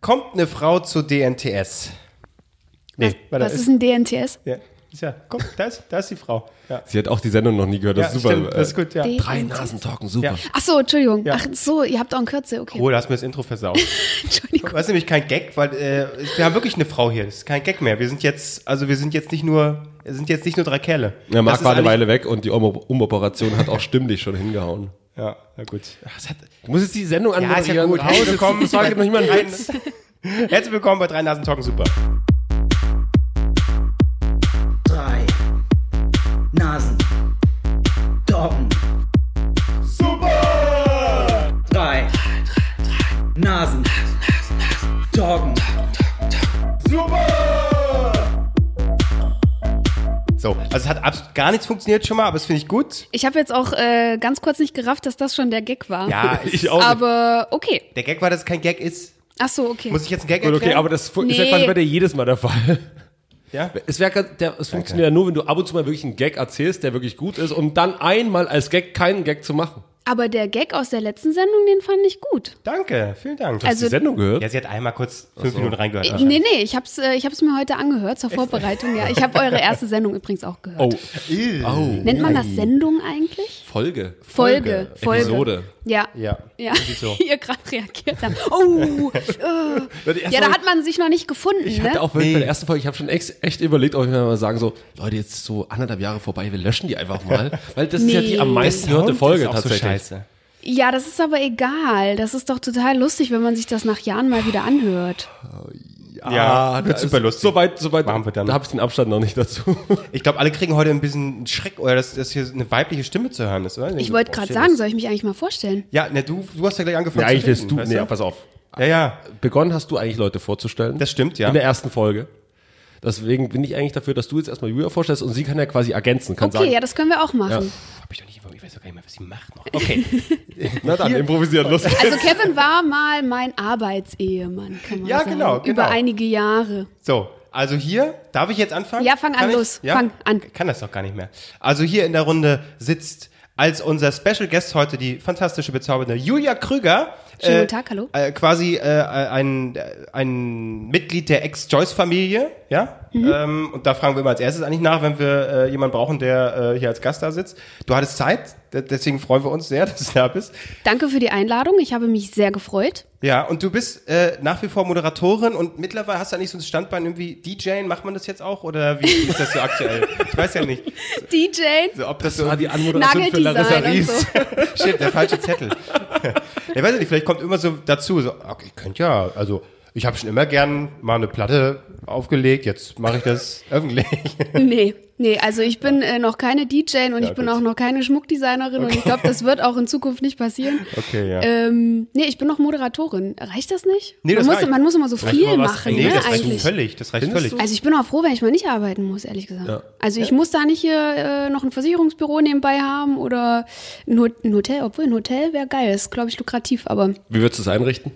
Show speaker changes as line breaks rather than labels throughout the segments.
kommt eine Frau zu DNTS. Nee, warte,
Was ist ein DNTS?
ja, ist ja, guck, da ist, da ist die Frau. Ja,
Sie hat auch die Sendung noch nie gehört. Das
ja
ist super. äh,
stimmt, das ist gut, ja.
D-
Drei Nasen talken, super.
Ja.
Ach so, Entschuldigung.
Ja.
Ach so, ihr habt auch einen Kürzel. Okay.
Oh, da hast du mir das Intro versaut.
Entschuldigung.
Das ist nämlich kein Gag, weil äh, wir haben wirklich eine Frau hier. Das ist kein Gag mehr. Wir sind jetzt, also wir sind jetzt nicht nur, sind jetzt nicht nur drei Kerle.
Ja,
Das
Marc
ist
war eine
eigentlich-
Weile weg und die Umo- Umoperation hat auch stimmlich schon hingehauen.
Ja, na gut. Ach, das hat,
Du musst jetzt die Sendung
ja, ist ja gut. Herzlich willkommen.
Das war noch niemand
Nein.
Witz.
Herzlich willkommen bei drei Nasen Talken Super.
drei Nasen. Doggen. Super! Drei Nasen. Doggen.
So, also es hat absolut gar nichts funktioniert schon mal, aber das finde ich gut.
Ich habe jetzt auch äh, ganz kurz nicht gerafft, dass das schon der Gag war.
Ja, ich
Ich
auch.
auch.
Aber okay.
Der Gag war, dass es kein Gag ist.
Ach so, okay.
Muss ich jetzt einen Gag
Gut,
erklären?
okay, aber das fu- ist ja
Nee.
quasi bei dir jedes Mal der Fall.
ja?
Es, wär, grad- der, es funktioniert ja nur, wenn du ab und zu mal wirklich einen Gag erzählst, der wirklich gut ist, um dann einmal als Gag keinen Gag zu machen.
Aber der Gag aus der letzten Sendung, den fand ich gut.
Danke, vielen Dank.
Also-
die Sendung gehört?
ja, sie hat einmal kurz fünf Minuten reingehört.
Äh,
wahrscheinlich.
Nee, nee, ich hab's, äh, ich hab's mir heute angehört zur Vorbereitung. Ja, ich habe eure erste Sendung übrigens auch gehört.
Oh,
Ew.
Nennt man das Sendung eigentlich?
Folge.
Folge. Folge.
Episode.
Ja.
Ja.
Ja,
Irgendwie so.
wie ihr gerade reagiert habt. Oh, äh. ja, da hat man sich noch nicht gefunden,
Ich
ne?
hatte auch wirklich bei der ersten Folge, ich habe schon echt, echt überlegt, ob ich mir mal sagen so, Leute, jetzt ist so anderthalb Jahre vorbei, wir löschen die einfach mal, weil das ist ja die am
Nee.
meisten gehörte Folge
Das ist auch so
tatsächlich.
scheiße.
ja, das ist aber egal. Das ist doch total lustig, wenn man sich das nach Jahren mal wieder anhört.
Ja,
Ah,
wird
da
super
ist-
lustig.
Soweit, soweit,
Machen wir dann.
da habe ich den Abstand noch nicht dazu.
Ich glaube, alle kriegen heute ein bisschen Schreck, oder dass, dass hier eine weibliche Stimme zu hören ist, oder?
Ich wollte
Boah,
gerade
shit.
sagen, soll ich mich eigentlich mal vorstellen?
Ja, ne, du, du hast ja gleich angefangen
eigentlich
willst
willst du,
weißt
nee, pass auf.
Ja, ja.
Begonnen hast du eigentlich Leute vorzustellen.
Das stimmt, ja.
In der ersten Folge. Deswegen bin ich eigentlich dafür, dass du jetzt erstmal Julia vorstellst und sie kann ja quasi ergänzen, kann
Okay,
sagen.
ja, das können wir auch machen.
Hab ich doch nicht informiert, ich weiß doch gar nicht mehr, was sie macht noch. Okay.
Na dann, improvisieren, los.
Also Kevin war mal mein Arbeitsehemann, kann man
Ja,
sagen.
genau, genau.
Über einige Jahre.
So, also hier, darf ich jetzt anfangen?
Ja, fang an,
Kann ich?
los, fang an.
Kann das doch gar nicht mehr. Also hier in der Runde sitzt als unser Special Guest heute die fantastische, bezaubernde Julia Krüger.
Schönen guten Tag, hallo.
Äh, quasi äh, ein, ein Mitglied der Ex-Joyce-Familie, ja?
Mhm.
Ähm, und da fragen wir immer als erstes eigentlich nach, wenn wir äh, jemanden brauchen, der äh, hier als Gast da sitzt. Du hattest Zeit, de- deswegen freuen wir uns sehr, dass du da bist.
Danke für die Einladung. Ich habe mich sehr gefreut.
Ja, und du bist äh, nach wie vor Moderatorin und mittlerweile hast du eigentlich so ein Standbein irgendwie DJen. Macht man das jetzt auch oder wie, wie ist das so aktuell? Ich weiß ja nicht,
DJ,
so, ob das so
Ah, die Anmoderation für Larissa
Nageldesign und
Ries.
so.
Shit, der falsche Zettel. ich weiß ja nicht, vielleicht kommt immer so dazu, so, okay, ich könnte ja, also ich habe schon immer gern mal eine Platte aufgelegt, jetzt mache ich das öffentlich.
Nee, nee, also ich bin äh, noch keine DJ und ich bin
gut.
auch noch keine Schmuckdesignerin und ich glaube, das wird auch in Zukunft nicht passieren.
Okay, ja.
Ähm, nee, ich bin noch Moderatorin. Reicht das nicht?
Nee, das
man, muss,
reicht.
man muss immer so viel
mal was
machen,
nee,
ne,
das reicht
eigentlich.
völlig, das reicht
Findest
völlig.
Also ich bin auch froh, wenn ich mal nicht arbeiten muss, ehrlich gesagt.
Ja.
Also ich muss da nicht hier äh, noch ein Versicherungsbüro nebenbei haben oder ein, Ho- ein Hotel, obwohl ein Hotel wäre geil, ist glaube ich lukrativ, aber
Wie würdest du es einrichten?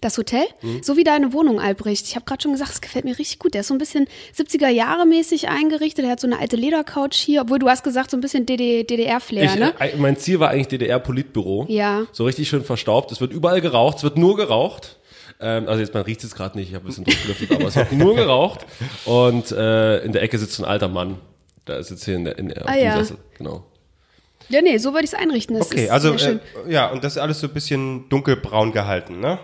das Hotel,
Mhm.
so wie deine Wohnung, Albrecht. Ich habe gerade schon gesagt, es gefällt mir richtig gut. Der ist so ein bisschen 70er Jahre mäßig eingerichtet. Er hat so eine alte Ledercouch hier, obwohl du hast gesagt, so ein bisschen DD DDR-Flair,
Ich,
ne?
äh, mein Ziel war eigentlich DDR-Politbüro.
Ja.
So richtig schön verstaubt. Es wird überall geraucht, es wird nur geraucht. Ähm, also jetzt, man riecht es gerade nicht, ich habe ein bisschen durchgelüftet, aber es wird nur geraucht. Und äh, in der Ecke sitzt ein alter Mann. Da ist jetzt hier in der, in, auf
Ah,
dem
ja.
Sessel. Genau.
Ja, nee, so würde ich es einrichten. Das
Okay,
ist
also
sehr schön.
äh, ja, und das ist alles so ein bisschen dunkelbraun gehalten, ne?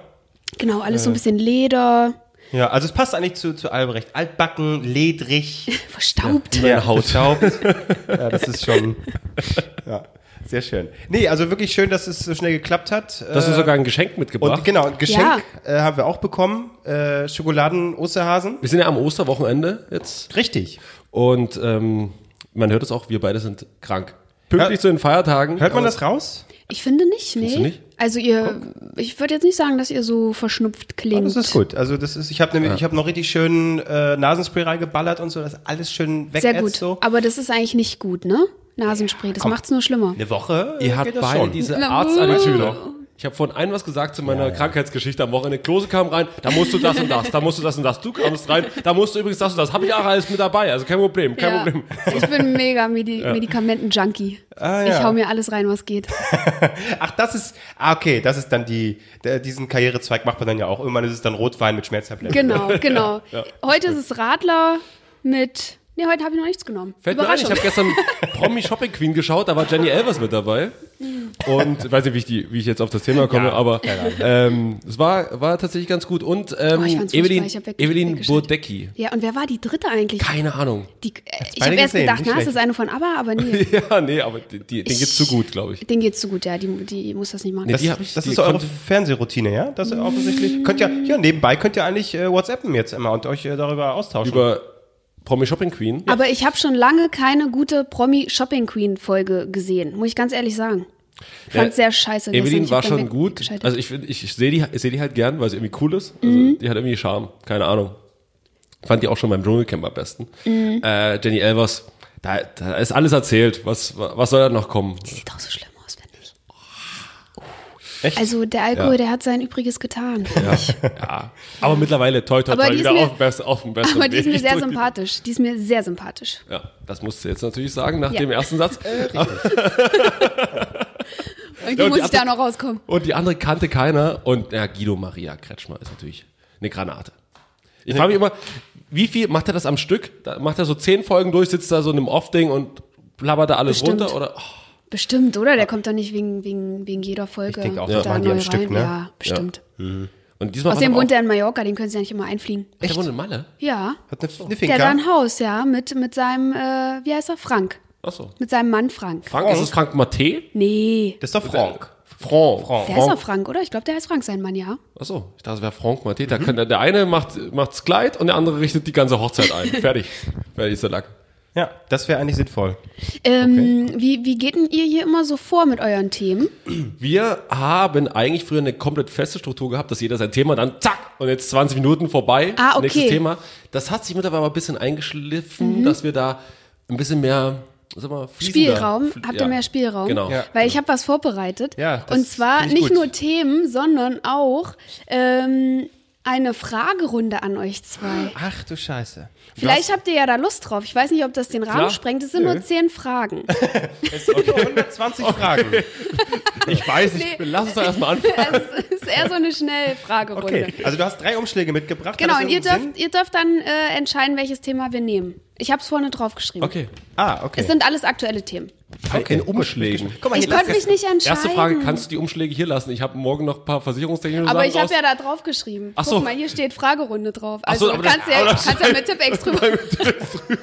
genau, alles
äh,
so ein bisschen Leder,
Ja, also es passt eigentlich zu, zu Albrecht. Altbacken, ledrig.
verstaubt.
Ja. Meine Haut.
verstaubt. ja, das ist schon. Ja, sehr schön. Nee, also wirklich schön, dass es so schnell geklappt hat.
Du hast
Äh,
uns sogar ein Geschenk mitgebracht.
und genau, ein Geschenk äh, haben wir auch bekommen. Äh, Schokoladen-Osterhasen.
Wir sind ja am Osterwochenende jetzt.
Richtig.
Und ähm, man hört es auch, wir beide sind krank. Pünktlich zu den Feiertagen.
Hört man
Aber-
das raus?
Ich finde nicht, nee.
du nicht?
Also ihr, ich würde jetzt nicht sagen, dass ihr so verschnupft
Oh,
klingt.
Das ist gut. Also das ist, ich habe nämlich, ich habe noch richtig schön äh, Nasenspray reingeballert und so, das alles schön weg
Sehr gut.
so.
Aber das ist eigentlich nicht gut, ne? Nasenspray, das macht's nur schlimmer.
Eine Woche. äh,
Ihr habt
geht das
beide
schon.
diese
Na,
Arztattitüde. Ich habe vorhin ein was gesagt zu meiner Krankheitsgeschichte am Wochenende. Klose kam rein, da musst du das und das, da musst du das und das. Du kamst rein, da musst du übrigens das und das. Habe ich auch alles mit dabei, also kein Problem, kein
Ja.
Problem. Ah,
Ich bin mega Medi Medikamenten-Junkie. Ich hau mir alles rein, was geht.
Ach, das ist, ah, okay, das ist dann die, der, diesen Karrierezweig macht man dann ja auch. Irgendwann ist es dann Rotwein mit Schmerztabletten.
Genau, genau. Heute ist es Radler mit. Nee, heute habe ich noch nichts genommen.
Fällt mir ein, ich
Überraschung.
habe gestern Promi Shopping Queen geschaut, da war Jenny Elvers mit dabei.
Mhm.
Und ich weiß nicht, wie ich, die, wie ich jetzt auf das Thema komme,
Ja,
aber
keine Ahnung.
ähm, es war, war tatsächlich ganz gut. Und ähm,
Oh, ich fand's furchtbar,
Evelyn,
ich hab weg-
Evelyn
weggeschaltet.
Burdecki.
ja, und wer war die dritte eigentlich?
Keine Ahnung.
Die, äh, ich
beide
habe erst
gesehen,
gedacht,
nicht
na, ist das
schlecht.
eine von ABBA, aber nee.
Ja, nee, aber die, die, den geht's zu gut, glaube ich.
Denen geht's zu gut, ja, die, die muss das nicht machen.
Nee,
Das,
die hab ich-
das
die
ist so eure
konnte-
Fernsehroutine, ja? Das ist offensichtlich. Könnt ja, ja, nebenbei könnt ihr eigentlich äh, WhatsAppen jetzt immer und euch äh, darüber austauschen.
Über Promi Shopping Queen.
aber ich habe schon lange keine gute Promi-Shopping-Queen-Folge gesehen, muss ich ganz ehrlich sagen. Ich fand's sehr scheiße. gestern,
Evelyn
ich hab
war
dann
schon
weg-
gut.
geschaltet. Mhm.
Also ich, find- ich sehe die, ich seh die halt gern, weil sie irgendwie cool ist. Also Die hat irgendwie Charme. Keine Ahnung. Fand die auch schon beim Dschungelcamp am besten.
Mhm.
Äh, Jenny Elvers, da, da ist alles erzählt. Was, was soll da noch kommen?
Sieht auch so schlimm aus, finde ich.
Echt?
Also der Alkohol,
Ja.
der hat sein Übriges getan.
ja. ja. Aber mittlerweile, toi, toi,
Aber
toi,
die ist
wieder
mir-
auf, dem best, auf dem besten
Aber die ist mir
Weg.
sehr
Durch die-
sympathisch. Die ist mir sehr sympathisch.
Ja, das musst du jetzt natürlich sagen nach
Ja. Äh.
dem ersten Satz.
Irgendwie
Ja, und
muss
die
ich da
hat-
noch rauskommen.
Und die andere kannte keiner. Und ja, Guido Maria Kretschmer ist natürlich eine Granate. Ich frage mich immer, wie viel macht er das am Stück? Da macht er so zehn Folgen durch, sitzt da so in einem Off-Ding und blabbert da alles
Bestimmt.
runter? Oder, oh,
Bestimmt, oder? Der kommt doch nicht wegen, wegen, wegen jeder Folge.
Ich denke auch,
da
das machen die
neu
am Stück,
rein.
ne?
Ja, bestimmt.
und diesmal
Außerdem
hat
wohnt
er
er in Mallorca, den können sie ja nicht immer einfliegen.
auch, der wohnt in Malle.
Ja.
Hat eine, eine
Der
Finca.
hat da ein Haus, ja, mit, mit seinem, äh, wie heißt er? Frank.
Achso.
Mit seinem Mann Frank.
Frank, ist es Frank Maté?
Nee.
das ist doch Frank.
Franck.
Franck.
Der ist doch Frank, oder? Ich glaube, der heißt Frank, sein Mann, ja.
Achso, ich dachte, es wäre Frank Maté.
Mhm.
Da kann der, der eine macht, macht's Kleid und der andere richtet die ganze Hochzeit ein. Fertig. Fertig ist der Lack.
Ja, das wäre eigentlich sinnvoll.
Ähm, wie, wie geht denn ihr hier immer so vor mit euren Themen?
Wir haben eigentlich früher eine komplett feste Struktur gehabt, dass jeder sein Thema dann zack und jetzt 20 Minuten vorbei.
Ah, okay.
Nächstes Thema. Das hat sich mittlerweile ein bisschen
Mhm.
eingeschliffen, dass wir da ein bisschen mehr sag mal, fließender-
Spielraum?
fl-
Habt ihr
ja.
mehr Spielraum?
Genau.
Ja.
Weil ich habe was vorbereitet.
Ja, das
und zwar
find ich
nicht
gut.
nur Themen, sondern auch ähm, eine Fragerunde an euch zwei.
Ach du Scheiße.
Vielleicht habt ihr ja da Lust drauf. Ich weiß nicht, ob das den Rahmen
Klar.
sprengt. Es sind
Nö.
nur zehn Fragen.
Es sind nur 120 Fragen.
Ich weiß nicht, lass uns doch erstmal anfangen.
Also, es ist eher so eine Schnellfragerunde.
Okay, also du hast drei Umschläge mitgebracht. Hat
Genau,
das
und ihr
irgendeinen
dürft, ihr dürft dann äh, entscheiden, welches Thema wir nehmen. Ich habe es vorne draufgeschrieben.
Okay.
Sinn? Ah, okay.
Es sind alles aktuelle Themen.
okay. In Umschlägen.
Guck mal,
ich
hier, lass
konnte mich nicht entscheiden.
Erste Frage, kannst du die Umschläge hier lassen? Ich habe morgen noch ein paar versicherungstechnische
aber
Sachen
ich habe
raus.
ja da draufgeschrieben.
Ach so.
Guck mal, hier steht Fragerunde drauf.
Ach so,
Also
aber das-
kannst ja,
aber das-
kannst ja mit Tippex drüber.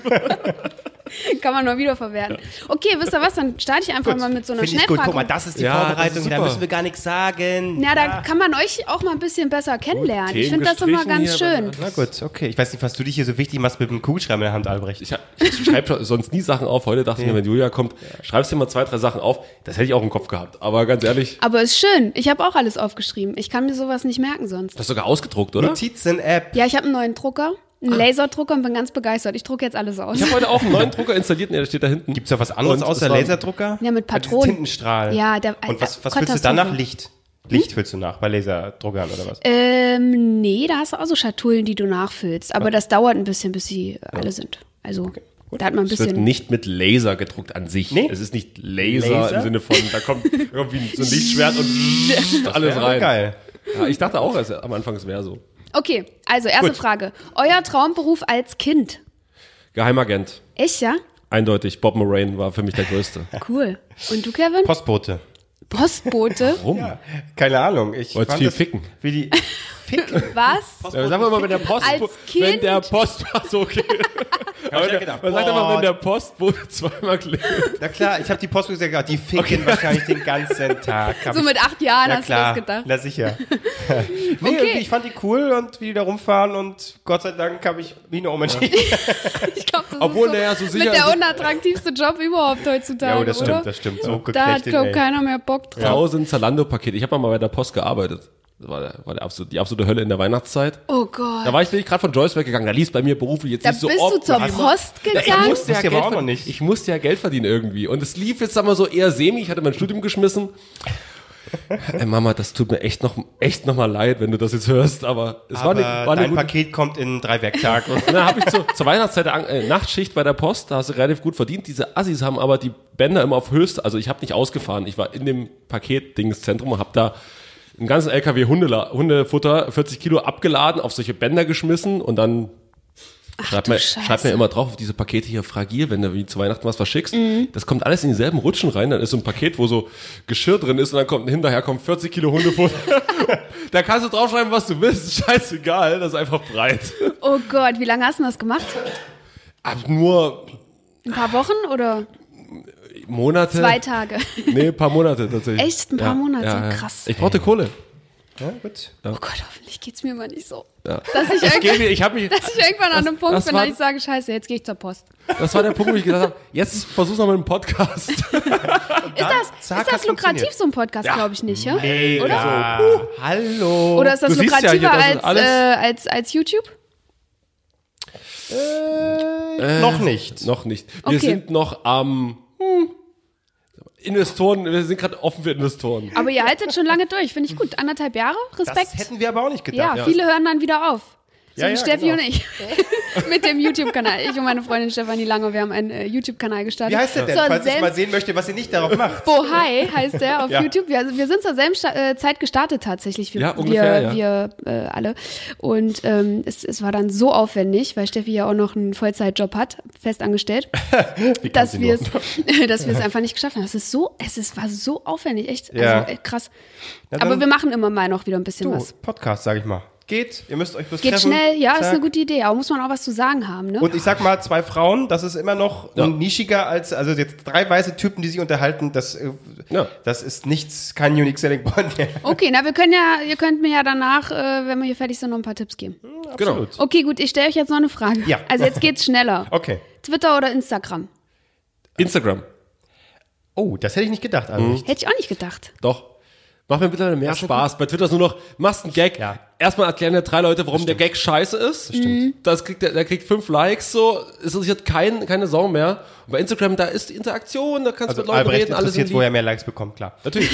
Kann man nur wiederverwerten. Okay, wisst ihr was? Dann starte ich einfach mal mit so einer
Finde ich gut. Guck mal,
Schnellfrage.
das ist die
Ja, das ist
Vorbereitung. da
super.
müssen wir gar nichts sagen.
Na, da kann man euch auch mal ein bisschen besser kennenlernen. ich finde das immer ganz schön.
Na gut, okay. Ich weiß nicht, was du dich hier so wichtig machst mit dem Kugelschreiber in der Hand, Albrecht.
Ich, hab- ich schreibe sonst nie Sachen auf. Heute dachte ich mir, wenn Julia kommt, schreibst du dir mal zwei, drei Sachen auf. Das hätte ich auch im Kopf gehabt. Aber ganz ehrlich,
Aber ist schön. Ich habe auch alles aufgeschrieben. Ich kann mir sowas nicht merken sonst.
das ist sogar ausgedruckt, oder?
Notizen-App.
Ja, ich habe einen neuen Drucker, einen Laserdrucker und bin ganz begeistert. Ich drucke jetzt alles aus.
Ah. Ich habe heute auch einen neuen Drucker installiert. Nee, der steht da hinten.
Gibt's da was anderes
Und es
außer
war-
Laserdrucker?
Ja, mit
Ah, dieses
Patronen.
Tintenstrahl.
Ja, der-
Und was, was
äh, Hm?
füllst du danach?
Katastrophe.
Licht. Licht füllst du nach bei Laserdruckern oder was?
Ähm, nee, da hast du auch so Schatullen, die du nachfüllst. Aber das dauert ein bisschen, bis sie äh, alle sind. Also, da hat man ein
Es wird
bisschen.
nicht mit Laser gedruckt an sich.
Nee.
Es ist nicht Laser,
Laser?
im Sinne von, da kommt irgendwie so ein Lichtschwert und alles
Ja,
rein.
Geil.
Ja, ich dachte auch, es- am Anfang es wäre so.
Okay, also erste
Gut.
Frage. Euer Traumberuf als Kind.
Geheimagent.
Ich, ja?
Eindeutig, Bob Moraine war für mich der Größte.
Cool. Und du, Kevin?
Postbote.
Postbote?
Warum?
Keine Ahnung. Ich
Wollt's
fand
viel
das-
ficken?
Wie die ficken.
Was?
Ja, sagen wir mal, wenn der Post,
Als
wenn
Kind?
der Post, ach so, okay.
Hab
Aber
ich ja
der,
gedacht,
man sagt
boah.
einfach, wenn der Postbote zweimal klingelt.
Na klar, ich habe die Postbote gesagt, die ficken wahrscheinlich den ganzen Tag. Hab
So
ich-
mit acht Jahren
Na
hast
klar,
du das gedacht.
na sicher. nee, irgendwie, ich fand die cool und wie die da rumfahren und Gott sei Dank habe ich mich nur umentschieden.
Ich glaube, das
Obwohl
ist
der ja so sicher
mit der
ist.
unattraktivste Job überhaupt heutzutage,
aber das
oder?
stimmt, das stimmt. So
da hat,
geknechtet,
glaube
ey.
keiner mehr Bock drauf.
Tausend Zalando-Pakete. Ich habe mal bei der Post gearbeitet. Das war, der, war der absolute, die absolute Hölle in der Weihnachtszeit.
Oh Gott.
Da war ich, bin ich gerade von Joyce weggegangen. Da lief bei mir beruflich jetzt
Da
nicht so
bist
oft.
du zur Post gegangen?
musste ja Geld verdienen.
Ich musste ja Geld verdienen irgendwie. Und es lief jetzt, sagen wir so, eher semi. Ich hatte mein Studium geschmissen. Ey Mama, das tut mir echt noch, echt noch mal leid, wenn du das jetzt hörst, aber es
Aber
war eine, war eine
dein
gute
Paket kommt in drei Werktagen.
Und dann habe ich zu, zur Weihnachtszeit an- äh, Nachtschicht bei der Post, da hast du relativ gut verdient. Diese Assis haben aber die Bänder immer auf höchst, also ich habe nicht ausgefahren, ich war in dem Paketdingszentrum und habe da einen ganzen LKW Hundela, Hundefutter, 40 Kilo abgeladen, auf solche Bänder geschmissen und dann schreibt
du
mir,
Scheiße.
schreibt mir immer drauf, auf diese Pakete hier fragil, wenn du wie zu Weihnachten was verschickst.
Mhm.
Das kommt alles in dieselben Rutschen rein, dann ist so ein Paket, wo so Geschirr drin ist und dann kommt hinterher kommt 40 Kilo Hundefutter. da kannst du draufschreiben, was du willst, scheißegal, das ist einfach breit.
Oh Gott, wie lange hast du das gemacht?
Ab nur
Ein paar Wochen oder
Monate.
zwei Tage?
Nee, ein paar Monate tatsächlich.
Echt? Ein paar Monate? Krass.
Ich brauchte Kohle.
ja, gut.
Oh Gott, hoffentlich geht's mir mal nicht so.
Ja.
Dass ich,
Ich, gebe,
irgendwann,
ich hab mich,
dass ich irgendwann an einem Punkt
das
bin,
war-
dass ich sage, scheiße, jetzt gehe ich zur Post.
das war der Punkt, wo ich gedacht habe, jetzt versuch's noch mit dem Podcast.
Ist das,
zack,
ist das
hat's
lukrativ,
funktioniert.
so ein Podcast, glaube ich nicht, ja? Oder?
Ja, hallo.
Oder ist das
Du siehst ja
lukrativer
hier, das
als,
ist alles-
äh, als, als YouTube? Äh.
Äh. noch nicht.
noch nicht. Wir
Okay.
sind noch am hm, Investoren, wir sind gerade offen für Investoren.
Aber ihr haltet schon lange durch, finde ich gut. Anderthalb Jahre?
Das
Respekt.
hätten wir aber auch nicht
Ja,
gedacht.
viele hören dann wieder auf. So
Ja,
wie
ja,
Steffi
genau.
und ich. Mit dem YouTube-Kanal. Ich und meine Freundin Stefanie Lange, wir haben einen äh, YouTube-Kanal gestartet.
Wie heißt der denn?
Zur
Falls ich
selben-
mal sehen möchte, was ihr nicht darauf macht.
Bohai heißt der auf
Ja.
YouTube. Wir, also wir sind zur selben Sta äh, Zeit gestartet tatsächlich. Wir,
Ja, ungefähr,
wir, wir äh, alle. Und ähm, es, es war dann so aufwendig, weil Steffi ja auch noch einen Vollzeitjob hat, festangestellt, dass wir es, dass wir es einfach nicht geschafft haben. Es ist so, es ist, war so aufwendig, echt.
Ja.
Also, äh, krass.
Na dann-
Aber wir machen immer mal noch wieder ein bisschen
Du,
was.
Podcast, sag ich mal. Geht, ihr müsst euch bloß
Geht
treffen.
schnell, ja, ist
Zack.
eine gute Idee. Aber muss man auch was zu sagen haben, ne?
Und ich sag mal, zwei Frauen, das ist immer noch
Ja.
nischiger als, also jetzt drei weiße Typen, die sich unterhalten, das, äh,
Ja.
das ist nichts, kein Unique Selling Point mehr.
Okay, na, wir können ja, ihr könnt mir ja danach, äh, wenn wir hier fertig sind, noch ein paar Tipps geben.
Genau.
Okay, gut, ich stelle euch jetzt noch eine Frage.
Ja.
Also jetzt geht's schneller.
Okay.
Twitter oder Instagram?
Instagram.
Oh, das hätte ich nicht gedacht, Albrecht.
Hätte ich auch nicht gedacht.
Doch. Macht mir bitte mehr Spaß. Bei Twitter ist nur noch, machst einen Gag.
Ja.
Erstmal erklären dir drei Leute, warum der Gag scheiße ist. Das
Mhm.
stimmt. Das kriegt der, der kriegt fünf Likes, so. Es interessiert kein, keine Sau mehr. Und bei Instagram, da ist die Interaktion, da kannst
Also
du mit Leuten
Albrecht
reden, alles
interessiert,
im
wo
Lied.
er mehr Likes bekommt, klar.
Natürlich.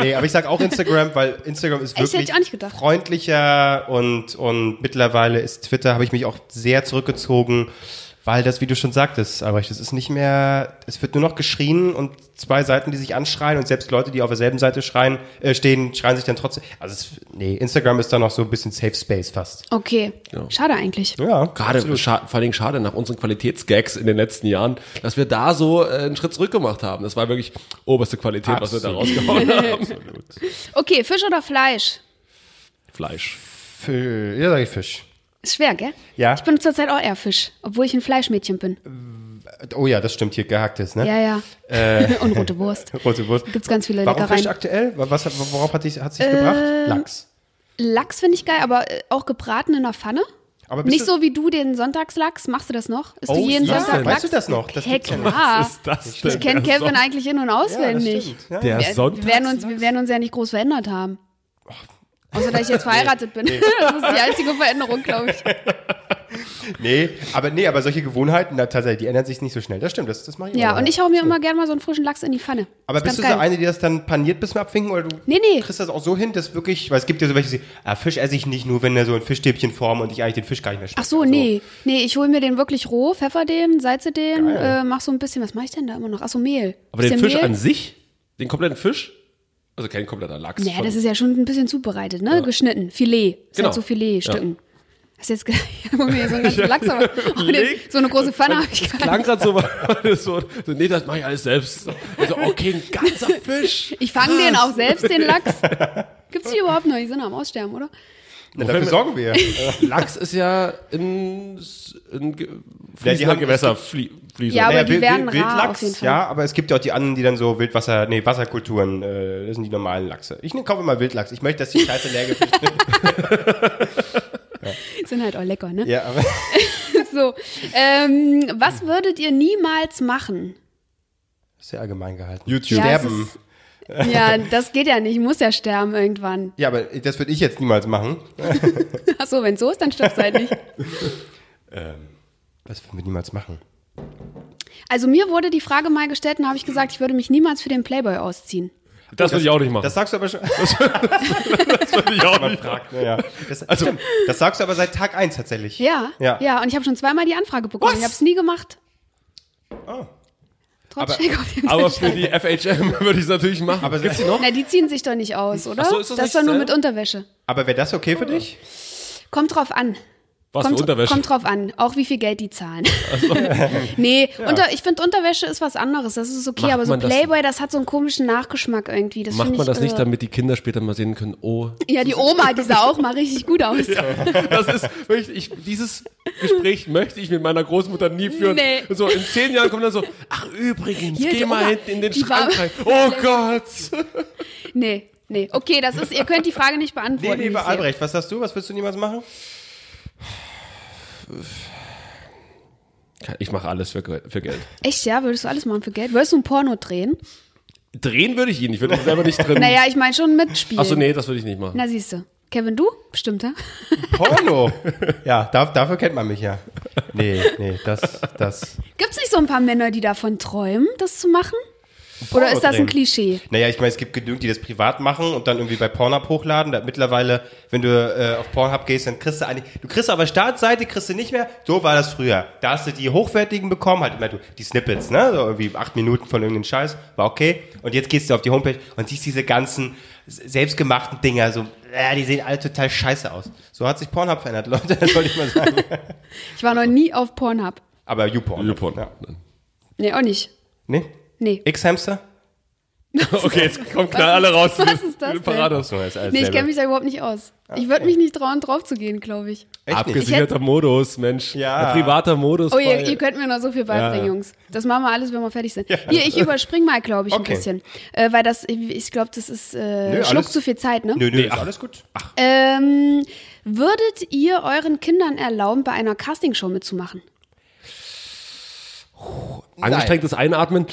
Nee, aber ich sag auch Instagram, weil Instagram ist
Echt, hätte
wirklich
ich auch nicht gedacht.
freundlicher und, und mittlerweile ist Twitter, habe ich mich auch sehr zurückgezogen, weil das, wie du schon sagtest, Albrecht, es ist nicht mehr, es wird nur noch geschrien und zwei Seiten, die sich anschreien und selbst Leute, die auf derselben Seite schreien, äh, stehen, schreien sich dann trotzdem. Also es, nee, Instagram ist da noch so ein bisschen Safe Space fast.
Okay, schade eigentlich.
Ja,
Gerade scha- vor allen Dingen schade nach unseren Qualitätsgags in den letzten Jahren, dass wir da so äh, einen Schritt zurück gemacht haben. Das war wirklich oberste Qualität, was wir da
Absolut.
rausgehauen haben.
Okay, Fisch oder Fleisch?
Fleisch.
Fisch. Ja, sag ich Fisch.
Ist schwer, gell?
Ja.
Ich bin zurzeit auch eher Fisch, obwohl ich ein Fleischmädchen bin.
Oh ja, das stimmt hier, gehacktes, ne?
Ja, ja. Und rote Wurst.
Rote Wurst.
Gibt's ganz viele
Äh. Warum
Leckereien. Ähm,
Fisch aktuell? Was, worauf hat sich, hat sich gebracht? Lachs.
Lachs finde ich geil, aber äh, auch gebraten in der Pfanne.
Aber bist
Nicht
du-
so wie du den Sonntagslachs. Machst du das noch? Isst
Oh,
du jeden
ja.
Sonntag
Weißt
Lachs?
du das noch? Das
hey,
gibt's ja noch.
klar.
das
Ah. Ich kenne Kevin eigentlich in- und auswendig.
stimmt, ja.
Der
wir, werden uns, wir werden uns ja nicht groß verändert haben. Außer, dass ich jetzt verheiratet bin. das ist die einzige Veränderung, glaube ich.
Nee, aber nee, aber solche Gewohnheiten, na, tatsächlich, die ändern sich nicht so schnell. Das stimmt, das, das mache ich
Ja,
immer,
und ich hau mir immer gerne mal so einen frischen Lachs in die Pfanne.
Aber
Ist ganz
bist du so
geil.
eine, die das dann paniert bis zum Abwinken oder du
Nee, nee.
kriegst das auch so hin, dass wirklich, weil es gibt ja so welche, die ah, Fisch esse ich nicht, nur wenn er so in Fischstäbchenform und ich eigentlich den Fisch gar nicht mehr schmecke.
Ach so, nee. Nee, ich hole mir den wirklich roh, pfeffer den, salze den,
Geil.
äh, mach so ein bisschen, was mache ich denn da immer noch? Ach so, Mehl.
Aber den
bisschen
Fisch
Mehl.
an sich, den kompletten Fisch, also kein kompletter Lachs.
Naja,
schon.
das ist ja schon ein bisschen zubereitet, ne? Geschnitten, Filet. Ist
Genau.
halt so Filetstücken. Hast du jetzt ge- ich hol mir so einen ganzen Lachs, aber oh, den,
überlegt.
so eine große Pfanne habe ich gerade.
Klang grad so, weil es so, so, nee, das mache ich alles selbst. Also, okay, ein ganzer Fisch.
Ich fange den auch selbst, den Lachs. Gibt's die überhaupt noch? Die sind am Aussterben, oder?
Also, Na, dafür sorgen wir.
Lachs ist ja in, in ge- fließender
haben-
Gewässer. Flie, fließend.
Ja, aber
Naja,
die
Wild-
werden
Wild-
rar
Wildlachs,
auf jeden Fall.
Ja, aber es gibt ja auch die anderen, die dann so Wildwasser, nee, Wasserkulturen, äh, das sind die normalen Lachse. Ich ne- kaufe immer Wildlachs. Ich möchte, dass die Scheiße leer gefischt wird.
Sind halt auch lecker, ne?
Ja, aber
So, ähm, was würdet ihr niemals machen?
sehr allgemein gehalten.
YouTube.
Ja, es
Sterben.
Ja, das geht ja nicht. Ich muss ja sterben irgendwann.
Ja, aber das würde ich jetzt niemals machen.
Ach so, wenn so ist, dann stirbst du halt nicht.
Das würden wir niemals machen.
Also mir wurde die Frage mal gestellt und habe ich gesagt, ich würde mich niemals für den Playboy ausziehen.
Das würde ich auch nicht machen.
Das sagst du aber schon.
würde ich auch nicht
Fragt, ne, ja. das, also, stimmt, das sagst du aber seit Tag 1 tatsächlich.
Ja, ja,
Ja.
und ich habe schon zweimal die Anfrage bekommen.
Was?
Ich habe es nie gemacht.
Oh.
Trotz
Aber-
Steck-
Aber für die FHM würde ich es natürlich machen.
Aber,
Gibt's die noch?
Na, die ziehen sich doch nicht aus, oder?
Ach so, ist das
das ist
nicht
doch nur mit
dasselbe?
Unterwäsche.
aber wäre das okay für dich?
Kommt drauf an.
Was für
kommt,
Unterwäsche?
kommt drauf an, auch wie viel Geld die zahlen. nee, unter, ich finde Unterwäsche ist was anderes, das ist okay,
Macht
aber so
man das-
Playboy, das hat so einen komischen Nachgeschmack irgendwie. Das
Macht
find
man
ich,
das nicht,
äh,
damit die Kinder später mal sehen können, oh.
Ja, die Oma, die sah auch mal richtig gut aus.
Das ist wirklich, ich, dieses Gespräch möchte ich mit meiner Großmutter nie führen.
Nee.
So, in zehn Jahren kommt dann so, ach übrigens,
Hier, die
geh mal
Oma,
hinten in den
die war-
Schrank rein. Oh Gott.
Nee, nee. Okay, das ist, ihr könnt die Frage nicht beantworten.
Nee,
wie ich
lieber
sehe.
Albrecht, was sagst du? Was willst du niemals machen?
Ich mache alles für, Ge- für Geld.
Echt, ja? Würdest du alles machen für Geld? Würdest du ein Porno drehen?
Hm. Drehen würde ich ihn, ich würde ihn selber nicht drin.
Naja, ich meine schon mitspielen.
Achso, nee, das würde ich nicht machen.
Na, siehst du. Kevin, du? Bestimmt, ja?
Porno. ja, da, dafür kennt man mich ja. Nee, nee, das, das.
Gibt's nicht so ein paar Männer, die davon träumen, das zu machen? Oder ist das ein
drehen.
Klischee?
Naja, ich meine, es gibt genügend, die das privat machen und dann irgendwie bei Pornhub hochladen. Da, mittlerweile, wenn du äh, auf Pornhub gehst, dann kriegst du eine, du kriegst aber Startseite, kriegst du nicht mehr. So war das früher. Da hast du die hochwertigen bekommen, halt immer du, die Snippets, ne? So irgendwie acht Minuten von irgendeinem Scheiß, war okay. Und jetzt gehst du auf die Homepage und siehst diese ganzen s- selbstgemachten Dinger, so, äh, die sehen alle total scheiße aus. So hat sich Pornhub verändert, Leute, das wollte ich mal sagen.
Ich war noch nie auf Pornhub.
Aber YouPorn.
Lupon.
Ja.
Nee, auch nicht.
Nee?
Nee.
X-Hamster?
Okay, jetzt kommen knall alle raus.
was ist das denn?
Parados.
So, ist alles
Nee, ich
selber.
kenne mich da überhaupt nicht aus. Ich würde mich nicht trauen, drauf zu gehen, glaube ich.
Echt nicht?
Abgesicherter Modus, Mensch.
Ja.
Ein privater Modus.
Oh, ihr,
bei-
ihr könnt mir noch so viel beibringen,
Ja, ja.
Jungs. Das machen wir alles, wenn wir fertig sind. Hier, ich überspringe mal, glaube ich,
Okay.
ein bisschen. Äh, weil das, ich glaube, das ist, äh,
Nö,
schluckt
alles-
zu viel Zeit, ne?
Nö, nö,
Nee,
ist
ach.
alles gut.
Ähm, würdet ihr euren Kindern erlauben, bei einer Castingshow mitzumachen?
Angestrengtes Einatmen.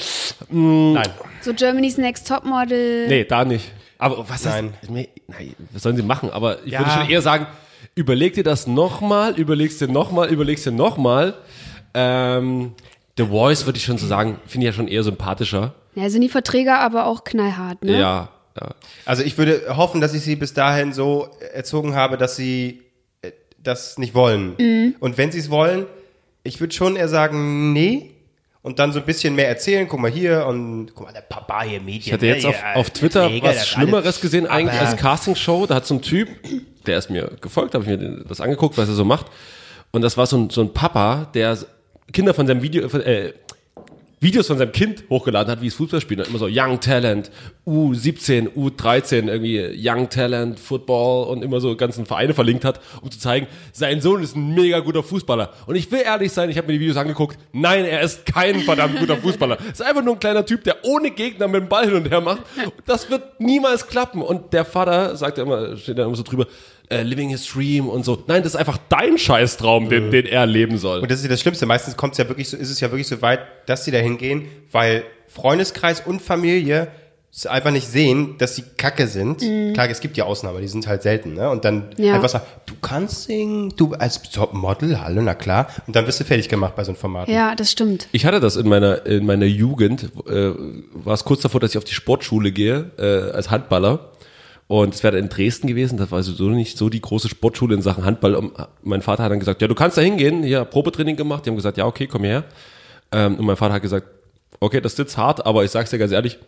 Nein.
So Germany's Next Topmodel.
Nee, da nicht. Aber was
Äh, Nein.
Ist, nee, nein, was sollen sie machen? Aber ich
Ja.
würde schon eher sagen, überleg dir das nochmal, überlegst dir nochmal, überlegst dir nochmal. Ähm, The Voice würde ich schon so sagen, finde ich ja schon eher sympathischer.
Ja, also nie Verträger, aber auch knallhart, ne?
Ja. ja.
Also ich würde hoffen, dass ich sie bis dahin so erzogen habe, dass sie äh, das nicht wollen. Und wenn sie es wollen, ich würde schon eher sagen, nee. Und dann so ein bisschen mehr erzählen. Guck mal hier und guck mal, der Papa hier, Medien. ne,
Ich hatte jetzt auf, auf Twitter was Schlimmeres gesehen eigentlich als Castingshow. Da hat so ein Typ, der ist mir gefolgt, habe ich mir den- das angeguckt, was er so macht. Und das war so ein, so ein Papa, der s- Kinder von seinem Video, von, äh, Videos von seinem Kind hochgeladen hat, wie es Fußball spielt. Und Immer so Young Talent, U17, U13, irgendwie Young Talent, Football und immer so ganzen Vereine verlinkt hat, um zu zeigen, sein Sohn ist ein mega guter Fußballer. Und ich will ehrlich sein, ich habe mir die Videos angeguckt. Nein, er ist kein verdammt guter Fußballer. Ist einfach nur ein kleiner Typ, der ohne Gegner mit dem Ball hin und her macht. Das wird niemals klappen. Und der Vater sagt ja immer, steht da immer so drüber, äh, living his dream und so. Nein, das ist einfach dein Scheißtraum, den, den er leben soll.
Und das ist ja das Schlimmste. Meistens kommt's ja wirklich so, ist es ja wirklich so weit, dass sie da hingehen, weil Freundeskreis und Familie es einfach nicht sehen, dass sie kacke sind. Klar, es gibt ja Ausnahmen, aber die sind halt selten. Ne? Und dann
Mhm. Ja.
einfach sagen, du kannst singen, du als Model, hallo, na klar. Und dann wirst du fertig gemacht bei so einem Format.
Ja, das stimmt.
Ich hatte das in meiner, in meiner Jugend, äh, war es kurz davor, dass ich auf die Sportschule gehe, äh, als Handballer. Und es wäre in Dresden gewesen, das war sowieso nicht so die große Sportschule in Sachen Handball. Und mein Vater hat dann gesagt, ja, du kannst da hingehen, hier Probetraining gemacht. Die haben gesagt, ja, okay, komm her. Ähm, und mein Vater hat gesagt, okay, das ist jetzt hart, aber ich sag's dir ganz ehrlich,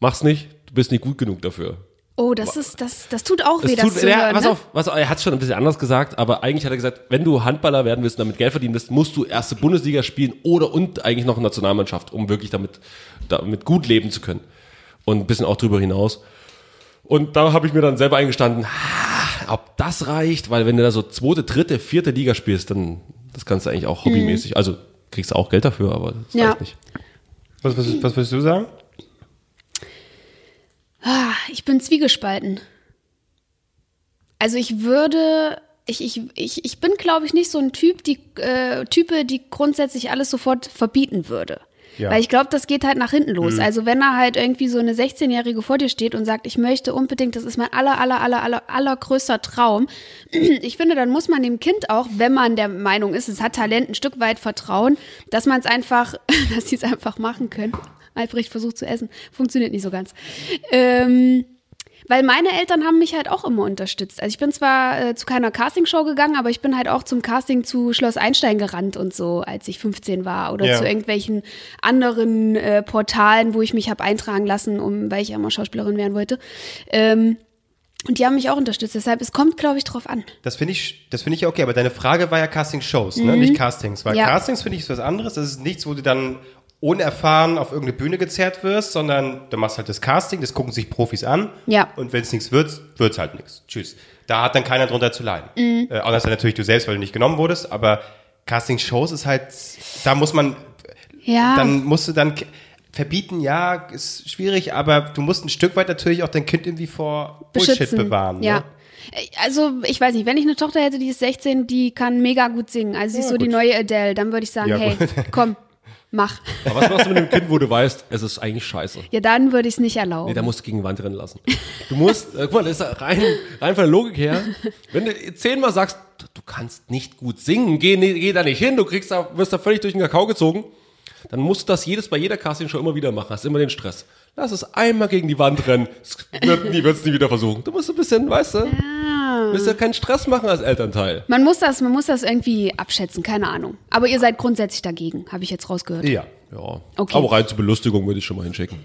mach's nicht, du bist nicht gut genug dafür.
Oh, das ist, das, das tut auch
Es
weh, das zu
ja,
hören.
pass
ne?
auf, pass auf, er hat schon ein bisschen anders gesagt, aber eigentlich hat er gesagt, wenn du Handballer werden willst und damit Geld verdienen willst, musst du erste Bundesliga spielen oder und eigentlich noch Nationalmannschaft, um wirklich damit, damit gut leben zu können. Und ein bisschen auch drüber hinaus. Und da habe ich mir dann selber eingestanden, ah, ob das reicht, weil wenn du da so zweite, dritte, vierte Liga spielst, dann das kannst du eigentlich auch hobbymäßig. Also kriegst du auch Geld dafür, aber das
Mhm. Ja.
reicht nicht.
Was, was, was würdest du sagen?
Ah, ich bin zwiegespalten. Also ich würde, ich, ich, ich, ich bin, glaube ich, nicht so ein Typ, die äh, Type, die grundsätzlich alles sofort verbieten würde.
Ja.
Weil ich glaube, das geht halt nach hinten los. Also wenn er halt irgendwie so eine 16-Jährige vor dir steht und sagt, ich möchte unbedingt, das ist mein aller, aller, aller, aller, allergrößter Traum. Ich finde, dann muss man dem Kind auch, wenn man der Meinung ist, es hat Talent, ein Stück weit vertrauen, dass man es einfach, dass sie es einfach machen können. Albrecht versucht zu essen. Funktioniert nicht so ganz. Ähm, weil meine Eltern haben mich halt auch immer unterstützt. Also ich bin zwar äh, zu keiner Castingshow gegangen, aber ich bin halt auch zum Casting zu Schloss Einstein gerannt und so, als ich 15 war oder
Ja.
zu irgendwelchen anderen äh, Portalen, wo ich mich habe eintragen lassen, um, weil ich ja immer Schauspielerin werden wollte. Ähm, und die haben mich auch unterstützt. Deshalb, es kommt, glaube ich, drauf an.
Das finde ich, das finde ich ja okay, aber deine Frage war ja Casting-Shows, ne? nicht Castings. Weil
Mhm. Ja.
Castings finde ich ist was anderes. Das ist nichts, wo du dann unerfahren auf irgendeine Bühne gezerrt wirst, sondern du machst halt das Casting, das gucken sich Profis an.
Ja.
Und wenn es nichts wird, wird es halt nichts. Tschüss. Da hat dann keiner drunter zu leiden.
Mhm.
Äh, außer dann natürlich du selbst, weil du nicht genommen wurdest, aber Casting-Shows ist halt, da muss man,
Ja.
dann musst du dann k- verbieten, ja, ist schwierig, aber du musst ein Stück weit natürlich auch dein Kind irgendwie vor Bullshit bewahren.
Ja.
Ne?
Also, ich weiß nicht, wenn ich eine Tochter hätte, die ist 16, die kann mega gut singen. Also, sie ist so die neue Adele. Dann würde ich sagen,
Ja,
hey,
gut.
komm, mach.
Aber was machst du mit dem Kind, wo du weißt, es ist eigentlich scheiße?
Ja, dann würde ich es nicht erlauben.
Nee, da musst du gegen die Wand rennen lassen. Du musst, äh, guck mal, das ist ja rein, rein von der Logik her, wenn du zehnmal sagst, du- du kannst nicht gut singen, geh, ni- geh da nicht hin, du kriegst da, wirst da völlig durch den Kakao gezogen, dann musst du das jedes bei jeder Casting schon immer wieder machen, hast immer den Stress. Lass es einmal gegen die Wand rennen, es wird nie, wird's nie wieder versuchen. Du musst ein bisschen, weißt du, musst ja keinen Stress machen als Elternteil.
man muss das, man muss das irgendwie abschätzen, keine Ahnung. Aber ihr seid grundsätzlich dagegen, habe ich jetzt rausgehört.
Ja.
Ja,
Okay.
aber rein zur Belustigung würde ich schon mal hinschicken.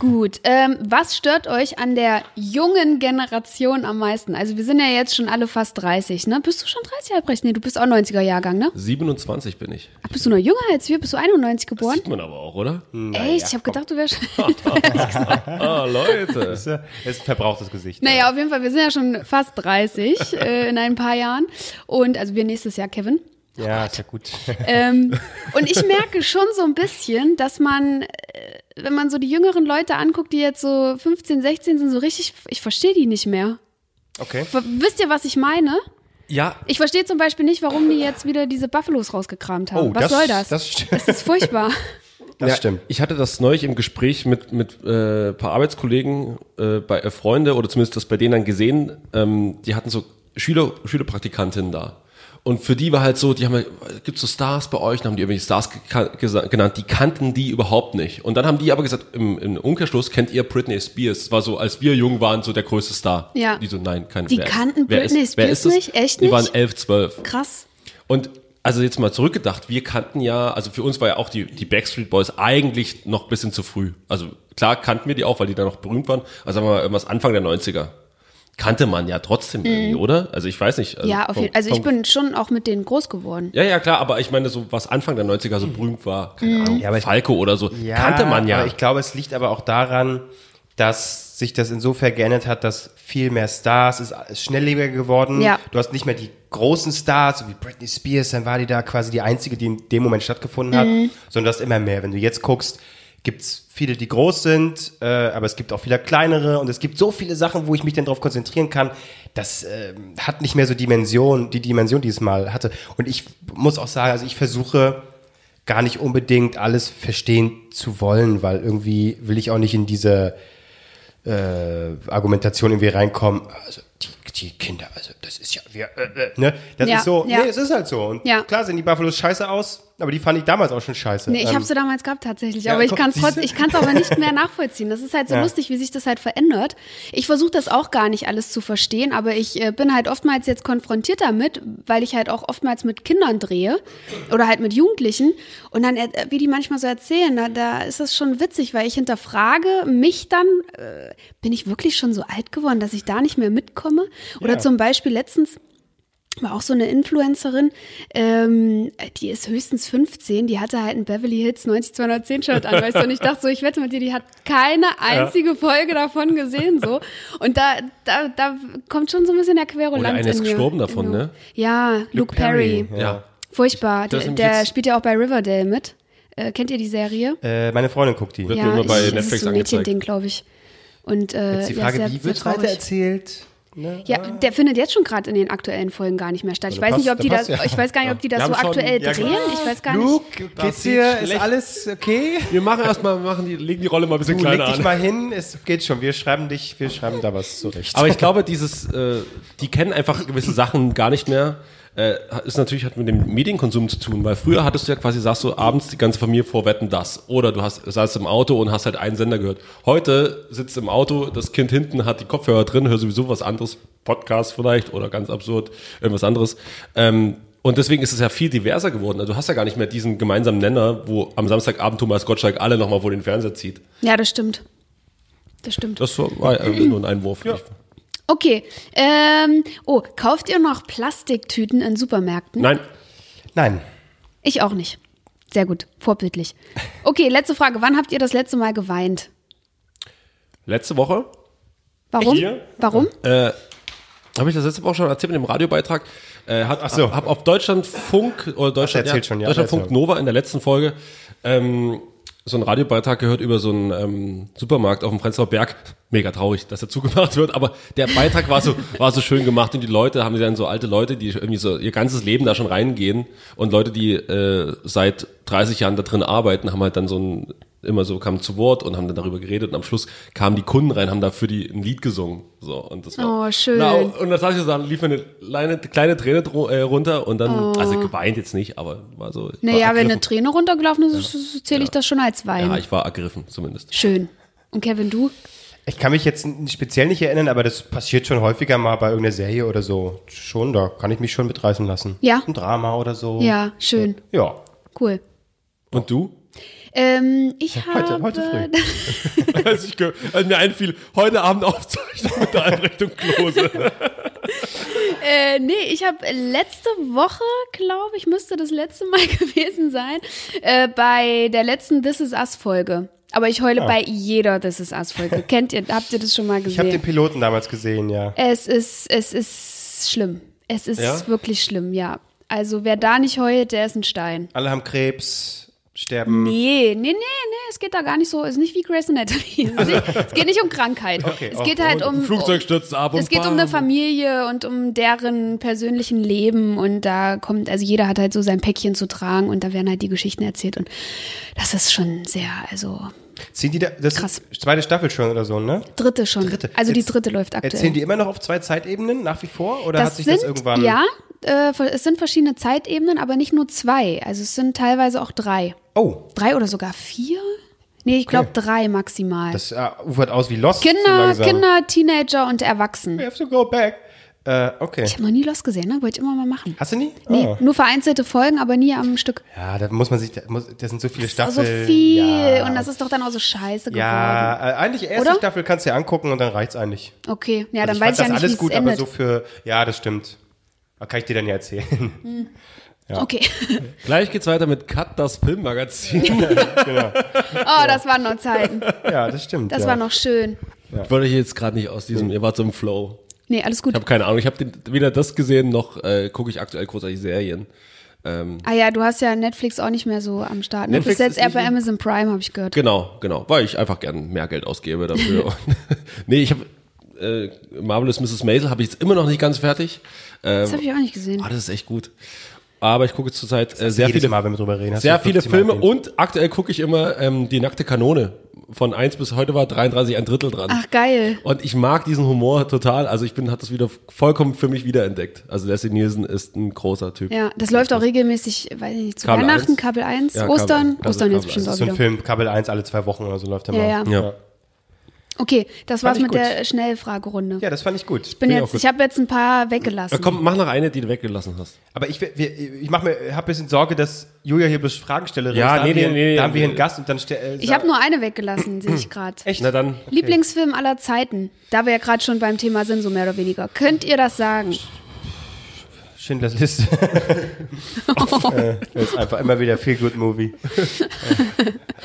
Gut. Ähm, was stört euch an der jungen Generation am meisten? Also, wir sind ja jetzt schon alle fast 30, ne? Bist du schon 30, Albrecht? Nee, du bist auch 90er-Jahrgang, ne?
27 bin ich.
Ach, bist du noch jünger als wir? Bist du 91 geboren?
Sieht man aber auch, oder?
Echt? ich habe gedacht, du wärst schon.
Ah, Leute.
Ist, äh, ist ein verbrauchtes Gesicht.
Naja, auf jeden Fall, wir sind ja schon fast 30 äh, in ein paar Jahren. Und also wir nächstes Jahr, Kevin.
Ja, ist ja gut.
oh Ähm, und ich merke schon so ein bisschen, dass man, äh, wenn man so die jüngeren Leute anguckt, die jetzt so 15, 16 sind, so richtig, ich verstehe die nicht mehr.
Okay.
Ver- Wisst ihr, was ich meine?
Ja,
Ich verstehe zum Beispiel nicht, warum die jetzt wieder diese Buffalos rausgekramt haben.
Oh,
was
das-
soll das?
das stimmt.
das ist furchtbar.
Das
Ja,
stimmt.
Ich hatte das neulich im Gespräch mit mit äh, ein paar Arbeitskollegen, äh, bei äh, Freunde oder zumindest das bei denen dann gesehen. Ähm, die hatten so Schüler Schülerpraktikantinnen da. Und für die war halt so, die haben, halt, gibt's so Stars bei euch? Dann haben die irgendwelche Stars geka- gesa- genannt, die kannten die überhaupt nicht. Und dann haben die aber gesagt, im, im Umkehrschluss kennt ihr Britney Spears. Das war so, als wir jung waren, so der größte Star.
Ja.
Die so, nein, kein
Die kannten Britney
ist, wer
Spears
ist das?
nicht? Echt
Die waren
nicht?
elf, zwölf.
Krass.
Und also jetzt mal zurückgedacht, wir kannten ja, also für uns war ja auch die, die Backstreet Boys eigentlich noch ein bisschen zu früh. Also klar kannten wir die auch, weil die da noch berühmt waren. Also sagen wir mal, irgendwas Anfang der 90er. Kannte man ja trotzdem irgendwie, oder? Also ich weiß nicht. Also
Mhm. ja, auf
vom-
jeden Fall. Also ich
vom-
bin schon auch mit denen groß geworden.
Ja, ja, klar, aber ich meine, so was Anfang der 90er so berühmt war, keine
Mhm.
Ahnung,
Ja, aber ich-
Falco oder so, kannte man ja.
Aber ich glaube, es liegt aber auch daran, dass sich das insofern geändert hat, dass viel mehr Stars, es ist schnelllebiger geworden.
Ja.
Du hast nicht mehr die großen Stars, so wie Britney Spears, dann war die da quasi die einzige, die in dem Moment stattgefunden hat, sondern das immer mehr. Wenn du jetzt guckst, gibt es viele, die groß sind, äh, aber es gibt auch viele kleinere und es gibt so viele Sachen, wo ich mich dann darauf konzentrieren kann. Das ähm, hat nicht mehr so Dimension, die Dimension, die es mal hatte. Und ich muss auch sagen, also ich versuche, gar nicht unbedingt alles verstehen zu wollen, weil irgendwie will ich auch nicht in diese äh, Argumentation irgendwie reinkommen. Also die, die Kinder, also das ist ja, wir, äh, äh, ne? Das
Ja,
ist so,
ja.
nee, es ist halt so. Und
Ja.
klar sehen die Buffalos scheiße aus, aber die fand ich damals auch schon scheiße.
Nee, ich
Ähm,
habe sie damals gehabt tatsächlich,
Ja,
aber ich
guck,
kann es
siehste?
ich kann's aber nicht mehr nachvollziehen. Das ist halt so
Ja.
lustig, wie sich das halt verändert. Ich versuche das auch gar nicht alles zu verstehen, aber ich äh, bin halt oftmals jetzt konfrontiert damit, weil ich halt auch oftmals mit Kindern drehe oder halt mit Jugendlichen und dann, äh, wie die manchmal so erzählen, da, da ist das schon witzig, weil ich hinterfrage mich dann, äh, bin ich wirklich schon so alt geworden, dass ich da nicht mehr mitkomme? Oder
Ja.
zum Beispiel letztens war auch so eine Influencerin, ähm, die ist höchstens 15, die hatte halt ein Beverly Hills 90210 Shirt an, weißt du, und ich dachte so, ich wette mit dir, die hat keine einzige Folge davon gesehen, so. Und da, da, da kommt schon so ein bisschen der Querulanz
Oder einer ist
in mir.
gestorben
in
davon,
mir.
ne?
Ja, Luke, Perry.
Ja.
ja.
Furchtbar. Der,
Das sind
der
jetzt-
spielt ja auch bei Riverdale mit. Äh, kennt ihr die Serie?
Äh, meine Freundin guckt die.
Wird nur immer bei
ich- das
Netflix
ist so ein
angezeigt.
Mädchending, glaube ich. Und äh,
Jetzt die
ja,
Frage,
sehr,
wie
sehr
wird es
traurig.
weitererzählt? Ne?
Ja, der findet jetzt schon gerade in den aktuellen Folgen gar nicht mehr statt. Ich
Also
dann
weiß nicht, ob
passt-
die
dann
das,
passt ja.
ich weiß gar nicht, ob die das
Wir
so
haben schon-
aktuell
ja,
drehen.
genau.
Ich weiß gar nicht.
Luke, geht's
Das sieht
dir? Ist
schlecht.
alles okay?
Wir machen erstmal, wir machen die, legen die Rolle mal ein bisschen
Du, leg
kleiner
dich
an.
mal hin, es geht schon. Wir schreiben dich, wir schreiben da was zurecht.
Aber ich glaube, dieses, äh, die kennen einfach gewisse Sachen gar nicht mehr. äh, ist natürlich hat mit dem Medienkonsum zu tun, weil früher hattest du ja quasi, saß du abends die ganze Familie vor Wetten das oder du hast, saß im Auto und hast halt einen Sender gehört. Heute sitzt im Auto, das Kind hinten hat die Kopfhörer drin, hört sowieso was anderes, Podcast vielleicht oder ganz absurd, irgendwas anderes. Ähm, und deswegen ist es ja viel diverser geworden. Also du hast ja gar nicht mehr diesen gemeinsamen Nenner, wo am Samstagabend Thomas Gottschalk alle nochmal vor den Fernseher zieht.
Ja, das stimmt. Das stimmt.
Das war äh, nur ein Einwurf.
Ja.
Okay. Ähm, oh, kauft ihr noch Plastiktüten in Supermärkten?
Nein,
Nein.
Ich auch nicht. Sehr gut, vorbildlich. Okay, letzte Frage. Wann habt ihr das letzte Mal geweint?
letzte Woche
Warum?
Hier?
Warum?
Habe ich das letzte Woche schon erzählt mit dem Radiobeitrag? Äh, hat,
so.
Hab auf Deutschlandfunk oder Deutschland,
erzählt schon, ja,
Deutschlandfunk
erzählt.
Nova in der letzten Folge ähm, so einen Radiobeitrag gehört über so einen ähm, Supermarkt auf dem Prenzlauer Berg. Mega traurig, dass er zugemacht wird, aber der Beitrag war so, war so schön gemacht und die Leute haben dann so alte Leute, die irgendwie so ihr ganzes Leben da schon reingehen und Leute, die äh, seit 30 Jahren da drin arbeiten, haben halt dann so ein immer so kamen zu Wort und haben dann darüber geredet und am Schluss kamen die Kunden rein, haben dafür die ein Lied gesungen. So und das war
Oh, schön.
Na, und das saß ich so da, lief mir eine kleine, kleine Träne dro- äh, runter und dann, also geweint jetzt nicht, aber war so. ich
naja,
war
wenn Oh. eine
ergriffen.
Träne runtergelaufen ist, zähle ich das schon als Wein.
Äh, Ja, ich Oh. war ergriffen zumindest.
Schön. Und Kevin, du?
Ich kann mich jetzt n- speziell nicht erinnern, aber das passiert schon häufiger mal bei irgendeiner Serie oder so. Schon, da kann ich mich schon mitreißen lassen.
Ja.
Ein Drama oder so.
Ja, schön.
Ja.
Cool.
Und du?
Ähm, ich
Heute,
habe.
heute früh.
als, ich ge- als mir einfiel, heute Abend aufzeichnen mit der Einrichtung Klose.
Äh, nee, ich habe letzte Woche, glaube ich, müsste das letzte Mal gewesen sein, äh, bei der letzten This Is Us Folge. Aber ich heule bei jeder This Is Us Folge. Kennt ihr, habt ihr das schon mal
Ah. Ich habe den
gesehen?
Piloten damals gesehen, ja.
Es ist, es ist schlimm. Es ist
Ja?
wirklich schlimm, ja. Also wer da nicht heult, der ist ein Stein.
Alle haben Krebs, sterben.
Nee, nee, nee, nee, es geht da gar nicht so. Es ist nicht wie Grey's Anatomy. Es, ist nicht, es geht nicht um Krankheit.
Okay, oh,
es
auch
geht halt um.
Ein Flugzeug stürzt ab und
Es geht um
bam.
eine Familie und um deren persönlichen Leben und da kommt, also jeder hat halt so sein Päckchen zu tragen und da werden halt die Geschichten erzählt und das ist schon sehr, also
Ziehen die da, das
Krass.
ist zweite Staffel schon oder so, ne?
dritte schon. Also die
Jetzt-
dritte läuft aktuell.
Erzählen die immer noch auf zwei Zeitebenen nach wie vor oder hat sich das irgendwann?
ja, äh, es sind verschiedene Zeitebenen, aber nicht nur zwei, also es sind teilweise auch drei.
Oh,
Drei oder sogar vier? Nee, ich glaube drei maximal.
das äh, ufert aus wie Lost. so
Kinder,
langsam.
Kinder, Teenager und Erwachsene.
We have to go back. Äh, okay.
Ich habe noch nie Lost gesehen, ne? Wollte ich immer mal machen.
Hast du nie?
Nee,
Oh.
nur vereinzelte Folgen, aber nie am Stück.
Ja, da muss man sich, da, muss, da sind so viele
Oh, so
Staffeln.
viel.
Ja.
Und das ist doch dann auch so scheiße
Ja, äh, eigentlich erste
Oder?
Staffel kannst du dir angucken und dann reicht's eigentlich.
geworden. Okay, ja,
Also
dann weiß ich
fand
ja nicht,
das alles
wie
gut,
es endet.
aber so für, ja, das stimmt. Aber Kann ich dir dann ja erzählen.
Okay.
Gleich geht's weiter mit Cut, das Filmmagazin.
Oh, das waren noch Zeiten.
ja, das stimmt.
Das
ja.
war noch schön.
Ich wollte euch jetzt gerade nicht aus diesem, ihr wart so im Flow.
Nee, alles
Ich
gut.
habe keine Ahnung, ich habe weder das gesehen, noch äh, gucke ich aktuell großartig Serien.
Ah ja, du hast ja Netflix auch nicht mehr so am Start. Ne?
Netflix
Bis jetzt
ist
eher
nicht
bei
mehr-
Amazon Prime, habe ich gehört.
Genau, genau, weil ich einfach gern mehr Geld ausgebe dafür. Und- nee, ich habe äh, Marvelous Mrs. Maisel habe ich jetzt immer noch nicht ganz fertig.
Das habe ich auch nicht gesehen.
Ah, das ist echt gut. Aber ich gucke zurzeit äh, sehr
Jedes
viele,
Mal, wenn wir drüber reden. hast
sehr
du
viele
50 Mal
Filme
erwähnt.
und aktuell gucke ich immer ähm, die nackte Kanone. Von 1 bis heute war 33 ein Drittel dran.
Ach, geil.
Und ich mag diesen Humor total. Also ich bin, hat das wieder vollkommen für mich wiederentdeckt. Also Leslie Nielsen ist ein großer Typ.
Ja, das läuft auch regelmäßig, weiß ich nicht, zu
Kabel
Weihnachten,
eins.
Kabel 1,
Ja, Kabel
Ostern.
eins. Also
Ostern jetzt
Kabel
bestimmt
eins.
auch
So ein
wieder.
Film, Kabel 1 alle zwei Wochen oder so läuft der
Ja,
mal.
ja.
Ja.
Okay, das war's
ich
mit
gut.
der Schnellfragerunde.
Ja, das fand ich gut.
bin
ich auch
jetzt,
gut.
ich habe jetzt ein paar
Ja,
weggelassen.
komm, mach noch eine, die du weggelassen hast.
Aber ich, wir- wir- ich mach mir, hab ein bisschen Sorge, dass Julia hier bloß Fragenstellerin
Ja,
ist. Da
nee,
haben wir,
nee, nee,
Da haben wir hier einen
nee.
Gast und dann... ste- Äh,
ich habe nur eine weggelassen, sehe ich gerade.
Echt?
Na dann.
Lieblingsfilm aller Zeiten. Da wir ja gerade schon beim Thema sind, so mehr oder weniger. Könnt ihr das sagen?
Schindlers Liste. äh, ist einfach immer wieder viel Good Movie.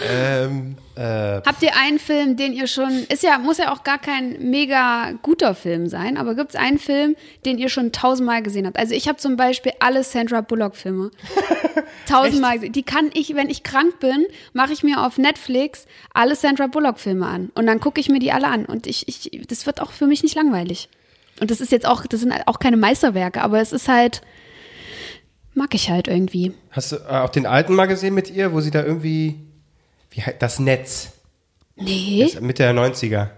ähm, äh,
Habt ihr einen Film, den ihr schon. Ist ja, muss ja auch gar kein mega guter Film sein, aber gibt es einen Film, den ihr schon tausendmal gesehen habt? Also ich habe zum Beispiel alle Sandra Bullock-Filme. tausendmal gesehen. Die kann ich, wenn ich krank bin, mache ich mir auf Netflix alle Sandra Bullock-Filme an. Und dann gucke ich mir die alle an. Und ich, ich, das wird auch für mich nicht langweilig. Und das ist jetzt auch, das sind auch keine Meisterwerke, aber es ist halt. Mag ich halt irgendwie.
hast du äh, auch den alten mal gesehen mit ihr, wo sie da irgendwie... Wie heißt das Netz?
Nee.
Mit der 90er.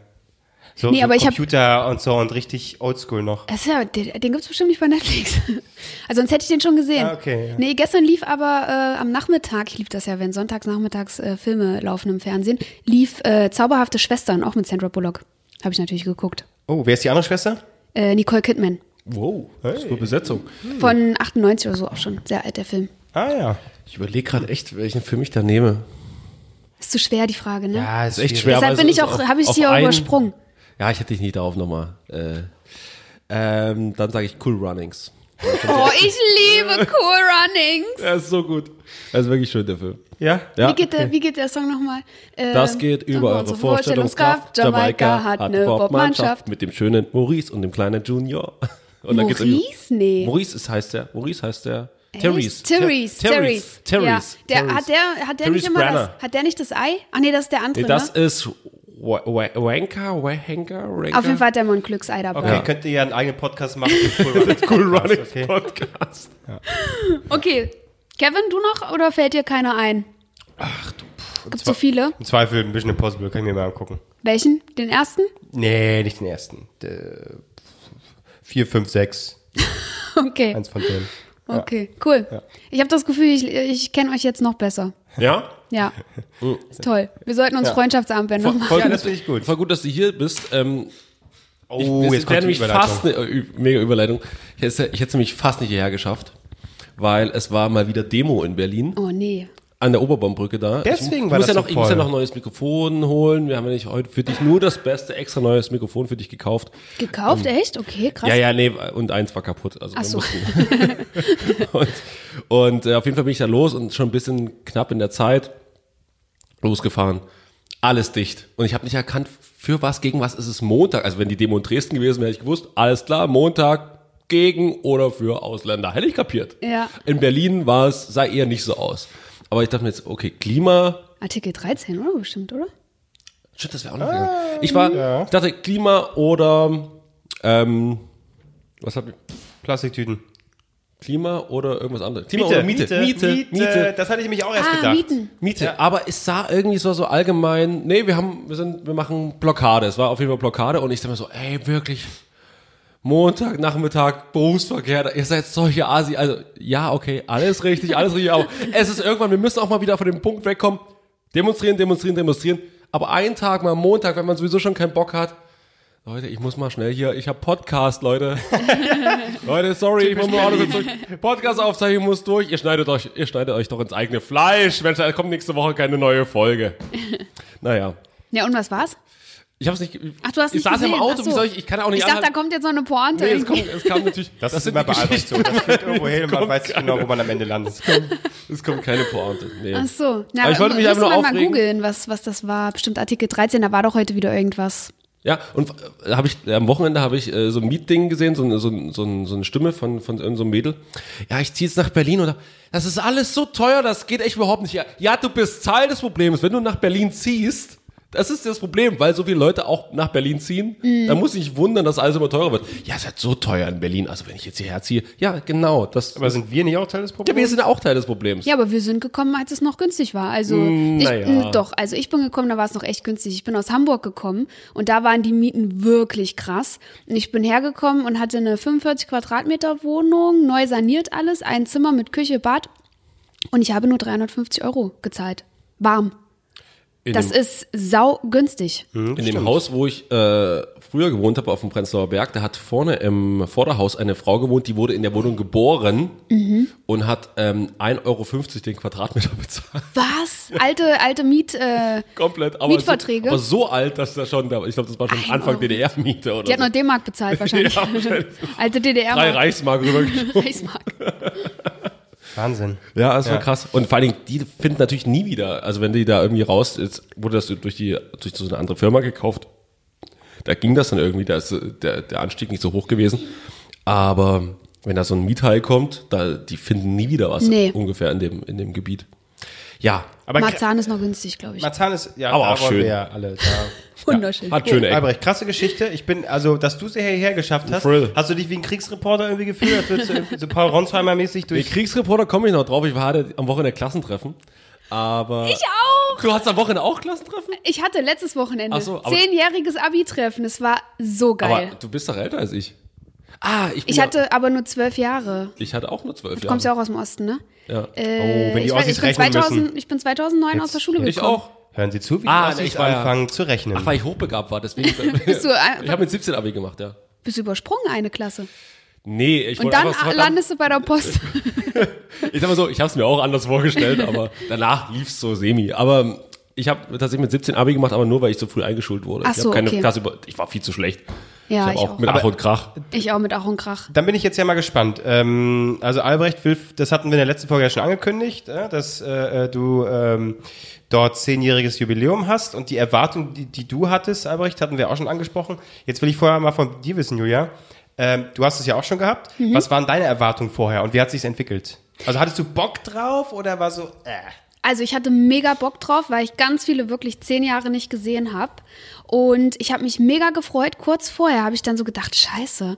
So,
Nee,
so
aber ich hab-
Computer und so und richtig oldschool noch.
Das ist ja, den, den gibt's bestimmt nicht bei Netflix. Also sonst hätte ich den schon gesehen.
Ah, okay, ja.
Nee, gestern lief aber äh, am Nachmittag, ich liebe das ja, wenn sonntags nachmittags äh, Filme laufen im Fernsehen, lief äh, Zauberhafte Schwestern, auch mit Sandra Bullock. Habe ich natürlich geguckt.
Oh, wer ist die andere Schwester?
Äh, Nicole Kidman.
Wow, das ist eine Besetzung.
Von 98 oder so auch schon. Sehr alt, der Film.
Ah ja.
Ich überlege gerade echt, welchen Film ich da nehme.
Ist zu schwer, die Frage, ne?
Ja,
Das ist echt
schwierig.
schwer.
Deshalb
aber es
bin ich
ist
auch-
auf-
hab ich
auf
sie auch
einen-
übersprungen.
Ja, ich hätte dich nie darauf nochmal. Äh, ähm, dann sage ich Cool Runnings.
Oh, ich liebe Cool Runnings.
Er ist so gut. Er ist wirklich schön, der Film.
Ja?
Ja.
wie, geht der, wie geht der Song nochmal? Ähm,
Das geht über
unsere
eure Vorstellungskraft. Jamaika hat eine Bob-Mannschaft mit dem schönen Maurice und dem kleinen Junior. Und dann geht's irgendwie-
Maurice? Nee.
Maurice ist, heißt der. Maurice heißt der.
Echt?
Therese.
Therese.
Ter- Therese.
Therese.
Therese.
Ja, der,
Therese.
Hat der, hat der
Therese
nicht immer
Branner.
das, hat der nicht das Ei? Ach nee, das ist der andere,
Nee, das
ne?
ist Wa- Wa- Wanker, Wahenker, Wanker.
Auf jeden Fall hat der mal ein Glücksei dabei.
Okay,
Okay,
Ja.
könnt ihr ja einen eigenen Podcast machen. Cool, cool
Runnings Podcast.
Kevin, du noch oder fällt dir keiner ein? Ach du. Gibt so viele?
Im Zweifel ein bisschen Impossible, kann ich mir mal angucken.
Welchen? Den ersten?
Nee, nicht den ersten. Der- Vier, fünf, sechs.
Okay.
Eins von denen.
Okay, cool. Ich habe das Gefühl, ich, ich kenne euch jetzt noch besser.
Ja?
Ja. Ist toll. Wir sollten uns
Ja.
Freundschaftsarmbänder machen.
Ja,
gut,
das finde ich gut.
Oh. Voll gut, dass du hier bist. Ähm,
Oh,
ich, es wäre nämlich
Überleitung.
fast eine äh, Ü- mega Überleitung. Ich hätte ich hätte es nämlich fast nicht hierher geschafft, weil es war mal wieder Demo in Berlin.
Oh nee.
an der Oberbaumbrücke da.
Deswegen
ich,
war
muss
das so
ja noch, Ich muss ja
voll.
noch ein neues Mikrofon holen. Wir haben ja nicht heute für dich nur das beste extra neues Mikrofon für dich gekauft.
Gekauft, echt? Okay, krass.
Oh. Ja, ja, nee, und eins war kaputt. Also
Ach
wir
so.
mussten- und und äh, auf jeden Fall bin ich da los und schon ein bisschen knapp in der Zeit losgefahren. Alles dicht. Und ich habe nicht erkannt, für was, gegen was ist es Montag. Also wenn die Demo in Dresden gewesen wäre, hätte ich gewusst, alles klar, Montag gegen oder für Ausländer. Hätte ich kapiert.
Ja.
In Berlin war es, sah eher nicht so aus. Aber ich dachte mir jetzt, okay, Klima,
Artikel 13, oder? Bestimmt, oder?
Stimmt, das wäre auch noch gegangen. Ich war, ich dachte Klima oder ähm, was hab ich?
Plastiktüten.
Klima oder irgendwas anderes. Klima oder Miete, Miete, Miete.
Miete.
Miete.
Das hatte ich nämlich auch erst
ah,
gedacht.
Mieten.
aber es sah irgendwie so, so allgemein, nee, wir haben, wir sind, wir machen Blockade. Es war auf jeden Fall Blockade und ich dachte mir so, ey, wirklich, Montagnachmittag, Berufsverkehr, da- ihr seid solche Asi, also, ja, okay, alles richtig, alles richtig, aber es ist irgendwann, wir müssen auch mal wieder von dem Punkt wegkommen, demonstrieren, demonstrieren, demonstrieren, aber einen Tag mal Montag, wenn man sowieso schon keinen Bock hat, Leute, ich muss mal schnell hier, ich habe Podcast, Leute. Leute, sorry, ich muss mal auch noch kurz zurück. Podcast aufzeichnen muss durch. Ihr schneidet euch, ihr schneidet euch doch ins eigene Fleisch. Mensch, da kommt nächste Woche keine neue Folge. Naja.
Ja, und was war's?
Ich hab's nicht.
Ach, du hast
ich
nicht
saß
gesehen.
im Auto,
Ach
wie
so.
soll ich, ich kann auch nicht
Ich dachte, da
anders-
kommt jetzt noch eine Pointe.
Nee, es,
irgendwie.
kommt, es kam natürlich.
Das, ist
sind
immer
die
bei Albrecht
Geschichten.
so. Das führt irgendwo hin und man
kommt
weiß nicht genau, wo man am Ende landet.
Es kommt keine Pointe. Nee.
Ach so. Na, um
Aber ich wollte mich
müssen
einfach nur
wir mal
aufregen.
googeln, was, was das war. Bestimmt Artikel 13, da war doch heute wieder irgendwas.
Ja, und äh, hab ich, äh, am Wochenende habe ich äh, so ein Meet-Ding gesehen, so, ein- so, ein- so, ein- so eine Stimme von, von irgendeinem so einem Mädel. Ja, ich ziehe jetzt nach Berlin oder das ist alles so teuer, das geht echt überhaupt nicht. Ja, ja, du bist Teil des Problems. Wenn du nach Berlin ziehst, das ist das Problem, weil so viele Leute auch nach Berlin ziehen, da muss ich wundern, dass alles immer teurer wird. Ja, es wird so teuer in Berlin, also wenn ich jetzt hierher ziehe. Ja, genau. Das,
Aber sind wir nicht auch Teil des
ja, wir
Problems?
sind auch Teil des Problems.
Ja, aber wir sind gekommen, als es noch günstig war. Also, ich,
Mm, naja.
mh, doch, also ich bin gekommen, da war es noch echt günstig. Ich bin aus Hamburg gekommen und da waren die Mieten wirklich krass. Und ich bin hergekommen und hatte eine 45 Quadratmeter Wohnung, neu saniert alles, ein Zimmer mit Küche, Bad. Und ich habe nur 350 Euro gezahlt. Warm.
In
Das
dem-
ist sau günstig.
In dem Haus, wo ich äh, früher gewohnt habe, auf dem Prenzlauer Berg, da hat vorne im Vorderhaus eine Frau gewohnt, die wurde in der Wohnung geboren
Mhm.
und hat ähm, 1,50 Euro den Quadratmeter bezahlt.
Was? Alte, alte Miet. Äh,
Komplett. Aber
Mietverträge?
So, aber so alt, dass das schon, da- ich glaube, das war schon
Ein
Anfang
Euro.
DDR-Miete oder
die hat
so.
noch D-Mark bezahlt wahrscheinlich.
Ja, wahrscheinlich.
Alte
Drei
DDR-Mark.
Reichsmark rüber.
Reichsmark.
Wahnsinn.
Ja, das war
Ja.
krass. Und vor allen Dingen, die finden natürlich nie wieder. Also wenn die da irgendwie raus, jetzt wurde das durch die durch so eine andere Firma gekauft. Da ging das dann irgendwie, da ist äh, der, der Anstieg nicht so hoch gewesen. Aber wenn da so ein Mietteil kommt, da die finden nie wieder was
Nee.
ungefähr in dem in dem Gebiet. Ja,
Aber
Marzahn ist noch günstig, glaube ich.
Marzahn ist, ja,
Aber
da
auch
wollen
schön.
wir ja alle da.
Wunderschön.
hat schöne Ecken.
Albrecht, krasse Geschichte. Ich bin, also, dass du es hierher geschafft hast,
Thrill.
hast du dich wie ein Kriegsreporter irgendwie gefühlt, als würdest du irgendwie so Paul Ronsheimer-mäßig
Nee,
durch.
Kriegsreporter komme ich noch drauf. Ich war halt am Wochenende Klassentreffen. Aber
Ich auch.
Du hast am Wochenende auch Klassentreffen?
Ich hatte letztes Wochenende
Ach so, aber-
zehnjähriges Abi-Treffen. Es war so geil.
Aber du bist doch älter als ich. Ah, ich bin
ich
ja-
hatte aber nur zwölf Jahre.
Ich hatte auch nur zwölf
Du
Jahre.
kommst ja auch aus dem Osten, ne?
Ja.
Oh, wenn die
ich, weiß-
Ossis
ich, bin
rechnen
2000, ich bin 2009 aus
Jetzt-
der Schule gekommen.
ich auch.
Hören Sie zu, wie
Ah,
die Ossis
ich war ja-
anfangen zu rechnen.
Ach, weil ich hochbegabt war, deswegen.
Bist du ein-
ich habe mit 17 Abi gemacht, ja.
Bist du übersprungen eine Klasse.
Nee, ich
Und
wollte
dann
einfach so-
landest du bei der Post.
Ich sag mal so, ich habe es mir auch anders vorgestellt, aber danach lief's so semi. Aber ich habe tatsächlich mit 17 Abi gemacht, aber nur weil ich so früh eingeschult wurde.
Ach
ich hab
so,
keine
okay.
Klasse über. Ich war viel zu schlecht.
Ja,
ich habe
ich
auch,
auch.
mit Ach
Aber-
und Krach.
ich auch mit Ach und Krach.
Dann bin ich jetzt ja mal gespannt. Ähm, also Albrecht will, das hatten wir in der letzten Folge ja schon angekündigt, äh, dass äh, äh, du ähm, dort zehnjähriges Jubiläum hast und die Erwartung, die, die du hattest, Albrecht, hatten wir auch schon angesprochen. Jetzt will ich vorher mal von dir wissen, Julia. Ähm, du hast es ja auch schon gehabt. Was waren deine Erwartungen vorher und wie hat sich's entwickelt? Also hattest du Bock drauf oder war so? Äh?
Also ich hatte mega Bock drauf, weil ich ganz viele wirklich zehn Jahre nicht gesehen habe. Und ich habe mich mega gefreut. Kurz vorher habe ich dann so gedacht, scheiße,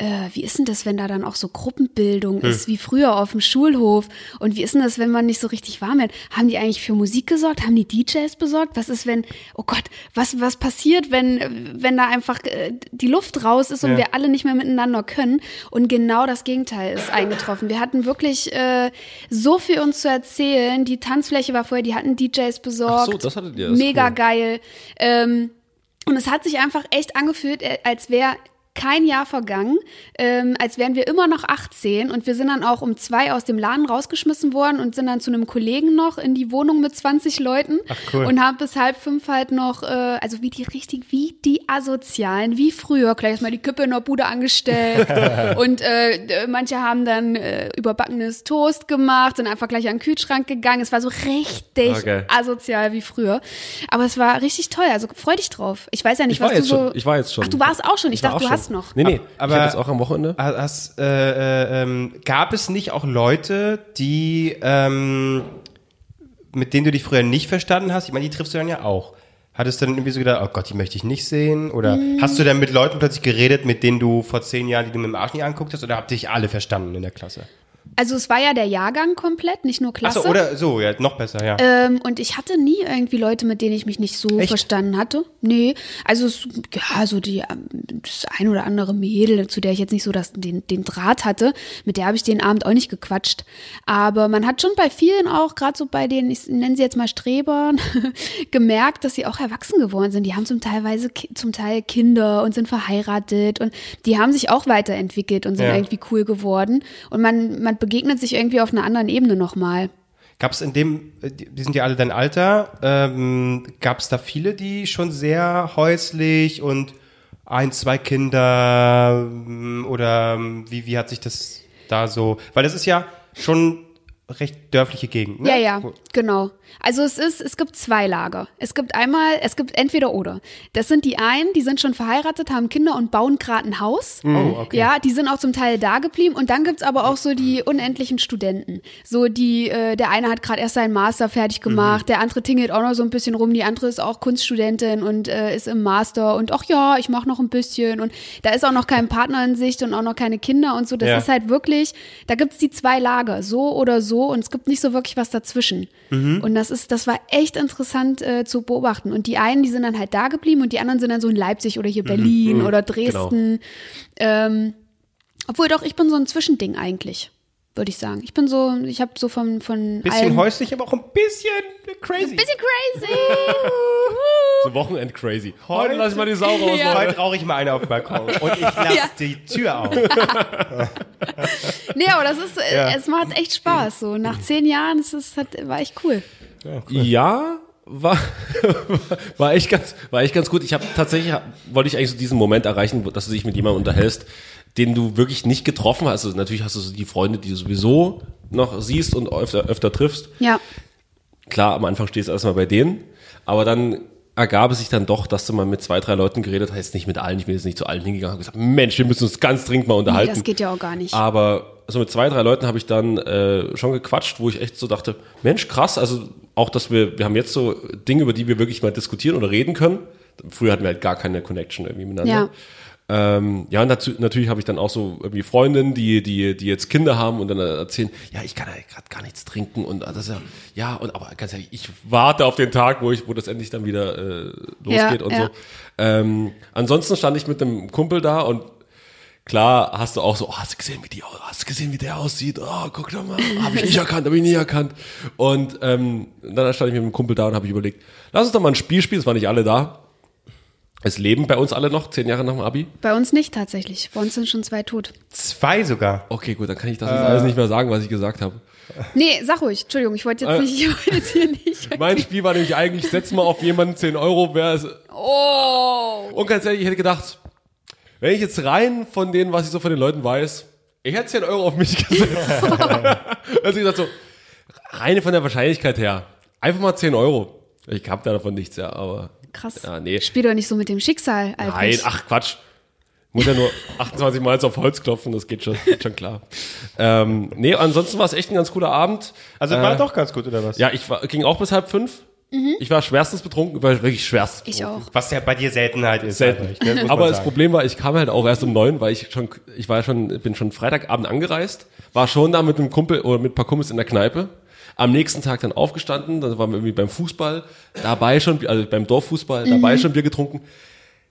äh, wie ist denn das, wenn da dann auch so Gruppenbildung
Hm.
ist, wie früher auf dem Schulhof? Und wie ist denn das, wenn man nicht so richtig warm wird? Haben die eigentlich für Musik gesorgt? Haben die DJs besorgt? Was ist, wenn, oh Gott, was, was passiert, wenn, äh, wenn da einfach äh, die Luft raus ist und
Ja.
wir alle nicht mehr miteinander können? Und genau das Gegenteil ist eingetroffen. Wir hatten wirklich äh, so viel uns zu erzählen. Die Tanzfläche war vorher, die hatten DJs besorgt.
Ach so, das hattet ihr, das ist
Mega
cool.
geil. Ähm, und es hat sich einfach echt angefühlt, äh, als wäre kein Jahr vergangen, ähm, als wären wir immer noch 18 und wir sind dann auch um zwei aus dem Laden rausgeschmissen worden und sind dann zu einem Kollegen noch in die Wohnung mit 20 Leuten
cool.
und haben bis halb fünf halt noch, äh, also wie die richtig, wie die Asozialen, wie früher, gleich erstmal die Kippe in der Bude angestellt und äh, äh, manche haben dann äh, überbackenes Toast gemacht und einfach gleich an den Kühlschrank gegangen. Es war so richtig
Okay.
asozial wie früher. Aber es war richtig toll. Also freu dich drauf. Ich weiß ja nicht,
Ich
was
war
du
jetzt
so.
schon. Ich war jetzt schon.
Ach, du warst auch schon. Ich,
war
dachte,
auch
du
schon.
hast noch.
Nee, nee.
Aber-
ich hatte es auch am Wochenende.
Hast, hast, äh, äh, ähm, gab es nicht auch Leute, die, ähm, mit denen du dich früher nicht verstanden hast? Ich meine, die triffst du dann ja auch. Hattest du dann irgendwie so gedacht, oh Gott, die möchte ich nicht sehen? Oder hast du dann mit Leuten plötzlich geredet, mit denen du vor zehn Jahren, die du mit dem Arsch nie anguckt hast? Oder habt ihr dich alle verstanden in der Klasse?
Also es war ja der Jahrgang komplett, nicht nur Klasse.
Achso, oder so, ja, noch besser, ja.
ähm, und ich hatte nie irgendwie Leute, mit denen ich mich nicht so
Echt?
verstanden hatte. Nee, also es, ja, so die, ähm, das ein oder andere Mädel, zu der ich jetzt nicht so das, den, den Draht hatte, mit der habe ich den Abend auch nicht gequatscht. Aber man hat schon bei vielen auch, gerade so bei den, ich nenne sie jetzt mal Strebern, gemerkt, dass sie auch erwachsen geworden sind. Die haben zum Teilweise, Ki- zum Teil Kinder und sind verheiratet und die haben sich auch weiterentwickelt und sind
Ja.
irgendwie cool geworden. Und man, man begegnet sich irgendwie auf einer anderen Ebene nochmal.
Gab es in dem, äh, die die sind ja alle dein Alter, ähm, gab es da viele, die schon sehr häuslich und ein, zwei Kinder ähm, oder ähm, wie, wie hat sich das da so, weil das ist ja schon recht dörfliche Gegend, ne?
Ja, ja,
Wo-
genau. Also es ist, es gibt zwei Lager. Es gibt einmal, es gibt entweder oder. Das sind die einen, die sind schon verheiratet, haben Kinder und bauen gerade ein Haus.
Oh, okay.
Ja, die sind auch zum Teil da geblieben. Und dann gibt's aber auch so die unendlichen Studenten. So die, äh, der eine hat gerade erst seinen Master
Mhm.
fertig gemacht, der andere tingelt auch noch so ein bisschen rum, die andere ist auch Kunststudentin und äh, ist im Master und ach ja, ich mache noch ein bisschen. Und da ist auch noch kein Partner in Sicht und auch noch keine Kinder und so. Das
Ja.
ist halt wirklich, da gibt's die zwei Lager, so oder so. Und es gibt nicht so wirklich was dazwischen.
Mhm.
Und das ist, das war echt interessant äh, zu beobachten. Und die einen, die sind dann halt da geblieben und die anderen sind dann so in Leipzig oder
Mhm.
hier Berlin oder
Genau.
Dresden. Ähm, obwohl doch, ich bin so ein Zwischending eigentlich, würde ich sagen. Ich bin so, ich habe so von, von
Bisschen
allem-
häuslich, aber auch ein bisschen crazy.
Bisschen crazy.
So Wochenend crazy. Heute lass ich mal die Sau raus.
Ja.
Heute rauche ich mal eine auf dem Balkon und ich lasse
Ja.
die Tür auf.
nee, aber das ist, äh,
Ja.
es macht echt Spaß. So nach zehn Jahren, es ist, hat, war echt cool.
Ja, war, war, echt ganz, war echt ganz gut. Ich habe tatsächlich, hab- wollte ich eigentlich so diesen Moment erreichen, wo- dass du dich mit jemandem unterhältst, den du wirklich nicht getroffen hast. Also natürlich hast du so die Freunde, die du sowieso noch siehst und öfter, öfter triffst.
Ja,
Klar, am Anfang stehst du erstmal bei denen, aber dann ergab es sich dann doch, dass du mal mit zwei, drei Leuten geredet hast, nicht mit allen, ich bin jetzt nicht zu allen hingegangen, habe gesagt, Mensch, wir müssen uns ganz dringend mal
nee,
unterhalten.
das geht ja auch gar nicht.
Aber so mit zwei, drei Leuten habe ich dann äh, schon gequatscht, wo ich echt so dachte, Mensch, krass, also auch, dass wir, wir haben jetzt so
ne?
Dinge, über die wir wirklich mal diskutieren oder reden können. Früher hatten wir halt gar keine Connection irgendwie miteinander.
Ja.
Ähm, ja, und dazu, natürlich habe ich dann auch so irgendwie Freundinnen, die, die, die jetzt Kinder haben und dann erzählen, ja, ich kann ja gerade gar nichts trinken und ah, das ist ja, ja, und aber ganz ehrlich, ich warte auf den Tag, wo ich, wo das endlich dann wieder äh,
Ja,
losgeht und
ja.
so. Ähm, ansonsten stand ich mit einem Kumpel da und klar hast du auch so, oh, hast du gesehen, wie die au- hast du gesehen, wie der aussieht? Oh, guck doch mal, habe ich nicht erkannt, habe ich nie erkannt. Und ähm, dann stand ich mit einem Kumpel da und habe ich überlegt, lass uns doch mal ein Spiel spielen, es waren nicht alle da. Es leben bei uns alle noch, zehn Jahre nach dem Abi.
Bei uns nicht tatsächlich. Bei uns sind schon zwei tot.
Zwei sogar.
Okay, gut, dann kann ich das jetzt alles nicht mehr sagen, was ich gesagt habe.
Nee, sag ruhig. Entschuldigung, ich wollte
Äh.
jetzt nicht, ich wollte jetzt hier nicht.
Mein Spiel war nämlich eigentlich, setz mal auf jemanden 10 Euro, wer es.
Oh!
Und ganz ehrlich, ich hätte gedacht, wenn ich jetzt rein von denen, was ich so von den Leuten weiß, ich hätte 10 Euro auf mich gesetzt. also ich gesagt so, rein von der Wahrscheinlichkeit her, einfach mal 10 Euro. Ich hab da davon nichts, ja, aber.
Krass.
Ja, nee.
Spiel doch nicht so mit dem Schicksal,
Nein,
Albrecht.
ach Quatsch. Muss ja nur 28 Mal jetzt auf Holz klopfen, das geht schon, geht schon klar. Ähm, nee, ansonsten war es echt ein ganz cooler Abend.
Also war doch ganz gut, oder was?
Äh. Ja, ich war, ging auch bis halb fünf. Ich war schwerstens betrunken, ich war wirklich schwerst.
Ich auch.
Was ja bei dir Seltenheit ist.
Selten.
Albrecht, ne? Muss man
Aber das
sagen.
Problem war, ich kam halt auch erst um neun, weil ich schon, ich war schon, bin schon Freitagabend angereist, war schon da mit einem Kumpel oder mit ein paar Kumpels in der Kneipe. Am nächsten Tag dann aufgestanden, dann waren wir irgendwie beim Fußball, dabei schon, also beim Dorffußball,
Mhm.
dabei schon Bier getrunken.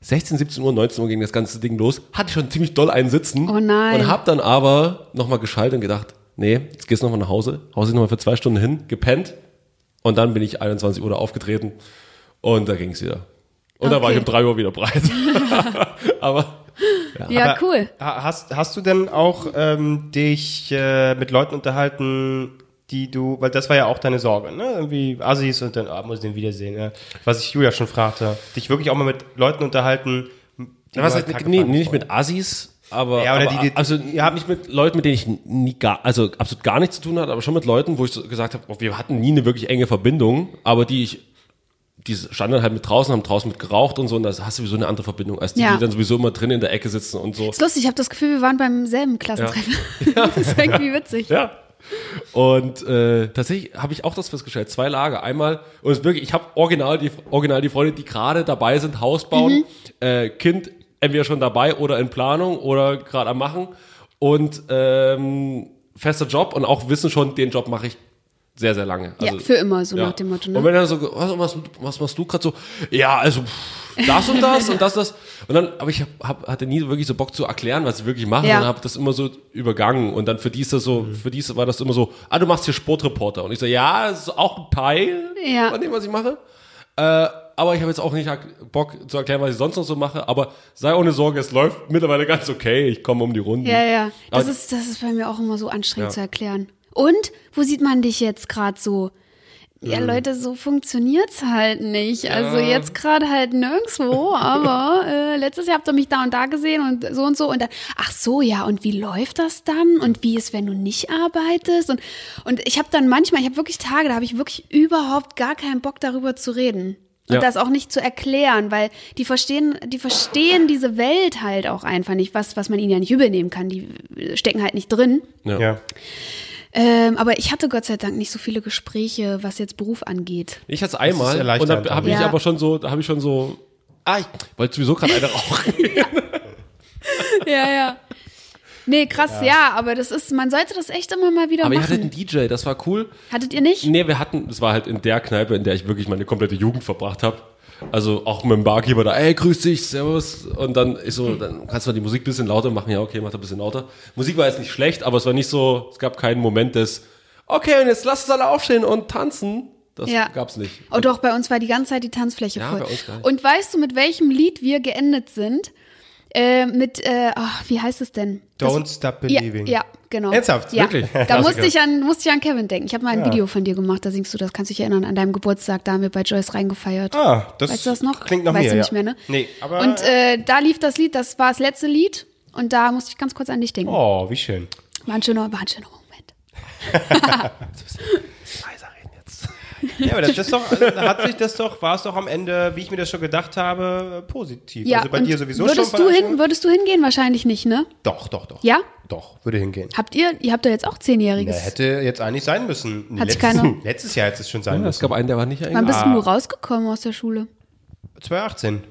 16, 17 Uhr, 19 Uhr ging das ganze Ding los. Hatte schon ziemlich doll einen Sitzen.
Oh nein.
Und hab dann aber nochmal geschaltet und gedacht, nee, jetzt gehst du nochmal nach Hause, haust dich nochmal für zwei Stunden hin, gepennt. Und dann bin ich 21 Uhr da aufgetreten und da ging es wieder. Und da war
Okay.
ich um 3 Uür wieder breit. Aber
Ja,
Aber
Ah, cool.
ha- Hast, hast du denn auch ähm, dich äh, mit Leuten unterhalten, die du, weil das war ja auch deine Sorge, ne? Irgendwie Assis und dann ah, muss ich den wiedersehen, ne? was ich Julia schon fragte. Dich wirklich auch mal mit Leuten unterhalten, die
was
du
heißt,
halt
nee,
kacke
nee, nicht
fandest
mit Assis, aber,
Ja, oder
aber
die- die-
also
ihr habt-
nicht mit Leuten, mit denen ich nie gar, also absolut gar nichts zu tun hatte, aber schon mit Leuten, wo ich so gesagt habe, oh, wir hatten nie eine wirklich enge Verbindung, aber die ich die standen halt mit draußen, haben draußen mit geraucht und so, und da hast du sowieso eine andere Verbindung, als die,
Ja.
die dann sowieso immer drin in der Ecke sitzen und so.
Ist lustig, ich habe das Gefühl, wir waren beim selben Klassentreffen. das ist irgendwie witzig.
Ja. Und äh, tatsächlich habe ich auch das festgestellt. Zwei Lager. Einmal, und es ist wirklich, ich habe original die, original die Freunde, die gerade dabei sind, Haus bauen,
Mhm.
äh, Kind entweder schon dabei oder in Planung oder gerade am Machen und ähm, fester Job und auch wissen schon, den Job mache ich sehr, sehr lange. Also
ja, für immer, so nach dem Motto.
Und
Ne?
wenn er so, ge- was, was, was machst du gerade so? Ja, also pff, das und das und das das. Und dann, aber ich hab, hab, hatte nie wirklich so Bock zu erklären, was ich wirklich mache.
Ja.
Und habe das immer so übergangen. Und dann für die ist das
Mhm.
so, für die ist- war das immer so, ah, du machst hier Sportreporter. Und ich so, ja, das ist auch ein Teil
Ja.
von dem, was ich mache. Äh, aber ich habe jetzt auch nicht ak- Bock zu erklären, was ich sonst noch so mache. Aber sei ohne Sorge, es läuft mittlerweile ganz okay. Ich komme um die Runden.
Ja, ja. Das
Aber-
ist, das ist bei mir auch immer so anstrengend
Ja.
zu erklären. Und wo sieht man dich jetzt gerade so? Ja, Leute, so funktioniert's halt nicht. Also jetzt gerade halt nirgendwo, aber äh, letztes Jahr habt ihr mich da und da gesehen und so und so und dann, ach so, ja, und wie läuft das dann? Und wie ist, wenn du nicht arbeitest? Und, und ich habe dann manchmal, ich habe wirklich Tage, da habe ich wirklich überhaupt gar keinen Bock darüber zu reden. Und
Ja.
das auch nicht zu erklären, weil die verstehen, die verstehen diese Welt halt auch einfach nicht, was, was man ihnen ja nicht übel nehmen kann. Die stecken halt nicht drin.
Ja.
Ja.
Ähm, aber ich hatte Gott sei Dank nicht so viele Gespräche, was jetzt Beruf angeht.
Ich hatte es
Das
einmal
ist
und
erleichternd.
dann habe ich
Ja.
aber schon so, da habe ich schon so, ah, ich wollte sowieso gerade eine rauchen.
Ja, ja. Nee, krass, ja. aber das ist, man sollte das echt immer mal wieder
Aber ihr
machen.
hattet einen DJ, das war cool.
Hattet ihr nicht?
Nee, wir hatten, es war halt in der Kneipe, in der ich wirklich meine komplette Jugend verbracht habe. Also auch mit dem Barkeeper da, ey, grüß dich, servus. Und dann ist so, dann kannst du mal die Musik ein bisschen lauter machen. Ja, okay, mach da ein bisschen lauter. Musik war jetzt nicht schlecht, aber es war nicht so, es gab keinen Moment des, okay, und jetzt lasst uns alle aufstehen und tanzen. Das
Ja.
gab's nicht.
Oh doch, bei uns war die ganze Zeit die Tanzfläche
Ja,
voll.
bei uns gar nicht.
Und weißt du, mit welchem Lied wir geendet sind? Äh, mit, äh, ach, wie heißt es denn? Das-
Don't Stop
ja,
Believing.
ja, genau.
Ernsthaft?
ja.
Wirklich?
Da
Klassiker.
musste ich, an, musste ich an Kevin denken. Ich habe mal ein Video von dir gemacht, da singst du, das kannst du dich erinnern, an deinem Geburtstag, da haben wir bei Joyce reingefeiert.
Ah, das,
Weißt du das noch?
klingt nach
weißt
mir,
du nicht
ja.
mehr, ne?
Nee, aber
Und äh, da lief das Lied, das war das letzte Lied und da musste ich ganz kurz an dich denken.
oh, wie schön.
War ein schöner, war ein schöner Moment.
Leiser reden jetzt.
Ja, aber das ist doch, also, hat sich das doch, war es doch am Ende, wie ich mir das schon gedacht habe, positiv.
Ja,
also bei
und
dir sowieso
würdest
schon.
du
von Anfang
hin, Würdest du hingehen? Wahrscheinlich nicht, ne?
an? Doch, doch, doch.
Ja?
Doch, würde hingehen.
Habt ihr, ihr habt ja jetzt auch
Na,
Zehnjähriges.
hätte jetzt eigentlich sein müssen. Nee,
Hat sich
letztes,
keiner-
letztes Jahr hätte es schon sein
Es
müssen. Ah.
gab einen, der war nicht
Wann
eingeladen.
bist denn du rausgekommen aus der Schule?
2018.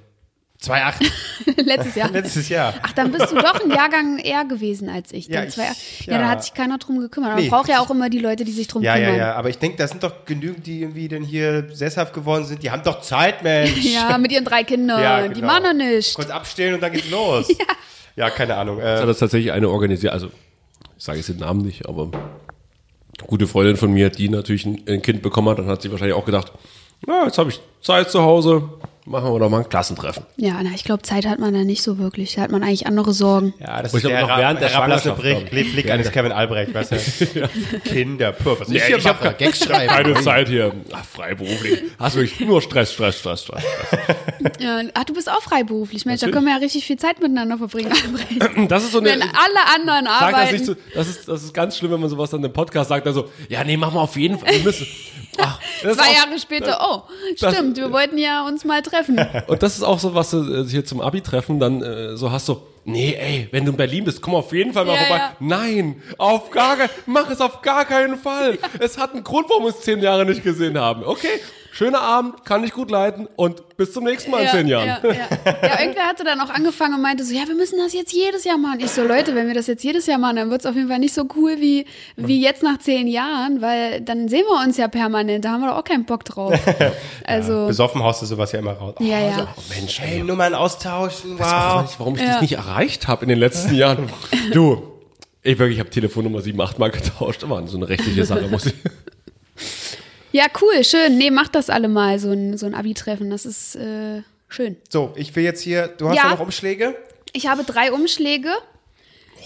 2,8.
Letztes Jahr.
Letztes Jahr.
Ach, dann bist du doch ein Jahrgang eher gewesen als ich.
Ja,
Dann zwei,
ich-
ja.
ja.
da hat sich keiner drum gekümmert. Man
Nee.
braucht ja auch immer die Leute, die sich drum
Ja, ja,
kümmern.
ja. Aber ich denke, das sind doch genügend, die irgendwie denn hier sesshaft geworden sind. Die haben doch Zeit, Mensch.
Ja, mit ihren drei Kindern.
Ja, genau.
Die machen doch nichts.
Kurz abstellen und dann geht's los. ja. keine Ahnung.
hat
Äh,
Also das tatsächlich eine organisiert, also ich sage jetzt den Namen nicht, aber gute Freundin von mir, die natürlich ein, ein Kind bekommen hat, dann hat sie wahrscheinlich auch gedacht, na, jetzt habe ich Zeit zu Hause, machen wir doch mal ein Klassentreffen.
Ja, na, ich glaube, Zeit hat man da nicht so wirklich. Da hat man eigentlich andere Sorgen.
ja, das
Ich glaub, noch während der
herablassende
Schwangerschaft,
Blick,
glaub ich.
Blick, Blick eines Kevin Albrecht, weißt du? Kinder, puh, was ich hier
ich hab
mache.
gar-
Gags schreiben.
Keine Zeit hier, Ach, freiberuflich, hast wirklich nur Stress, Stress, Stress, Stress.
Ja, ach, du bist auch freiberuflich. Mensch,
Natürlich.
da können wir ja richtig viel Zeit miteinander verbringen. Albrecht.
Das ist so eine...
Wenn alle anderen
Sag das,
arbeiten.
nicht zu, das, ist, das ist ganz schlimm, wenn man sowas dann im Podcast sagt, also, ja, nee, machen wir auf jeden Fall, wir müssen. Ach, das ist
Zwei
auch-
Jahre später, oh,
das-
stimmt, wir wollten ja uns mal treffen.
Und das ist auch so, was du äh, hier zum Abi-Treffen dann äh, so hast, so, nee, ey, wenn du in Berlin bist, komm auf jeden Fall mal
Ja,
vorbei.
ja.
Nein, auf gar keinen, mach es auf gar keinen Fall. Es hat einen Grund, warum wir uns zehn Jahre nicht gesehen haben. Okay, schöner Abend, kann ich gut leiten und bis zum nächsten Mal in zehn Jahren.
Ja, ja. ja, irgendwer hatte dann auch angefangen und meinte so, ja, wir müssen das jetzt jedes Jahr machen. Ich so, Leute, wenn wir das jetzt jedes Jahr machen, dann wird's auf jeden Fall nicht so cool wie, wie jetzt nach zehn Jahren, weil dann sehen wir uns ja permanent. Da haben wir doch auch keinen Bock drauf. Also,
Besoffen haust du sowas ja immer raus.
ja, ja.
Oh, Mensch,
Hey,
ey,
Nummern austauschen,
ich weiß auch
wow.
nicht, warum ich dich nicht erreicht habe in den letzten Jahren. Du, ich wirklich, ich habe Telefonnummer sieben, acht Mal getauscht. Das war so eine rechtliche Sache, muss ich.
Ja, cool, schön. Nee, macht das alle mal, so ein, so ein Abi-Treffen. Das ist äh, schön.
So, ich will jetzt hier, du hast
Ja.
ja noch Umschläge?
Ich habe drei Umschläge.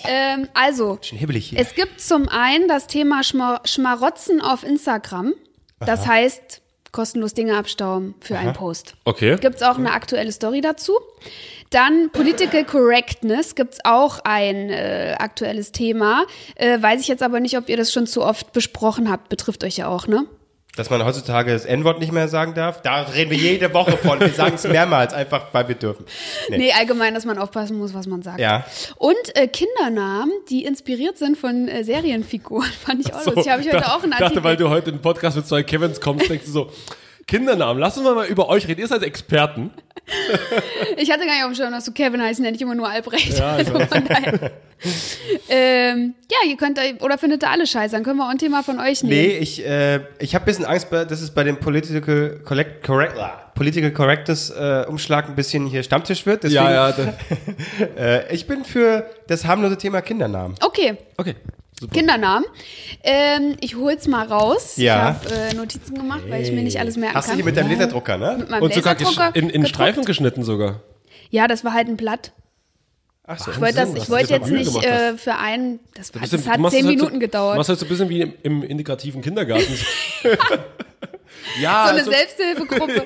Ähm, also,
Schon hibbelig hier.
Es gibt zum einen das Thema Schma Schmarotzen auf Instagram. Das heißt, kostenlos Dinge abstauben für einen Post.
Okay.
Gibt es auch eine aktuelle Story dazu? Dann Political Correctness gibt es auch ein äh, aktuelles Thema. Äh, weiß ich jetzt aber nicht, ob ihr das schon zu oft besprochen habt. Betrifft euch ja auch, ne?
Dass man heutzutage das N-Wort nicht mehr sagen darf, da reden wir jede Woche von. Wir sagen es mehrmals, einfach weil wir dürfen. Nee.
Nee, allgemein, dass man aufpassen muss, was man sagt.
Ja.
Und äh, Kindernamen, die inspiriert sind von äh, Serienfiguren, fand ich auch lustig. Habe ich heute
da-
auch einen Artikel.
dachte, weil du heute in den Podcast mit zwei Kevins kommst, denkst du so, Kindernamen, lass uns mal über euch reden. Ihr seid Experten.
Ich hatte gar nicht auf dem Schirm, dass du Kevin heißt, nenne ich immer nur Albrecht. Ja, also von daher. ähm, ja, ihr könnt, euch- oder findet ihr alle scheiße, dann können wir auch ein Thema von euch nehmen.
Nee, ich, äh, ich habe ein bisschen Angst, bei- dass es bei dem Political, Collect, correct, ah, Political Correctness äh, Umschlag ein bisschen hier Stammtisch wird. Deswegen,
da-
Äh, ich bin für das harmlose Thema Kindernamen.
Okay,
okay. Super.
Kindernamen. Ähm, ich hol's mal raus.
Ja.
Ich habe äh, Notizen gemacht, weil ich mir nicht alles merken
Hast du
kann.
hier mit deinem Laserdrucker, ne?
Mit meinem
Und sogar gesch-
Laserdrucker
in, in
gedruckt.
Streifen geschnitten sogar.
Ja, das war halt ein Blatt.
Ach so.
Ich wollte das,
hast
ich
du
wollte
dir
jetzt
Mühe
nicht
gemacht
äh, für einen. Das, war,
Bist du-
das
du
hat
machst
zehn
das halt
Minuten
so,
gedauert.
Machst du jetzt so ein bisschen wie im, im integrativen Kindergarten. ja,
so eine
also-
Selbsthilfegruppe.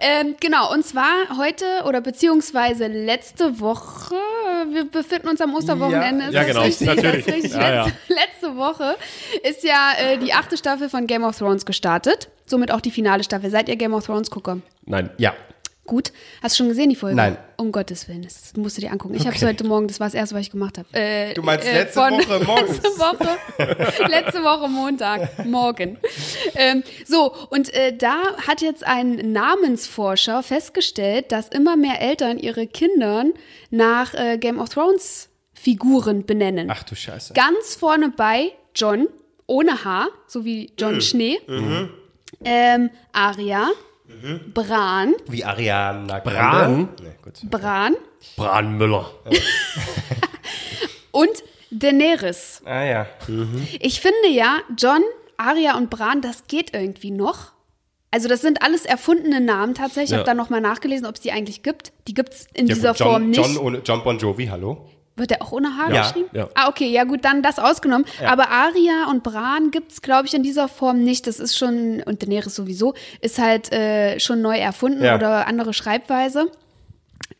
Ähm, genau, und zwar heute oder beziehungsweise letzte Woche, wir befinden uns am Osterwochenende.
Ja,
ist
ja,
das
genau,
richtig,
natürlich.
Das richtig.
Ja,
letzte, letzte Woche ist ja äh, die achte Staffel von Game of Thrones gestartet. Somit auch die finale Staffel. Seid ihr Game of Thrones-Gucker?
Nein.
Ja.
Gut. Hast du schon gesehen, die Folge?
Nein.
Um Gottes Willen, das musst du dir angucken. Ich habe es
Okay.
heute Morgen, das war das erste, was ich gemacht habe. Äh,
Du meinst letzte
von-
Woche morgens?
Letzte Woche, letzte Woche Montag, morgen. Ähm, so, und äh, da hat jetzt ein Namensforscher festgestellt, dass immer mehr Eltern ihre Kindern nach äh, Game of Thrones Figuren benennen.
Ach du Scheiße.
Ganz vorne bei John, ohne Haar, so wie John
Äh.
Schnee.
Mhm.
Ähm, Aria. Bran.
Wie Ariana Grande.
Bran?
Nee, gut.
Bran
Brandmüller.
und Daenerys.
Ah ja.
Ich finde ja, John, Arya und Bran, das geht irgendwie noch. Also das sind alles erfundene Namen tatsächlich. Ich
Ja.
habe da nochmal nachgelesen, ob es die eigentlich gibt. Die gibt es in
Ja,
dieser
John,
Form nicht.
John, ohne- John Bon Jovi, hallo?
Wird der auch ohne Haar
Ja,
geschrieben?
ja.
Ah, okay, ja gut, dann das ausgenommen. Aber Aria und Bran gibt es, glaube ich, in dieser Form nicht. Das ist schon, und Daenerys sowieso, ist halt äh, schon neu erfunden
Ja.
oder andere Schreibweise.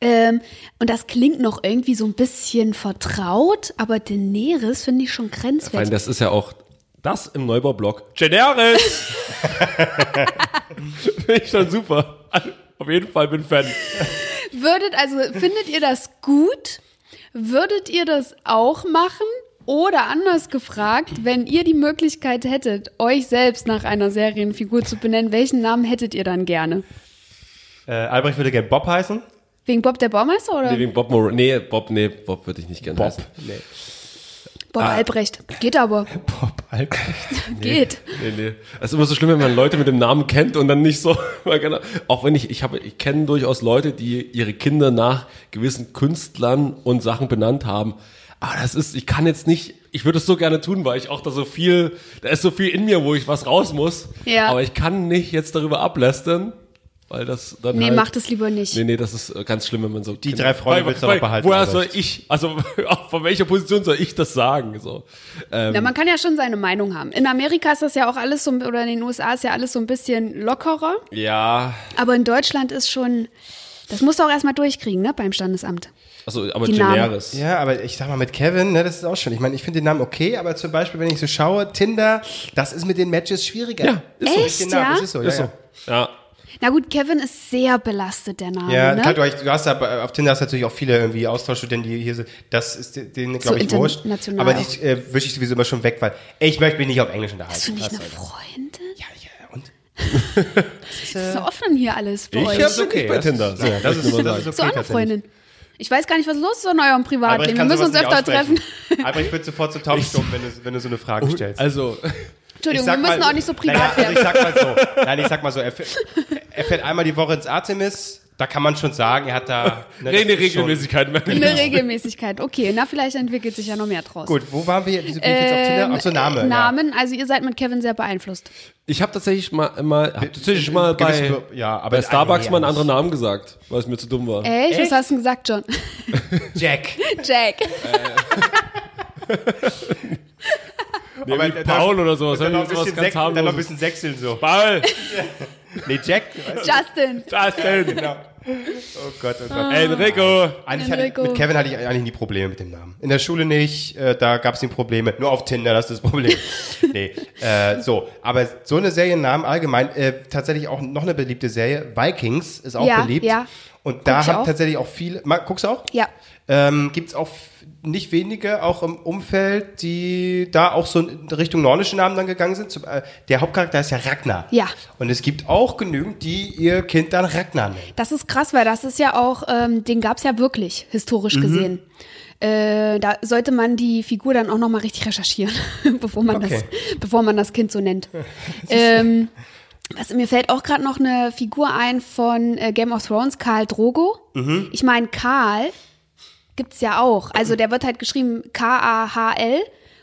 Ähm, und das klingt noch irgendwie so ein bisschen vertraut, aber Daenerys finde ich schon
Vor allem,
grenzwertig.
das ist ja auch das im Neubaublock. Generis! Finde ich schon super. Also, Auf jeden Fall bin Fan.
Würdet, also findet ihr das gut? Würdet ihr das auch machen? Oder anders gefragt, wenn ihr die Möglichkeit hättet, euch selbst nach einer Serienfigur zu benennen, welchen Namen hättet ihr dann gerne?
Äh, Albrecht würde gerne Bob heißen.
Wegen Bob der Baumeister oder
Nee, wegen Bob Mor Nee, Bob, nee, Bob würde ich nicht gerne heißen.
Nee.
Bob Albrecht? Geht aber.
Bob Albrecht.
Geht.
Ah. Nee, nee. Es ist immer so schlimm, wenn man Leute mit dem Namen kennt und dann nicht so. man kann- Auch wenn ich, ich habe, ich kenne durchaus Leute, die ihre Kinder nach gewissen Künstlern und Sachen benannt haben. Aber das ist, ich kann jetzt nicht, ich würde es so gerne tun, weil ich auch da so viel, da ist so viel in mir, wo ich was raus muss.
Ja.
Aber ich kann nicht jetzt darüber ablästern, weil das dann.
Nee,
halt,
mach das lieber nicht.
Nee, nee, das ist äh, ganz schlimm, wenn man so. Die
drei Freunde willst du aber behalten,
Woher
oder?
soll ich, also von welcher Position soll ich das sagen? So. ähm.
Na, man kann ja schon seine Meinung haben. In Amerika ist das ja auch alles so, oder in den USA ist ja alles so ein bisschen lockerer.
Ja.
Aber in Deutschland ist schon, das musst du auch erstmal durchkriegen, ne, beim Standesamt.
Also, aber
Die Namen.
generis.
Ja, aber ich sag mal, mit Kevin, ne, das ist auch schon. Ich meine, ich finde den Namen okay, aber zum Beispiel, wenn ich so schaue, Tinder, das ist mit den Matches schwieriger.
Ja,
ist
so.
Mit den
Echt,
Namen,
ja?
Das ist so, ja.
Ist so.
ja.
Ja.
Na gut, Kevin ist sehr belastet, der Name.
Ja,
ne?
klar, du hast, du hast ja, auf Tinder hast du natürlich auch viele irgendwie Austauschstudenten, die hier sind. Das ist denen, glaube ich, wurscht.
international
Aber
auch.
die äh, wische ich sowieso immer schon weg, weil ich möchte mich nicht Also auf Englisch unterhalten.
Hast du nicht
Das
eine
soll-
Freundin?
Ja, ja, und?
Das ist so offen hier alles bei euch.
hab's okay. bei
Das ist-
Tinder. So,
nein, das,
möchte
ist,
man
das
sagen.
ist okay.
Zu einer
tatsächlich.
Freundin. Ich weiß gar nicht, was los ist in eurem
Albrecht
Privatleben. Wir
kann
müssen
sowas nicht
uns öfter
aussprechen.
treffen.
Albrecht wird sofort zum Tauschsturm, wenn du, wenn du so eine Frage stellst.
Also,
Ich
Entschuldigung, wir
sag
müssen
mal-
auch nicht so
naja,
privat
also ich sag mal
werden.
so. Nein, ich sag mal so. Er, fäh- er fährt einmal die Woche ins Artemis. Da kann man schon sagen, er hat da ne, das
eine
ist schon-
Regelmäßigkeit merken.
Eine Regelmäßigkeit. Okay, na, vielleicht entwickelt sich ja noch mehr draus.
Gut, wo waren wir? Wieso bin ich jetzt auf Tinder? Achso, Name.
Ähm, Namen, also ihr seid mit Kevin sehr beeinflusst.
Ich habe tatsächlich mal, mal, hab tatsächlich
in-
mal
in gewissen
bei,
Be- ja, aber
bei
in-
Starbucks
nee,
mal einen
alles.
anderen Namen gesagt, weil es mir zu dumm war.
Echt? Was
Echt?
hast du denn gesagt, John?
Ja. Jack.
Jack.
Nee,
aber
irgendwie
da-
Paul oder sowas.
Dann noch ein
irgendwie sowas
bisschen
ganz
Sekt, dann noch ein
harmloses.
bisschen Sechseln so.
Paul,
Nee, Jack. weißt
Justin.
Justin,
du? Oh Gott, oh Gott.
Enrico.
Eigentlich hatte,
Enrico.
mit Kevin hatte ich eigentlich nie Probleme mit dem Namen. In der Schule nicht, äh, da gab es nie Probleme. Nur auf Tinder, das ist das Problem. nee, äh, so. Aber so eine Seriennamen allgemein, äh, tatsächlich auch noch eine beliebte Serie, Vikings ist auch
Ja,
beliebt.
ja.
Und da
Guck ich
haben
auch.
tatsächlich auch viele, mal, guckst du auch?
Ja.
Ähm, Gibt es auch f- nicht wenige, auch im Umfeld, die da auch so in Richtung nordischen Namen dann gegangen sind. Zum, äh, der Hauptcharakter ist ja Ragnar.
Ja.
Und es gibt auch genügend, die ihr Kind dann Ragnar nennen.
Das ist krass, weil das ist ja auch, ähm, den gab es ja wirklich,
Mhm.
historisch gesehen. Äh, da sollte man die Figur dann auch nochmal richtig recherchieren, bevor man,
Okay.
das, bevor man das Kind so nennt. ähm, was, mir fällt auch gerade noch eine Figur ein von äh, Game of Thrones, Karl Drogo.
Mhm.
Ich meine, Karl gibt's ja auch. Also der wird halt geschrieben K-A-H-L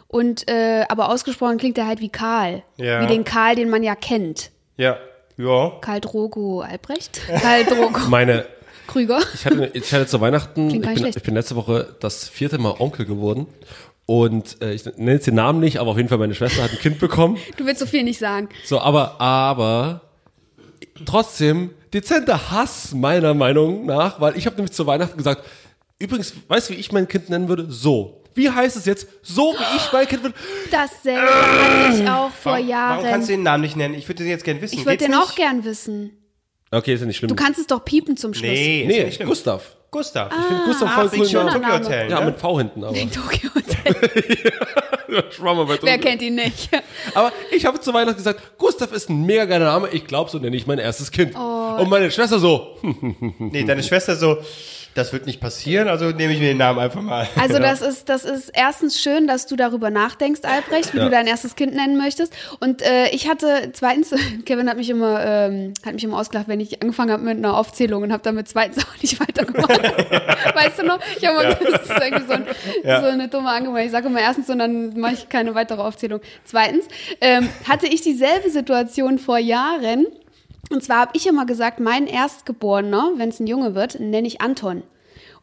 und äh, aber ausgesprochen klingt er halt wie Karl.
Ja.
Wie den Karl, den man ja kennt.
Ja. Ja.
Karl Drogo Albrecht. Karl Drogo
Meine,
Krüger.
ich hatte, ich hatte zu Weihnachten, ich
Klingt gar nicht
bin,
schlecht.
ich bin letzte Woche das vierte Mal Onkel geworden. Und äh, ich nenne jetzt den Namen nicht, aber auf jeden Fall meine Schwester hat ein Kind bekommen.
Du willst so viel nicht sagen.
So, aber, aber trotzdem dezenter Hass meiner Meinung nach, weil ich habe nämlich zu Weihnachten gesagt, übrigens, weißt du, wie ich mein Kind nennen würde? So. Wie heißt es jetzt? So wie ich mein Kind würde.
Dasselbe hatte ich auch vor
Äh. warum, Warum kannst du
Jahren.
den Namen nicht nennen? Ich würde den jetzt gerne wissen.
Ich würde
Geht's
den
nicht?
auch gern wissen.
Okay, ist ja nicht schlimm.
Du kannst es doch piepen zum Schluss.
Nee, ist
nee,
nicht schlimm. Ah,
Gustav.
Gustav.
Ah,
Ich finde Gustav voll
Klingt
cool.
schon
schöner
Tokyo
Name.
Hotel.
Ja,
ne?
mit V hinten, aber.
Tokyo Hotel.
Ich war mal bei
Wer
Tokio.
kennt ihn nicht?
aber ich habe zu Weihnachten gesagt, Gustav ist ein mega geiler Name. Ich glaube, so nenne ich mein erstes Kind. Und meine Schwester so, hm,
nee, deine Schwester so, das wird nicht passieren, also nehme ich mir den Namen einfach mal.
Also das ist, das ist erstens schön, dass du darüber nachdenkst, Albrecht, wie du dein erstes Kind nennen möchtest. Und äh, ich hatte zweitens, Kevin hat mich immer, ähm, hat mich immer ausgelacht, wenn ich angefangen habe mit einer Aufzählung und habe damit zweitens auch nicht weitergemacht. weißt du noch? Ich habe immer, das ist irgendwie so, ein, so eine dumme Angewohnheit. Ich sage immer erstens und dann mache ich keine weitere Aufzählung. Zweitens ähm, hatte ich dieselbe Situation vor Jahren. Und zwar habe ich immer gesagt, mein Erstgeborener, wenn es ein Junge wird, nenne ich Anton.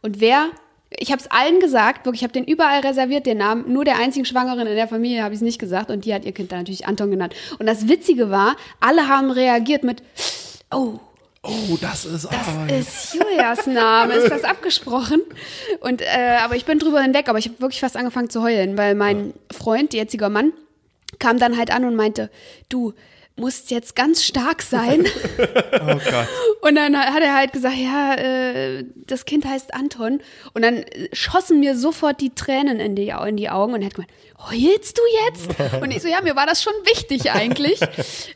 Und wer, ich habe es allen gesagt, wirklich, ich habe den überall reserviert, den Namen, nur der einzigen Schwangeren in der Familie habe ich es nicht gesagt und die hat ihr Kind dann natürlich Anton genannt. Und das Witzige war, alle haben reagiert mit, oh,
oh, das ist
das ist Julias Name, ist das abgesprochen? Und, äh, aber ich bin drüber hinweg, aber ich habe wirklich fast angefangen zu heulen, weil mein Freund, jetziger Mann, kam dann halt an und meinte, du musst jetzt ganz stark sein.
oh Gott.
Und dann hat er halt gesagt, ja, äh, das Kind heißt Anton. Und dann äh, schossen mir sofort die Tränen in die, Au- in die Augen und er hat gemeint, heulst du jetzt? Und ich so, ja, mir war das schon wichtig eigentlich.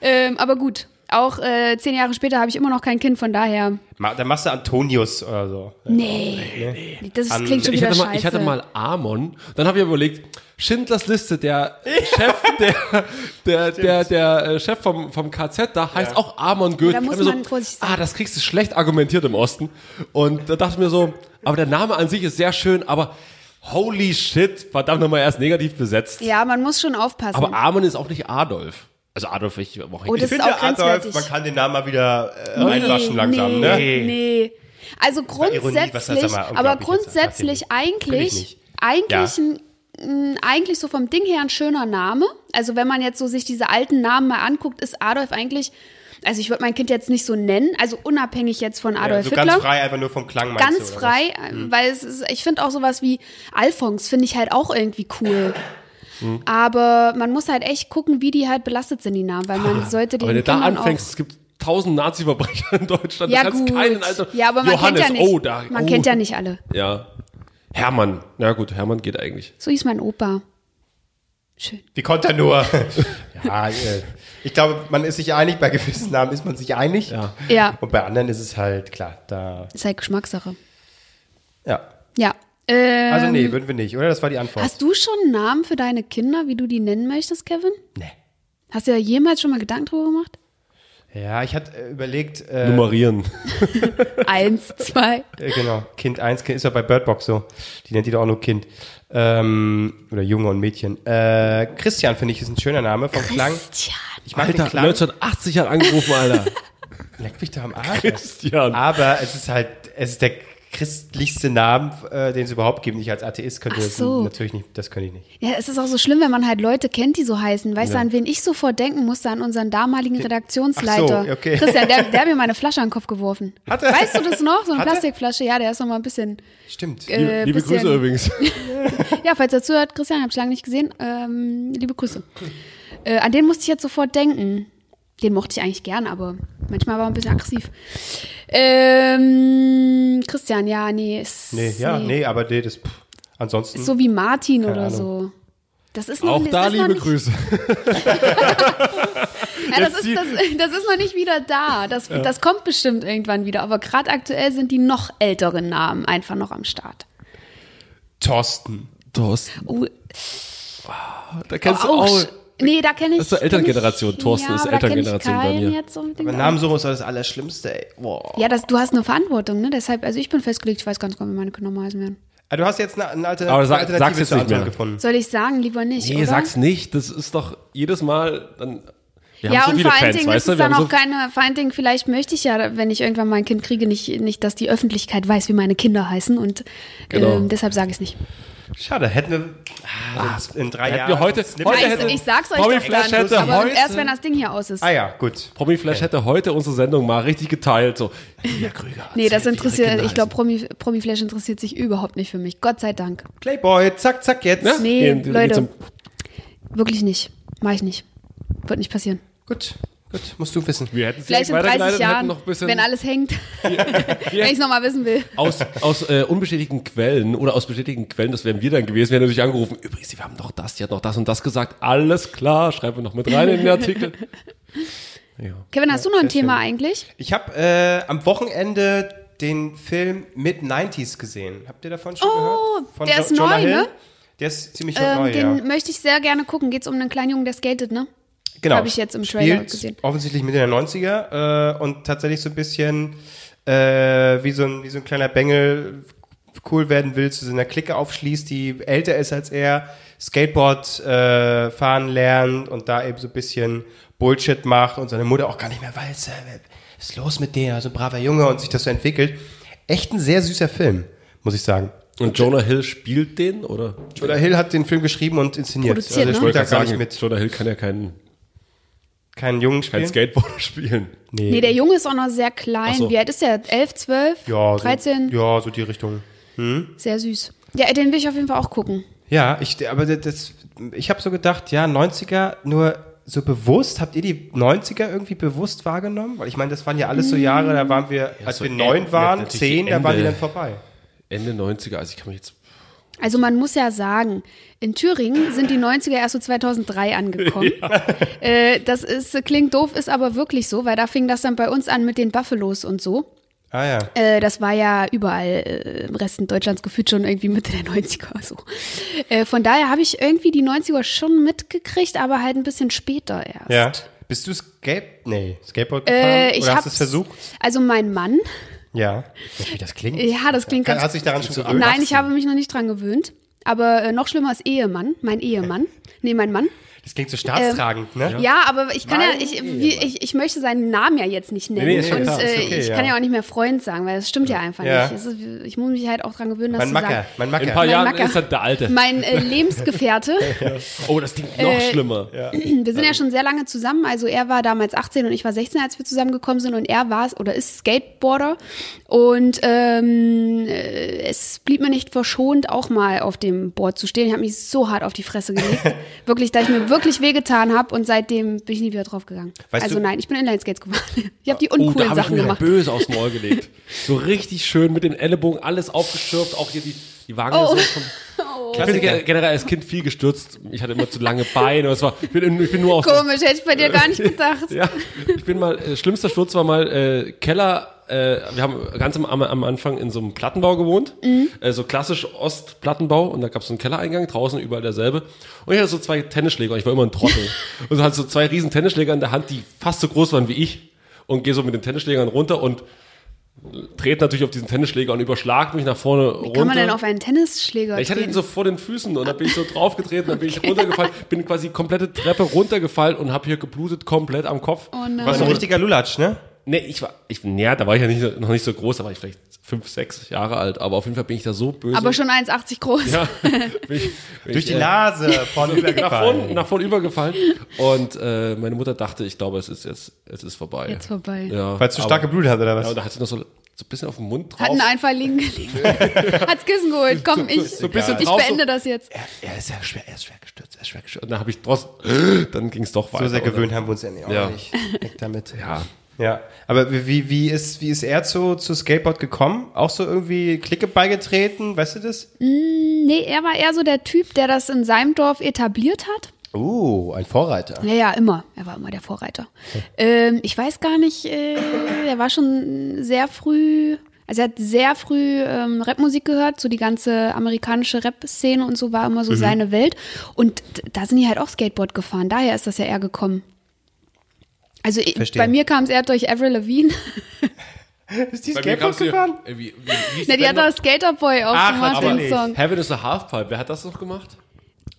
ähm, aber gut, Auch äh, zehn Jahre später habe ich immer noch kein Kind, von daher.
Ma- Dann machst du Antonius oder so.
Nee. Das
An-
klingt schon
Ich
Ich
wieder
hatte, mal,
scheiße.
ich hatte mal Amon, dann habe ich überlegt, Schindlers Liste, der Chef, der, der, der, der äh, Chef vom, vom KZ, da heißt auch Amon Goethe.
Da muss
Ich hab mir
man vorsichtig sein.
Ah, das kriegst du schlecht argumentiert im Osten. Und da dachte ich mir so, aber der Name an sich ist sehr schön, aber holy shit, verdammt nochmal, er ist negativ besetzt.
Ja, man muss schon aufpassen.
Aber Amon ist auch nicht Adolf. Also Adolf, ich mach
Oh,
ich
Ich
das- ist
finde,
auch
Adolf,
grenzwertig.
man kann den Namen mal wieder äh, reinwaschen langsam,
nee,
ne?
Nee. Also
war Ironie, was das
grundsätzlich,
sag mal,
aber
unglaublich jetzt, Natürlich
grundsätzlich
nicht.
eigentlich, eigentlich
Ja.
ein ein- eigentlich so vom Ding her ein schöner Name. Also wenn man jetzt so sich diese alten Namen mal anguckt, ist Adolf eigentlich, also ich würde mein Kind jetzt nicht so nennen, also unabhängig jetzt von
Ja,
Adolf
so
Hitler.
ganz frei, einfach nur vom Klang meinst
ganz
du, oder
frei, äh,
Mhm.
weil es ist, ich finde auch sowas wie Alphons finde ich halt auch irgendwie cool.
Mhm.
Aber man muss halt echt gucken, wie die halt belastet sind, die Namen, weil man sollte den
Ah, Aber wenn du da
Kindern
anfängst, es gibt tausend Nazi-Verbrecher in Deutschland,
Ja,
du kannst
gut.
keinen Alter.
ja, aber man
Johannes,
kennt ja nicht.
oh, da,
man
oh.
kennt ja nicht alle.
Ja. Hermann. Na gut, Hermann geht eigentlich.
So hieß mein Opa. Schön.
Wie konnte er nur? ja, äh, ich glaube, man ist sich einig, bei gewissen Namen ist man sich einig.
Ja,
Und bei anderen ist es halt, klar, da,
ist halt Geschmackssache.
ja.
Ja. Ähm,
Also nee, würden wir nicht, oder? Das war die Antwort.
Hast du schon einen Namen für deine Kinder, wie du die nennen möchtest, Kevin?
Nee.
Hast du da jemals schon mal Gedanken drüber gemacht?
Ja, ich hatte äh, überlegt, äh,
Nummerieren.
Eins, zwei.
äh, genau, Kind 1 ist ja bei Birdbox so. Die nennt die doch auch nur Kind. Ähm, oder Junge und Mädchen. Äh, Christian, finde ich, ist ein schöner Name vom Klang.
Christian.
Ich mag
Alter,
den Klang.
1980 hat angerufen, Alter.
Leck mich da am Arsch.
Christian.
Aber es ist halt, es ist der christlichste Name, äh, den es überhaupt gibt. Ich als Atheist könnte
Ach
das
so.
natürlich nicht, das könnte ich nicht.
Ja, es ist auch so schlimm, wenn man halt Leute kennt, die so heißen. Weißt du, an wen ich sofort denken musste? An unseren damaligen Redaktionsleiter.
Ach so, okay.
Christian, der, der hat mir meine Flasche an den Kopf geworfen.
Hat er?
Weißt du das noch? So eine
Hat er?
Plastikflasche. Ja, der ist noch mal ein bisschen.
Stimmt.
Äh,
Liebe, liebe
bisschen-
Grüße übrigens.
Ja, falls er zuhört, Christian, hab ich lange nicht gesehen. Ähm, liebe Grüße. Äh, an den musste ich jetzt sofort denken. Den mochte ich eigentlich gern, aber manchmal war er ein bisschen aggressiv. Ähm, Christian, ja, nee. Ist,
nee, ja, nee, aber nee, das, pff, ansonsten.
Ist so wie Martin oder
Ahnung.
so. Das ist noch,
Auch
das
da
ist noch
liebe
nicht,
Grüße.
Ja, das, ist, das, das ist noch nicht wieder da. Das, das kommt bestimmt irgendwann wieder. Aber gerade aktuell sind die noch älteren Namen einfach noch am Start.
Thorsten.
Thorsten.
Oh,
Da kennst du
auch,
auch.
sch- nee, da kenne ich.
Das ist doch
kenn ich-
Elterngeneration. Thorsten
ja,
ist
aber da kenn ich
Elterngeneration bei
keinen
mir.
Jetzt so unbedingt.
Mein Name so ist das Allerschlimmste, ey. Boah.
Ja, das, du hast eine Verantwortung, ne? Deshalb, also ich bin festgelegt, ich weiß ganz genau, wie meine Kinder mal heißen werden.
Ah, Du hast jetzt eine, eine, Alter,
Aber sag-
eine
sag's
Alternative
jetzt
zur
nicht
Antwort
mehr.
gefunden.
Soll ich sagen, lieber nicht,
Nee,
oder?
sag's nicht. Das ist doch jedes Mal. Dann, wir
ja,
haben so
und
viele
vor allen
Fans,
Dingen
weißt
ist
du?
es
Wir
dann
haben
auch
so,
keine, vor allen Dingen, vielleicht möchte ich ja, wenn ich irgendwann mal ein Kind kriege, nicht, nicht dass die Öffentlichkeit weiß, wie meine Kinder heißen und
Genau.
ähm, deshalb sage ich es nicht.
Schade, hätten wir ah, sonst in drei
hätten
Jahren.
wir heute-
sonst nimmt
heute
man-
Ja, ich,
hätte-
ich sag's euch
Bobby
doch
Flash
dann,
hätte
aber
heute-
erst wenn das Ding hier aus ist.
Ah ja, gut.
Promi Flash hätte heute unsere Sendung mal richtig geteilt. So, Julia Krüger.
Nee, das
erzählt, wie ihre
interessiert,
Kinder
ich glaube, Promi,
heißen.
Promiflash interessiert sich überhaupt nicht für mich. Gott sei Dank.
Playboy, zack, zack, jetzt.
Ja?
Nee,
Eben, da geht's
Leute,
um-
wirklich nicht. Mach ich nicht. Wird nicht passieren.
Gut, gut, musst du wissen.
Wir hätten sie
Vielleicht in 30
weitergeleitet und hätten
Jahren,
noch ein bisschen
wenn alles hängt, wenn ich es nochmal wissen will.
aus, aus äh, unbestätigten Quellen oder aus bestätigten Quellen, das wären wir dann gewesen, wären natürlich angerufen. Übrigens, die haben noch das, die hat noch das und das gesagt. Alles klar, schreiben wir noch mit rein in den Artikel.
Kevin, hast du noch ein Thema eigentlich?
Ich habe äh, am Wochenende den Film Mid-90s gesehen. Habt ihr davon schon
Oh,
gehört? Von
der
Jo-
ist neu,
Jonah Hill?
ne?
Der ist ziemlich
Ähm,
neu,
den
oh ja.
möchte ich sehr gerne gucken. Geht's um einen kleinen Jungen, der skatet, ne?
Genau.
hab ich jetzt im Trailer
Spielt
gesehen.
Offensichtlich Mitte der 90er äh, und tatsächlich so ein bisschen äh, wie, so ein, wie so ein kleiner Bengel cool werden will, zu so einer Clique aufschließt, die älter ist als er, Skateboard äh, fahren lernt und da eben so ein bisschen Bullshit macht und seine Mutter auch gar nicht mehr weiß, äh, was ist los mit der, so ein braver Junge und sich das so entwickelt. Echt ein sehr süßer Film, muss ich sagen.
Und Jonah Hill spielt den, oder?
Jonah Hill hat den Film geschrieben und inszeniert.
Produziert,
also er
ne?
spielt da gar nicht mit.
Jonah Hill kann ja keinen
Keinen Jungen spielen.
kein Skateboarder spielen.
Nee, der Junge ist auch noch sehr klein.
Ach so.
Wie alt ist der? 11, 12,
ja,
13?
So, ja, so die Richtung.
Sehr süß. Ja, den will ich auf jeden Fall auch gucken.
Ja, ich, aber das, ich habe so gedacht, ja, 90er, nur so bewusst, habt ihr die 90er irgendwie bewusst wahrgenommen? Weil ich meine, das waren ja
Mm.
alles so Jahre, da waren wir, als
so
wir
Ende-
neun waren,
natürlich
zehn, da
Ende.
waren die dann vorbei.
Ende 90er, also ich kann mich jetzt.
Also man muss ja sagen, in Thüringen sind die 90er erst so 2003 angekommen. Äh, das ist, klingt doof, ist aber wirklich so, weil da fing das dann bei uns an mit den Buffalos und so.
Ah ja.
Äh, das war ja überall äh, im Rest Deutschlands gefühlt schon irgendwie Mitte der 90er so. Äh, von daher habe ich irgendwie die 90er schon mitgekriegt, aber halt ein bisschen später erst.
Ja. Bist du Skate nee, Skateboard gefahren?
Äh, ich
Oder hast
hab's-
du es versucht?
Also mein Mann,
Ja. Weißt du, Wie das klingt?
ja, das klingt ganz
Hat sich daran schon gewöhnt?
Nein, ich habe mich noch nicht dran gewöhnt. Aber äh, noch schlimmer ist Ehemann, mein Ehemann. Nee, mein Mann.
Das klingt so staatstragend, ne?
ähm, Ja, aber ich kann ja, ich, wie, ich, ich möchte seinen Namen ja jetzt nicht nennen.
nee, ist schon
und
klar, ist
äh,
okay,
ich kann
ja.
ja auch nicht mehr Freund sagen, weil das stimmt ja einfach
Ja.
nicht. Es ist, ich muss mich halt auch dran gewöhnen, dass
Mein
du
Macker,
sagst,
mein
In ein
Macker.
paar
Mein
Jahren
Macker.
ist das der Alte.
mein äh, Lebensgefährte.
Oh, das klingt noch
Äh,
schlimmer. Ja.
Wir sind ja schon sehr lange zusammen. Also er war damals 18 und ich war 16, als wir zusammengekommen sind. Und er war es oder ist Skateboarder. Und ähm, äh, es blieb mir nicht verschont, auch mal auf dem Board zu stehen. Ich habe mich so hart auf die Fresse gelegt. wirklich, da ich mir wirklich wehgetan habe. Und seitdem bin ich nie wieder draufgegangen.
Weißt
Also
du-
nein, ich bin Inline-Skates gefahren. ich habe die
Oh,
uncoolen
da habe ich
Sachen
mir
gemacht.
böse aufs Maul gelegt. So richtig schön mit den Ellbogen, alles aufgeschürft, auch hier die, die Wagen.
Oh.
So vom, ich bin ge- generell als Kind viel gestürzt. Ich hatte immer zu lange Beine. Es war, ich, bin, ich bin nur auf
Komisch, hätte ich bei dir gar nicht gedacht.
Ja, ich bin mal, äh, schlimmster Sturz war mal äh, Keller, äh, wir haben ganz am, am- am Anfang in so einem Plattenbau gewohnt,
Mhm.
äh, so klassisch Ostplattenbau und da gab es so einen Kellereingang, draußen überall derselbe und ich hatte so zwei Tennisschläger und ich war immer ein Trottel und so hatte so zwei riesen Tennisschläger in der Hand, die fast so groß waren wie ich und gehe so mit den Tennisschlägern runter und trete natürlich auf diesen Tennisschläger und überschlag mich nach vorne runter.
Kann man denn auf einen Tennisschläger
Ich hatte ihn
treten?
so vor den Füßen und da bin ich so draufgetreten, dann bin ich runtergefallen, bin quasi komplette Treppe runtergefallen und habe hier geblutet komplett am Kopf.
Oh nein.
Was ein richtiger Lulatsch, ne?
Nee, ich war, ich, ja, da war ich ja nicht, so- noch nicht so groß, da war ich vielleicht fünf, sechs Jahre alt, aber auf jeden Fall bin ich da so böse.
Aber schon 1,80 groß.
Ja, bin ich, bin
Durch
ich,
die
äh,
Nase vorne
Nach vorn,
übergefallen.
nach vorn übergefallen. Und äh, meine Mutter dachte, ich glaube, es ist jetzt, es ist vorbei.
Jetzt vorbei.
Ja,
Weil es zu
aber-
stark geblutet hat, oder
Ja, und
was?
da hat sie noch so, so ein bisschen auf den Mund drauf.
Hat einen Einfall liegen gelegt. Hat's Kissen geholt. Komm, ich,
so ein bisschen
ich
drauf, so-
beende das jetzt.
er ist ja schwer, er ist schwer gestürzt, er ist schwer gestürzt. Und dann habe ich draußen, dann ging es doch weiter.
So sehr
oder?
gewöhnt haben wir uns ja nicht.
Ja.
auch nicht. Weg damit.
Ja.
Ja, aber wie, wie, ist, wie ist er zu, zu Skateboard gekommen? Auch so irgendwie Clique beigetreten, weißt du das?
Nee, er war eher so der Typ, der das in seinem Dorf etabliert hat.
Uh, ein Vorreiter.
Ja, ja, immer. Er war immer der Vorreiter. Ähm, ich weiß gar nicht, äh, er war schon sehr früh, also er hat sehr früh ähm, Rapmusik gehört, so die ganze amerikanische Rap-Szene und so war immer
Mhm.
so seine Welt. Und d- da sind die halt auch Skateboard gefahren, daher ist das ja eher gekommen. Also ich,
Verstehe.
bei mir kam es eher durch Avril Lavigne.
Ist die
Bei mir
Skateboard
kam's hier-
gefahren?
Äh, wie- wie- wie hieß
Na, die
der
hat
noch?
auch Skaterboy
Ach,
aufgemacht, den
natürlich.
Song. Äh.
Heaven is a Halfpipe. Wer hat das noch gemacht?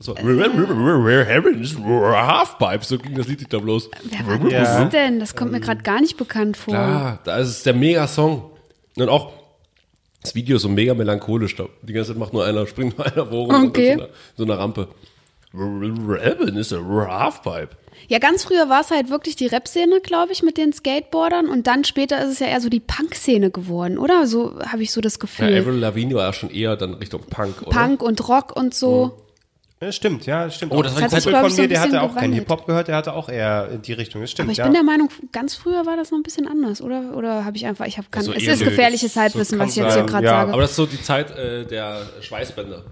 So, Heaven is a Halfpipe. So ging das Lied da bloß.
Wer war denn
Ja.
das denn? Das kommt mir gerade gar nicht bekannt vor.
Klar, da ist es der Mega-Song. Und auch das Video ist so mega melancholisch. Da die ganze Zeit macht nur einer, springt nur einer vor rum.
Okay.
So einer, so einer Rampe. Heaven is a Halfpipe.
Ja, ganz früher war es halt wirklich die Rap-Szene, glaube ich, mit den Skateboardern und dann später ist es ja eher so die Punk-Szene geworden, oder? So habe ich so das
Ja,
Gefühl.
Avril Lavigne war ja schon eher dann Richtung Punk, oder?
Hm.
Mhm.
Punk und Rock und so.
Ja, stimmt, ja, stimmt.
Oh, das war ein
ein
Hat sich,
Kumpel
glaub
von mir,
ich, so ein
der hatte
bisschen
auch keinen
gewandelt.
Hip-Hop gehört, der hatte auch eher in die Richtung. Das stimmt,
Aber ich
ja.
bin der Meinung, ganz früher war das noch ein bisschen anders, oder? Oder habe ich einfach, ich habe keine.
Also
es
eher
ist
so-
gefährliches
so
Halbwissen,
kann
was ich jetzt hier
sein,
gerade
ja.
sage.
Aber das ist so die Zeit äh, der Schweißbänder.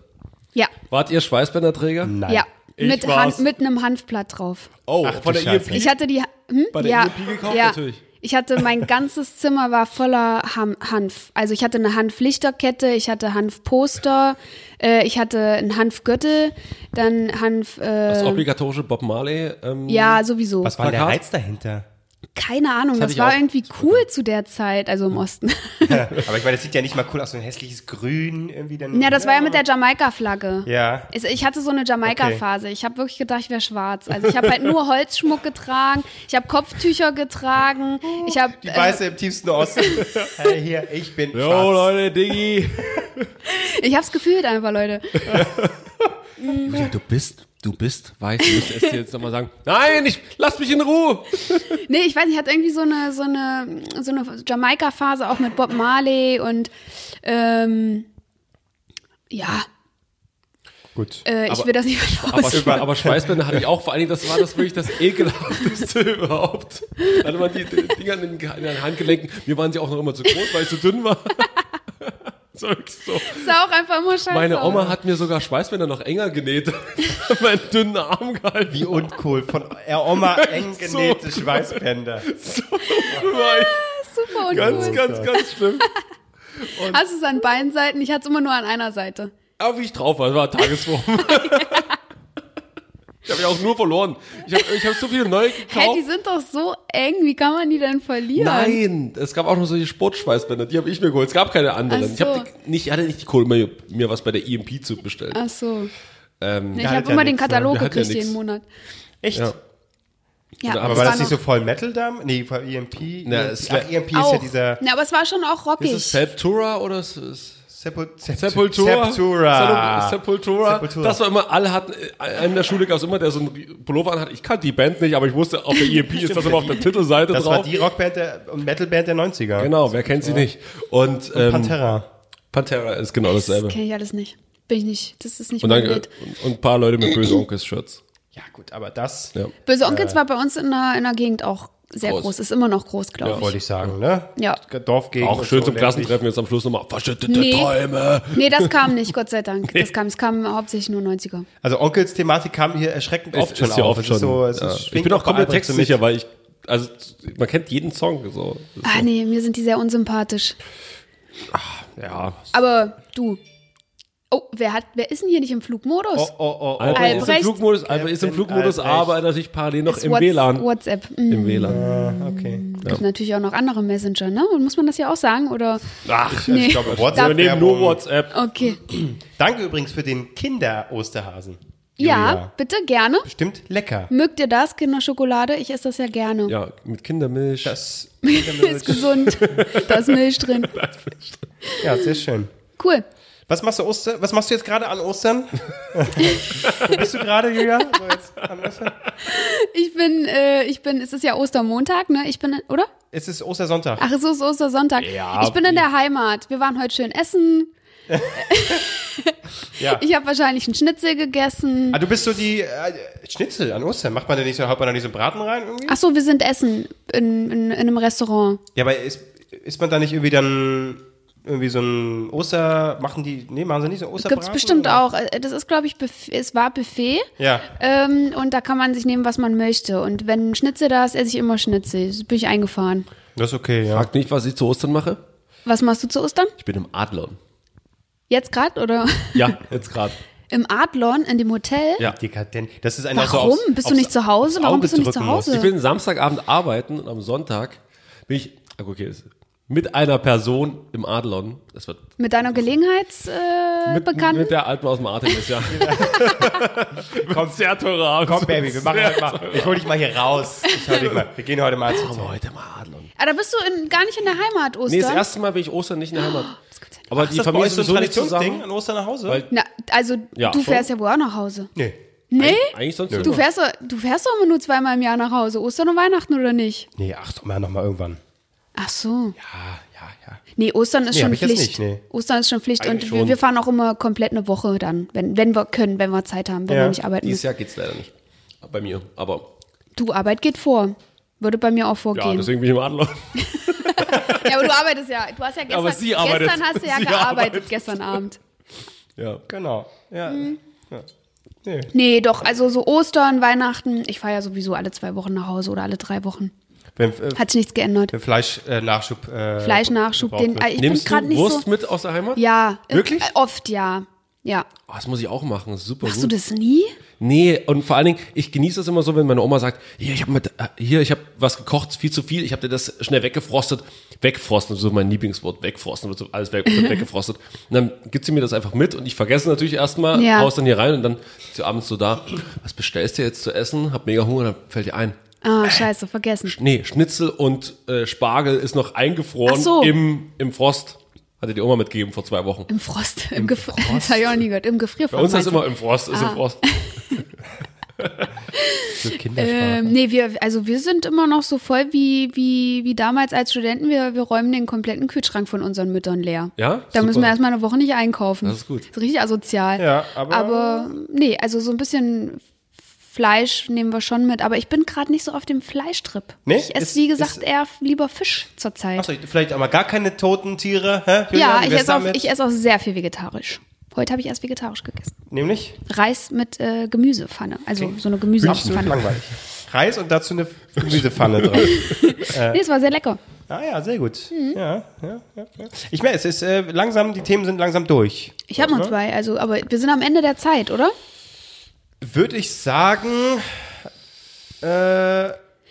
ja,
Wart ihr Schweißbänder-Träger?
Nein.
ja.
Ich
Mit,
war's.
Hand, mit einem Hanfblatt drauf.
Oh,
Ach,
von
du
der
Scheiße.
EMP?
Ich hatte die. Hm?
Bei der
ja.
EMP gekauft
ja.
natürlich.
Ich hatte mein ganzes Zimmer war voller Ham Hanf. Also ich hatte eine Hanflichterkette, ich hatte Hanfposter, äh, ich hatte einen Hanfgürtel, dann Hanf.
Das
Äh,
obligatorische Bob Marley. Ähm,
ja, sowieso.
Was war denn der
Plakat?
Reiz dahinter?
Keine Ahnung,
hatte
das
ich
war
auch.
irgendwie cool zu der Zeit, also im Osten.
Aber ich meine, das sieht ja nicht mal cool aus, so ein hässliches Grün irgendwie dann.
ja, das war ja mit der Jamaika-Flagge.
Ja.
Es- Ich hatte so eine Jamaika-Phase. Ich habe wirklich gedacht, ich wäre schwarz. Also ich habe halt nur Holzschmuck getragen, ich habe Kopftücher getragen, ich habe
Die Weiße im tiefsten Osten. hey, hier, ich bin
Jo,
schwarz.
Leute, Diggi.
äh, Ich hab's gefühlt einfach, Leute.
Du bist, du bist weiß. Du musst es dir jetzt nochmal sagen. Nein, ich, lass mich in Ruhe.
Nee, ich weiß nicht, hat irgendwie so eine, so eine, so eine Jamaika-Phase auch mit Bob Marley und ähm, ja,
Gut.
äh, ich
Aber-
will das nicht
Aber,
verlassen.
Schwe- aber Schweißbänder hatte ich auch. Vor allen Dingen, das war das wirklich das ekelhafteste überhaupt. Da hatte man die Dinger in den, Ge- in den Handgelenken. Mir waren sie auch noch immer zu groß, weil ich zu dünn war. So, so.
Das sah auch einfach immer scheiße
Meine
aus.
Oma hat mir sogar Schweißbänder noch enger genäht. Meinen dünnen Arm gehalten.
Wie uncool. Von er Oma eng genähte
So.
Schweißbänder.
War ich
Super uncool.
ganz, ganz,
Gott.
ganz schlimm.
Hast du es an beiden Seiten? Ich hatte es immer nur an einer Seite.
Aber wie ich drauf war, das war Tagesform. ich habe ja auch nur verloren. Ich habe ich hab so viele neue gekauft.
Hä, die sind doch so eng. Wie kann man die denn verlieren?
Nein, es gab auch noch solche Sportschweißbänder, die habe ich mir geholt. Es gab keine anderen.
Ach so.
Ich hab die, nicht, hatte nicht die Kohle, mir, mir was bei der EMP zu bestellen.
Ach so.
Ähm,
Nee,
Ja, hat
ich habe
ja
immer den
nix, ne?
Katalog
Der hat ja
gekriegt
nix.
jeden Monat.
Echt?
Ja.
Ja,
Aber
Aber
das
war
war
das nicht so
noch-
voll Metal da? Nee, E voll EMP.
Na,
EMP.
es-
Ach, EMP ist
auch.
ja dieser
ja, aber es war schon auch rockig.
ist es Septura oder ist es
Sepul
Sepultura?
Sepultura.
Sepultura. Sepultura.
Sepultura.
Das war immer, alle hatten, einen in der Schule gab es immer, der so einen Pullover anhat. Ich kannte die Band nicht, aber ich wusste, auf der EMP ist das immer auf der Titelseite
Das
drauf.
war die Rockband der, und Metalband der 90er.
Genau, wer kennt sie nicht? Und, ähm,
Pantera.
Pantera ist genau
das
dasselbe.
kenne ich alles nicht. Bin ich nicht. Das ist nicht
Und
mein
dann äh,
Bild.
und ein paar Leute mit böse Onkels-Shirts.
Ja, gut, aber das
Ja.
Böse Onkels war bei uns in der, in der Gegend auch sehr
Groß.
groß. Ist immer noch groß, glaube
wollte
ich.
ich sagen, ne?
Ja.
Dorfgegend.
Auch
und
schön
so
zum
ländlich.
Klassentreffen jetzt am Schluss nochmal. Verschüttete
Nee.
Träume.
Nee, das kam nicht, Gott sei Dank. Das kam, es kam hauptsächlich nur 90er.
Also Onkels-Thematik kam hier erschreckend oft schon
ja
auf. Es ist so- es
ja.
ist-
Ich
schwingt
bin auch
bei
komplett
Albrecht so mit.
textsicher, weil ich, also man kennt jeden Song so. Das
Ah, nee, mir sind die sehr unsympathisch.
ist- Ja.
Aber du. Oh, wer hat, wer ist denn hier nicht im Flugmodus?
Oh, oh, oh, oh.
Albrecht ist im
Albrecht.
Flugmodus, Albrecht ist im
Captain
Flugmodus,
Albrecht.
aber er sich parallel noch
Ist
im
Whats-
WLAN.
WhatsApp. Mhm.
Im WLAN.
Ah, okay.
Gibt natürlich auch noch andere Messenger, ne? Und muss man das ja auch sagen? Oder?
Also
Ach,
Nee.
wir nehmen nur
Werbung.
WhatsApp.
Okay.
Danke übrigens für den Kinder-Osterhasen.
Ja,
Julia.
bitte gerne.
Bestimmt lecker.
Mögt ihr das, Kinderschokolade? Ich esse das ja gerne.
Ja, mit Kindermilch.
Das
Ist gesund. da ist Milch drin.
ja, sehr schön.
Cool.
Was machst du Oster? Was machst du jetzt gerade an Ostern? Wo bist du gerade, Julia? So jetzt an Ostern?
Ich bin, äh, ich bin, es ist ja Ostermontag, ne? Ich bin, oder?
Es ist Ostersonntag.
Ach, es ist Ostersonntag.
Ja,
ich bin in der Heimat. Wir waren heute schön essen.
ja.
Ich habe wahrscheinlich einen Schnitzel gegessen.
ah, du bist so die äh, Schnitzel an Ostern. Macht man da nicht so, haut man da nicht so einen Braten rein irgendwie?
Ach so, wir sind essen in, in, in einem Restaurant.
Ja, aber ist, ist man da nicht irgendwie dann irgendwie so ein Oster machen die? Nee, machen sie nicht so einen Osterbraten?
Gibt's bestimmt
oder?
auch. Äh, Das ist, glaube ich, Buff es war Buffet.
Ja.
Ähm, und da kann man sich nehmen, was man möchte. Und wenn ein Schnitzel da ist, esse ich immer Schnitzel. Das bin ich eingefahren.
Das ist okay, ja.
Fragt nicht, was ich zu Ostern mache.
Was machst du zu Ostern?
Ich bin im Adlon.
Jetzt gerade oder
Ja, jetzt gerade.
im Adlon, in dem Hotel?
Ja. also
Dekadent. Das ist ein
Warum? bist du nicht zu Hause? Warum
Auge
bist du nicht zu
drücken musst.
Hause?
Ich bin Samstagabend arbeiten und am Sonntag bin ich, ah, okay, das- mit einer Person im Adlon. Das wird
Mit deiner Gelegenheitsbekannten? Äh,
mit,
Bekannten?
mit der alten aus dem Artemis, ja. Kommt sehr teurer Abend.
Komm, Baby, wir machen
halt-
heute mal. Ich hol dich mal hier raus. Ich hol dich mal. Wir gehen heute mal zu.
Machen wir heute mal Adlon.
ah, da bist du in, gar nicht in der Heimat, Ostern.
Nee, das erste Mal bin ich Ostern nicht in der Heimat.
Das gibt's ja nicht.
Aber die Familie ist sowieso nicht
Traditionsding
zusammen.
an Ostern nach Hause?
Weil-
Na, also
Ja,
du
schon.
fährst ja wohl auch nach Hause.
nee.
Nee?
Eigentlich sonst
Du
immer.
fährst, doch- du fährst doch immer nur zweimal im Jahr nach Hause, Ostern und Weihnachten, oder nicht?
Nee, ach doch mal nochmal irgendwann.
Ach so.
Ja, ja, ja.
Nee, Ostern ist
Nee, hab
schon
ich jetzt nicht,
Pflicht.
nee.
Ostern ist schon Pflicht
Eigentlich
und
schon.
Wir, wir fahren auch immer komplett eine Woche dann, wenn, wenn wir können, wenn wir Zeit haben, wenn
Ja,
wir nicht arbeiten
Dieses
müssen.
Jahr geht's leider nicht. Bei mir. Aber
Du, Arbeit geht vor. Würde bei mir auch
ja,
vorgehen.
deswegen bin ich im Adlon.
Ja, aber du arbeitest ja. Du hast ja gestern,
Aber sie arbeitet.
gestern hast du ja
Sie
gearbeitet,
arbeitet.
gestern Abend.
Ja.
Genau. Ja. ja. Nee.
Nee, doch, also so Ostern, Weihnachten. Ich fahre ja sowieso alle zwei Wochen nach Hause oder alle drei Wochen.
Wenn, äh,
Hat sich nichts geändert.
wenn Fleischnachschub. Äh,
Fleischnachschub, den, Ah,
gebraucht
ich bin
Nimmst du
gerade nicht
Wurst
so.
mit aus der Heimat?
Ja.
Wirklich?
Äh, Oft ja. Ja.
Oh, das muss ich auch machen. Das ist super
Machst
gut.
du das nie?
Nee, und vor allen Dingen, ich genieße das immer so, wenn meine Oma sagt, hier, ich habe mit, äh, hier, ich habe was gekocht, viel zu viel, ich habe dir das schnell weggefrostet. Wegfrosten, so mein Lieblingswort, wegfrosten, wird so alles weg, wird weggefrostet. Und dann gibt sie mir das einfach mit und ich vergesse natürlich erstmal,
Ja.
haust dann hier rein und dann ist sie abends so da, was bestellst du jetzt zu essen? Hab mega Hunger, dann fällt dir ein.
Ah, scheiße, vergessen.
Nee, Schnitzel und äh, Spargel ist noch eingefroren
Ach so.
im, im Frost. Hatte die Oma mitgegeben vor zwei Wochen.
Im Frost, im, Gefrier. Das habe ich auch nie gehört. Im Gefrierfach.
Bei uns ist
meinst du? Ah.
immer Ah, im Frost, ist im Frost.
wird. Kindersprache.
Ähm, nee, wir, also wir sind immer noch so voll wie, wie, wie damals als Studenten. Wir, wir räumen den kompletten Kühlschrank von unseren Müttern leer.
Ja?
Da müssen wir
Super.
erstmal eine Woche nicht einkaufen.
Das ist gut.
Das ist richtig asozial.
Ja, aber-
Aber nee, also so ein bisschen Fleisch nehmen wir schon mit, aber ich bin gerade nicht so auf dem Fleischtrip.
Nee,
ich esse,
ist-
wie gesagt,
ist-
eher lieber Fisch zurzeit.
Achso, vielleicht auch mal gar keine toten Tiere, hä?
ja,
Wie
ich
wär's
esse, auch,
damit?
ich esse auch sehr viel vegetarisch. Heute habe ich erst vegetarisch gegessen.
Nämlich?
Reis mit äh, Gemüsepfanne, also so eine
Absolut
Gemüsepfanne.
langweilig. Reis und dazu eine Gemüsepfanne drauf.
Nee, es war sehr lecker.
Ah ja, sehr gut.
Mhm.
Ja, ja, ja, ja. Ich merke, es ist äh, langsam, die Themen sind langsam durch.
Ich habe noch zwei, also, aber wir sind am Ende der Zeit, oder?
Würde ich sagen, äh,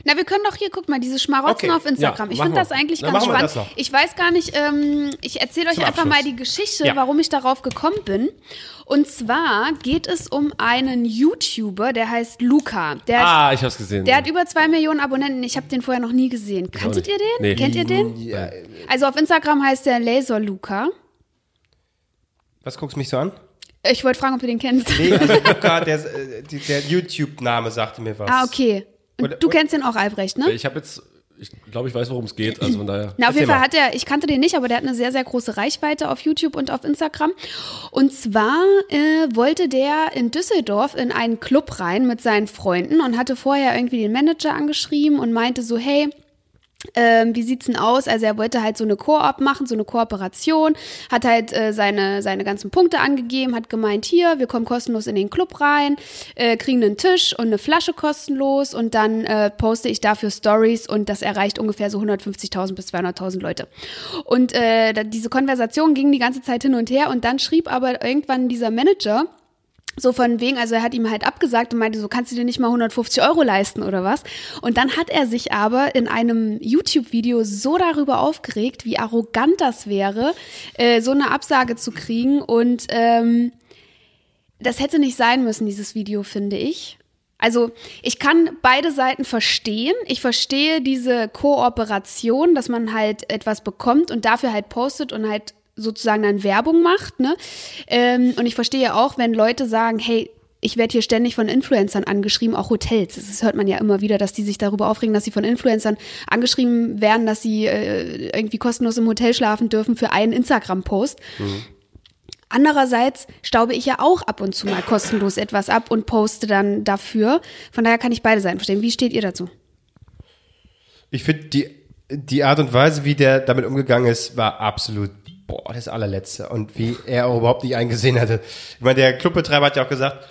Na, wir können doch hier, guck mal, diese Schmarotzen
Okay,
auf Instagram.
ja,
ich
machen
finde das
wir.
eigentlich
Dann
ganz
machen wir
spannend.
das noch.
Ich weiß gar nicht, ähm, ich erzähle euch
Zum
einfach mal
Abschluss.
die Geschichte,
Ja.
warum ich darauf gekommen bin. Und zwar geht es um einen YouTuber, der heißt Luca. Der, hat-
Ah, ich hab's gesehen.
der hat über zwei Millionen Abonnenten. Ich habe den vorher noch nie gesehen. Kanntet ihr
nicht.
den?
Nee.
Kennt ihr den?
ja,
Also auf Instagram heißt der Laser Luca.
was guckst du mich so an?
Ich wollte fragen, ob du den kennst.
Nee, also Luca, der, äh, die- der YouTube-Name sagte mir was.
Ah, okay. Und
Oder-
du kennst den auch, Albrecht, ne?
ich habe jetzt, ich glaube, ich weiß, worum es geht. Also von daher.
Na, auf jeden
Erzähl
Fall
mal.
hat er, ich kannte den nicht, aber der hat eine sehr, sehr große Reichweite auf YouTube und auf Instagram. Und zwar äh, wollte der in Düsseldorf in einen Club rein mit seinen Freunden und hatte vorher irgendwie den Manager angeschrieben und meinte so, hey, ähm, wie sieht's denn aus? Also er wollte halt so eine Koop machen, so eine Kooperation, hat halt äh, seine, seine ganzen Punkte angegeben, hat gemeint, hier, wir kommen kostenlos in den Club rein, äh, kriegen einen Tisch und eine Flasche kostenlos und dann äh, poste ich dafür Stories und das erreicht ungefähr so 150.000 bis 200.000 Leute. Und äh, da- diese Konversation ging die ganze Zeit hin und her und dann schrieb aber irgendwann dieser Manager, so von wegen, also er hat ihm halt abgesagt und meinte, so kannst du dir nicht mal 150 Euro leisten oder was. Und dann hat er sich aber in einem YouTube-Video so darüber aufgeregt, wie arrogant das wäre, äh, so eine Absage zu kriegen. Und ähm, das hätte nicht sein müssen, dieses Video, finde ich. Also ich kann beide Seiten verstehen. Ich verstehe diese Kooperation, dass man halt etwas bekommt und dafür halt postet und halt sozusagen dann Werbung macht. Ne? Ähm, und ich verstehe auch, wenn Leute sagen, hey, ich werde hier ständig von Influencern angeschrieben, auch Hotels. Das hört man ja immer wieder, dass die sich darüber aufregen, dass sie von Influencern angeschrieben werden, dass sie äh, irgendwie kostenlos im Hotel schlafen dürfen für einen Instagram-Post. Andererseits staube ich ja auch ab und zu mal kostenlos etwas ab und poste dann dafür. Von daher kann ich beide Seiten verstehen. Wie steht ihr dazu?
Ich finde, die, die Art und Weise, wie der damit umgegangen ist, war absolut, boah, das allerletzte. Und wie er auch überhaupt nicht eingesehen hatte. Ich meine, der Clubbetreiber hat ja auch gesagt,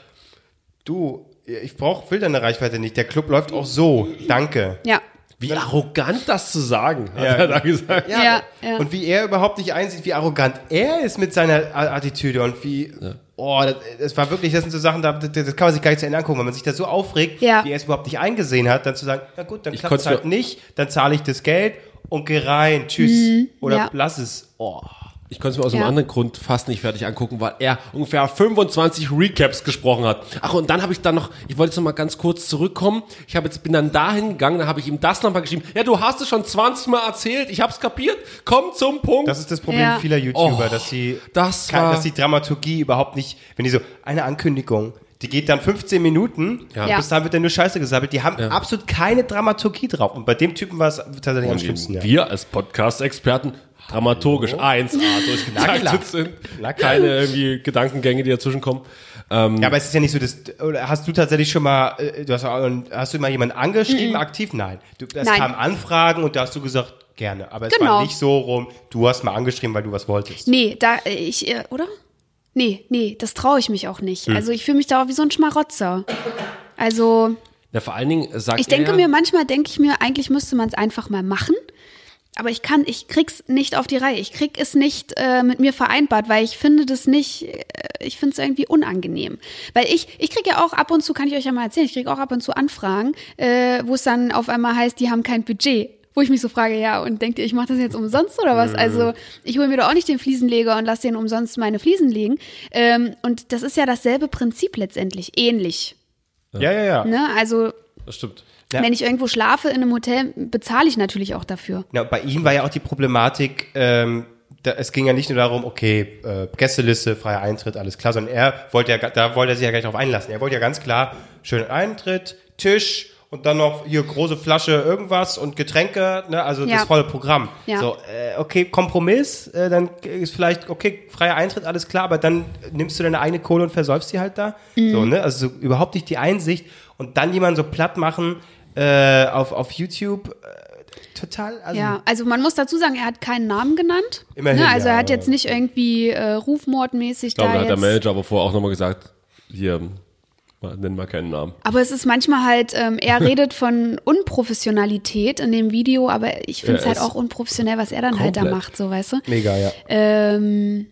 du, ich brauch, will deine Reichweite nicht. Der Club läuft auch so. Danke.
Ja.
Wie arrogant das zu sagen, hat
Ja.
er da gesagt.
Ja, ja.
Und wie er überhaupt nicht einsieht, wie arrogant er ist mit seiner A- Attitüde und wie, oh, das, das war wirklich, das sind so Sachen, da- das, das kann man sich gar nicht zu Ende angucken, wenn man sich da so aufregt,
Ja.
wie er es überhaupt nicht eingesehen hat, dann zu sagen, na gut, dann
Ich
klappt es
konnte-
halt nicht, dann zahle ich das Geld und geh rein, tschüss. Oder
Mhm. ja.
lass es. Oh.
Ich konnte es mir aus
Ja.
einem anderen Grund fast nicht fertig angucken, weil er ungefähr 25 Recaps gesprochen hat. Ach, und dann habe ich dann noch, ich wollte jetzt noch mal ganz kurz zurückkommen. Ich habe jetzt bin dann dahin gegangen, dann habe ich ihm das noch mal geschrieben. Ja, du hast es schon 20 Mal erzählt, ich hab's kapiert. Komm zum Punkt.
Das ist das Problem
Ja.
vieler YouTuber,
Oh,
dass sie
das
kann,
war-
dass die Dramaturgie überhaupt nicht, wenn die so eine Ankündigung, die geht dann 15 Minuten,
Ja.
bis dahin wird dann nur Scheiße gesammelt, die haben absolut keine Dramaturgie drauf. Und bei dem Typen war es tatsächlich am schlimmsten. ja.
Oh, Wir als Podcast-Experten dramaturgisch 1A durchgetaktet sind.
Na klar.
Keine irgendwie Gedankengänge, die dazwischen kommen.
Ja, aber es ist ja nicht so, dass. Oder hast du tatsächlich schon mal. äh, Du hast, auch- hast du mal jemanden angeschrieben, aktiv? Nein. Du, es
Mhm. Nein.
kamen Anfragen und da hast du gesagt, gerne. Aber es
Genau.
war nicht so rum, du hast mal angeschrieben, weil du was wolltest.
Nee, da äh, ich, äh, oder? Nee, nee, das traue ich mich auch nicht. Also ich fühle mich da auch wie so ein Schmarotzer. Also
Ja, vor allen Dingen sagt
ich denke
er,
mir, manchmal denke ich mir, eigentlich müsste man es einfach mal machen. Aber ich kann, ich krieg's nicht auf die Reihe. Ich krieg es nicht äh, mit mir vereinbart, weil ich finde das nicht, äh, ich finde es irgendwie unangenehm. Weil ich, ich krieg ja auch ab und zu, kann ich euch ja mal erzählen, ich krieg auch ab und zu Anfragen, äh, wo es dann auf einmal heißt, die haben kein Budget. Wo ich mich so frage, ja, und denkt ihr, ich mache das jetzt umsonst oder was? Also ich hole mir doch auch nicht den Fliesenleger und lasse den umsonst meine Fliesen legen. Ähm, und das ist ja dasselbe Prinzip letztendlich, ähnlich.
Ja, ja, ja.
Ne? Also
das stimmt.
Ja.
wenn ich irgendwo schlafe in einem Hotel, bezahle ich natürlich auch dafür.
Na, Genau, bei ihm war ja auch die Problematik, ähm, da, es ging ja nicht nur darum, okay, äh, Gästeliste, freier Eintritt, alles klar, sondern er wollte ja, ga- da wollte er sich ja gleich drauf einlassen. Er wollte ja ganz klar, schönen Eintritt, Tisch und dann noch hier große Flasche irgendwas und Getränke, ne, also
Ja.
das volle Programm.
Ja.
So, äh, okay, Kompromiss, äh, dann ist vielleicht, okay, freier Eintritt, alles
Mhm.
klar, aber dann nimmst du deine eigene Kohle und versäufst sie halt da. So, ne, also so, überhaupt nicht die Einsicht. Und und dann jemanden so platt machen äh, auf, auf YouTube. Äh, total. Also,
Ja, also man muss dazu sagen, er hat keinen Namen genannt.
Immerhin,
Ne? Also
ja,
er hat
ja.
jetzt nicht irgendwie äh, rufmordmäßig
Ich glaube, da
da
hat der
jetzt.
Manager aber vorher auch nochmal gesagt, hier, mal- nenn mal keinen Namen.
Aber es ist manchmal halt, ähm, er redet von Unprofessionalität in dem Video, aber ich finde es
Ja,
halt
es-
auch unprofessionell, was er dann halt da
Komplett.
macht, so weißt du.
Mega, ja.
Ähm,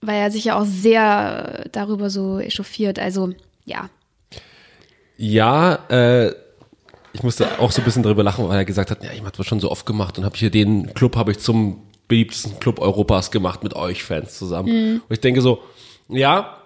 weil er sich ja auch sehr äh, darüber so echauffiert. Also ja,
Ja, äh, ich musste auch so ein bisschen drüber lachen, weil er gesagt hat, ja, ich habe das schon so oft gemacht und habe hier den Club habe ich zum beliebtesten Club Europas gemacht mit euch Fans zusammen. Und ich denke so, ja,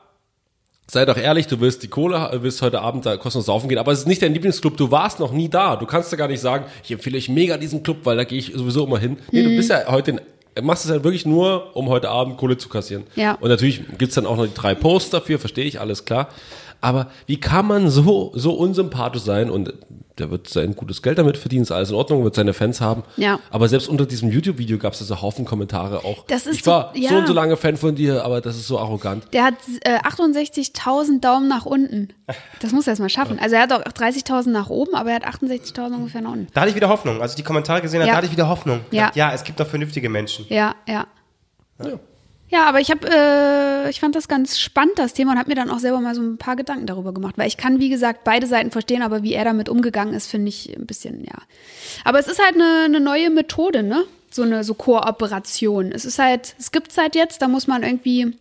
sei doch ehrlich, du willst die Kohle, äh, willst heute Abend da kostenlos saufen gehen, aber es ist nicht dein Lieblingsclub, du warst noch nie da. Du kannst ja gar nicht sagen, ich empfehle euch mega diesen Club, weil da gehe ich sowieso immer hin. Nee,
Mhm.
du bist ja heute in machst es halt wirklich nur, um heute Abend Kohle zu kassieren.
Ja.
Und natürlich gibt's dann auch noch die drei Posts dafür, verstehe ich, alles klar. Aber wie kann man so, so unsympathisch sein und der wird sein gutes Geld damit verdienen, ist alles in Ordnung, wird seine Fans haben.
Ja.
Aber selbst unter diesem YouTube-Video gab's da so Haufen Kommentare auch.
Das ist
ich war
so- ja.
so und so lange Fan von dir, aber das ist so arrogant.
der hat äh, 68.000 Daumen nach unten. Das muss er erstmal schaffen. Also er hat auch 30.000 nach oben, aber er hat 68.000 ungefähr nach unten.
Da hatte ich wieder Hoffnung. Als ich die Kommentare gesehen habe,
Ja.
da hatte ich wieder Hoffnung.
Ja.
Dachte, ja, es gibt doch vernünftige Menschen.
Ja, ja. Ja, aber ich habe, äh, ich fand das ganz spannend, das Thema, und habe mir dann auch selber mal so ein paar Gedanken darüber gemacht, weil ich kann, wie gesagt, beide Seiten verstehen, aber wie er damit umgegangen ist, finde ich ein bisschen, ja. Aber es ist halt eine, eine neue Methode, ne? So eine so Kooperation. Es ist halt, es gibt's halt jetzt, da muss man irgendwie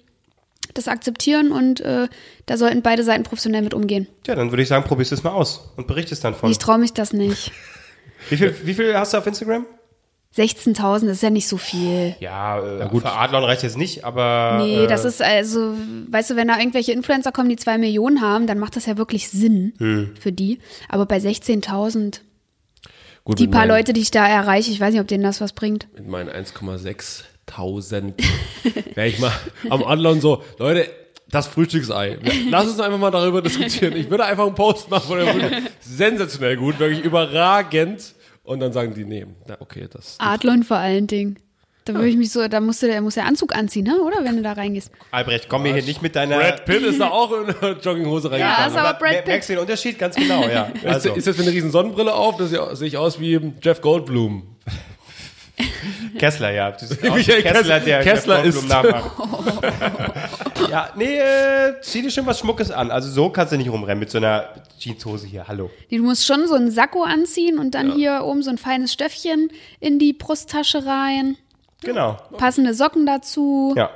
das akzeptieren und äh, da sollten beide Seiten professionell mit umgehen.
Tja, dann würde ich sagen, probierst es mal aus und berichtest dann von.
Ich traue mich das nicht.
Wie viel, wie viel hast du auf Instagram?
16.000 das ist ja nicht so viel.
Ja, äh, gut. für Adlon reicht jetzt nicht, aber.
Nee,
äh,
das ist also, weißt du, wenn da irgendwelche Influencer kommen, die zwei Millionen haben, dann macht das ja wirklich Sinn
Hm.
für die. Aber bei 16.000,
Gut,
die
mit
paar
meinen-
Leute, die ich da erreiche, ich weiß nicht, ob denen das was bringt.
Mit meinen 1,6 Tausend. Wäre ich mal am Anlauen so, Leute, das Frühstücksei. Lass uns einfach mal darüber diskutieren. Ich würde einfach einen Post machen. Von der Brücke. Sensationell gut, wirklich überragend. Und dann sagen die, nee, na, okay, das.
Adlon vor allen Dingen. Da würde ich mich so, da musst du, der muss ja Anzug anziehen, ne? oder? Wenn du da reingehst.
Albrecht, komm mir hier nicht mit deiner.
Brad Pitt ist da auch in der Jogginghose
Ja,
reingegangen.
ist aber Brad
Mer-
Pitt.
Merkst du den Unterschied? Ganz genau, ja. Also,
ist, ist jetzt mit einer riesen Sonnenbrille auf, da sehe sehe ich aus wie Jeff Goldblum.
Kessler, ja. Du siehst aus wie
Michael Kessler- Kessler
der
ist-
Nachmacht. ja, nee, äh, zieh dir schon was Schmuckes an. Also, so kannst du nicht rumrennen mit so einer Jeanshose hier. Hallo.
Nee, Du musst schon so einen Sakko anziehen und dann hier oben so ein feines Stöffchen in die Brusttasche rein,
Genau.
passende Socken dazu.
Ja.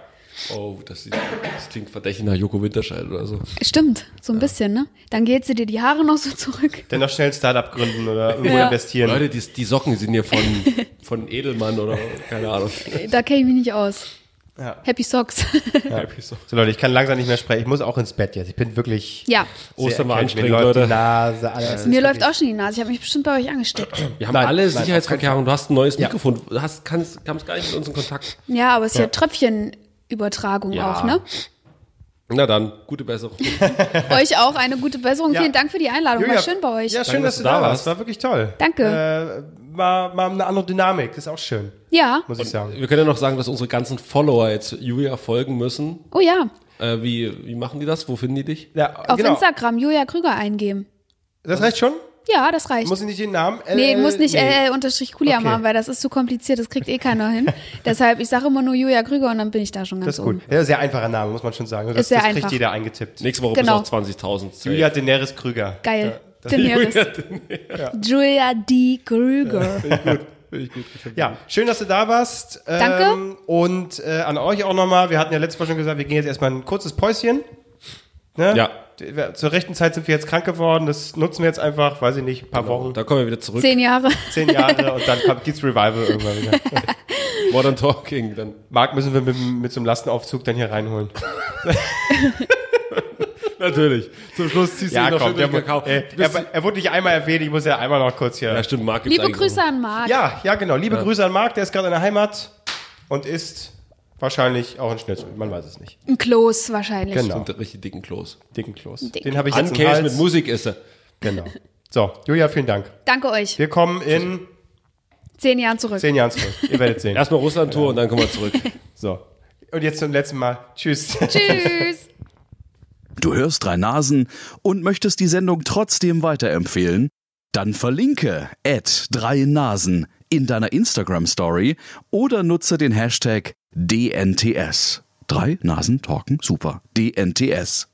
Oh, das, sieht, das klingt verdächtig nach Joko Winterscheid oder so.
Stimmt, so ein bisschen, ne? Dann gehst du dir die Haare noch so zurück.
Dann noch schnell ein Startup gründen oder irgendwo
Ja.
investieren.
Leute, die, die Socken sind hier von, von Edelmann oder keine Ahnung.
Da kenne ich mich nicht aus.
Ja.
Happy Socks.
Happy Socks.
So, Leute, ich kann langsam nicht mehr sprechen. Ich muss auch ins Bett jetzt. Ich bin wirklich.
ja,
sehr
Ostern war
erkältet. Mir
anstrengend,
läuft
Leute.
Die Nase, alles.
mir läuft auch schon die Nase. Ich habe mich bestimmt bei euch angesteckt.
Wir haben
Nein,
alle
nein,
Sicherheitsverkehrungen. Du hast ein neues
Ja.
Mikrofon. Du hast, kannst, kamst gar nicht mit uns in Kontakt.
Ja, aber es ist ja, Tröpfchenübertragung
Ja.
auch, ne?
Na dann, gute Besserung.
Euch auch eine gute Besserung.
Ja.
Vielen Dank für die Einladung.
Julia,
War schön bei euch.
Ja, schön, dass, du da warst. War wirklich toll.
Danke.
Äh, war, war eine andere Dynamik. Das ist auch schön,
Ja.
muss ich sagen.
Wir können ja noch sagen, dass unsere ganzen Follower jetzt Julia folgen müssen.
Oh ja.
Äh, wie, wie machen die das? Wo finden die dich?
Ja, genau.
Auf Instagram Julia Krüger eingeben.
Das reicht schon?
Ja, das reicht.
Muss ich nicht den Namen? Äh,
Nee, muss nicht äh,
nee.
LL-Kulia
Okay.
machen, weil das ist zu kompliziert, das kriegt eh keiner hin. Deshalb, ich sage immer nur Julia Krüger und dann bin ich da schon ganz
Das ist gut.
oben.
Ja, sehr einfacher Name, muss man schon sagen. Das,
Ist sehr
das
einfach.
kriegt jeder eingetippt.
Nächste Woche
Genau.
bis auf 20.000. safe.
Julia Daenerys Krüger.
Geil.
Da- das-
Daenerys. Julia D. Krüger.
Ja, schön, dass du da warst.
Danke.
Und äh, an euch auch nochmal. Wir hatten ja letztes Mal schon gesagt, wir gehen jetzt erstmal ein kurzes Päuschen. Ne?
Ja.
Wir- Zur rechten Zeit sind wir jetzt krank geworden. Das nutzen wir jetzt einfach, weiß ich nicht, ein paar Wochen,
Da kommen wir wieder zurück.
Zehn Jahre.
zehn Jahre und dann kommt- gibt's Revival irgendwann wieder.
Modern Talking. Dann.
Marc müssen wir mit, mit so einem Lastenaufzug dann hier reinholen.
Natürlich. Zum Schluss ziehst du ihn noch schön
der,
durch den Kakao.
wu- äh, er,
Bist-
er wurde nicht einmal erwähnt, ich muss ja einmal noch kurz hier.
ja, stimmt. Marc gibt's
Liebe
eigentlich
Grüße
noch.
an Marc.
Ja, ja, genau. Liebe Grüße an Marc, der ist gerade in der Heimat und ist wahrscheinlich auch ein Schnitzel. Man weiß es nicht.
Ein Kloß wahrscheinlich.
Genau.
Sind richtig dicken Klos.
Dicken Kloß.
Dick.
Den habe ich jetzt im
Uncase
Hals.
mit Musik esse.
Genau. So, Julia, vielen Dank.
Danke euch.
Wir kommen in
Zehn Jahren zurück.
zehn Jahren zurück. Ihr werdet sehen.
Erstmal Russland-Tour und dann kommen wir zurück.
So. Und jetzt zum letzten Mal. Tschüss.
Tschüss.
Du hörst drei Nasen und möchtest die Sendung trotzdem weiterempfehlen? Dann verlinke at drei Nasen in deiner Instagram Story oder nutze den Hashtag DNTS. Drei Nasen talken super. DNTS.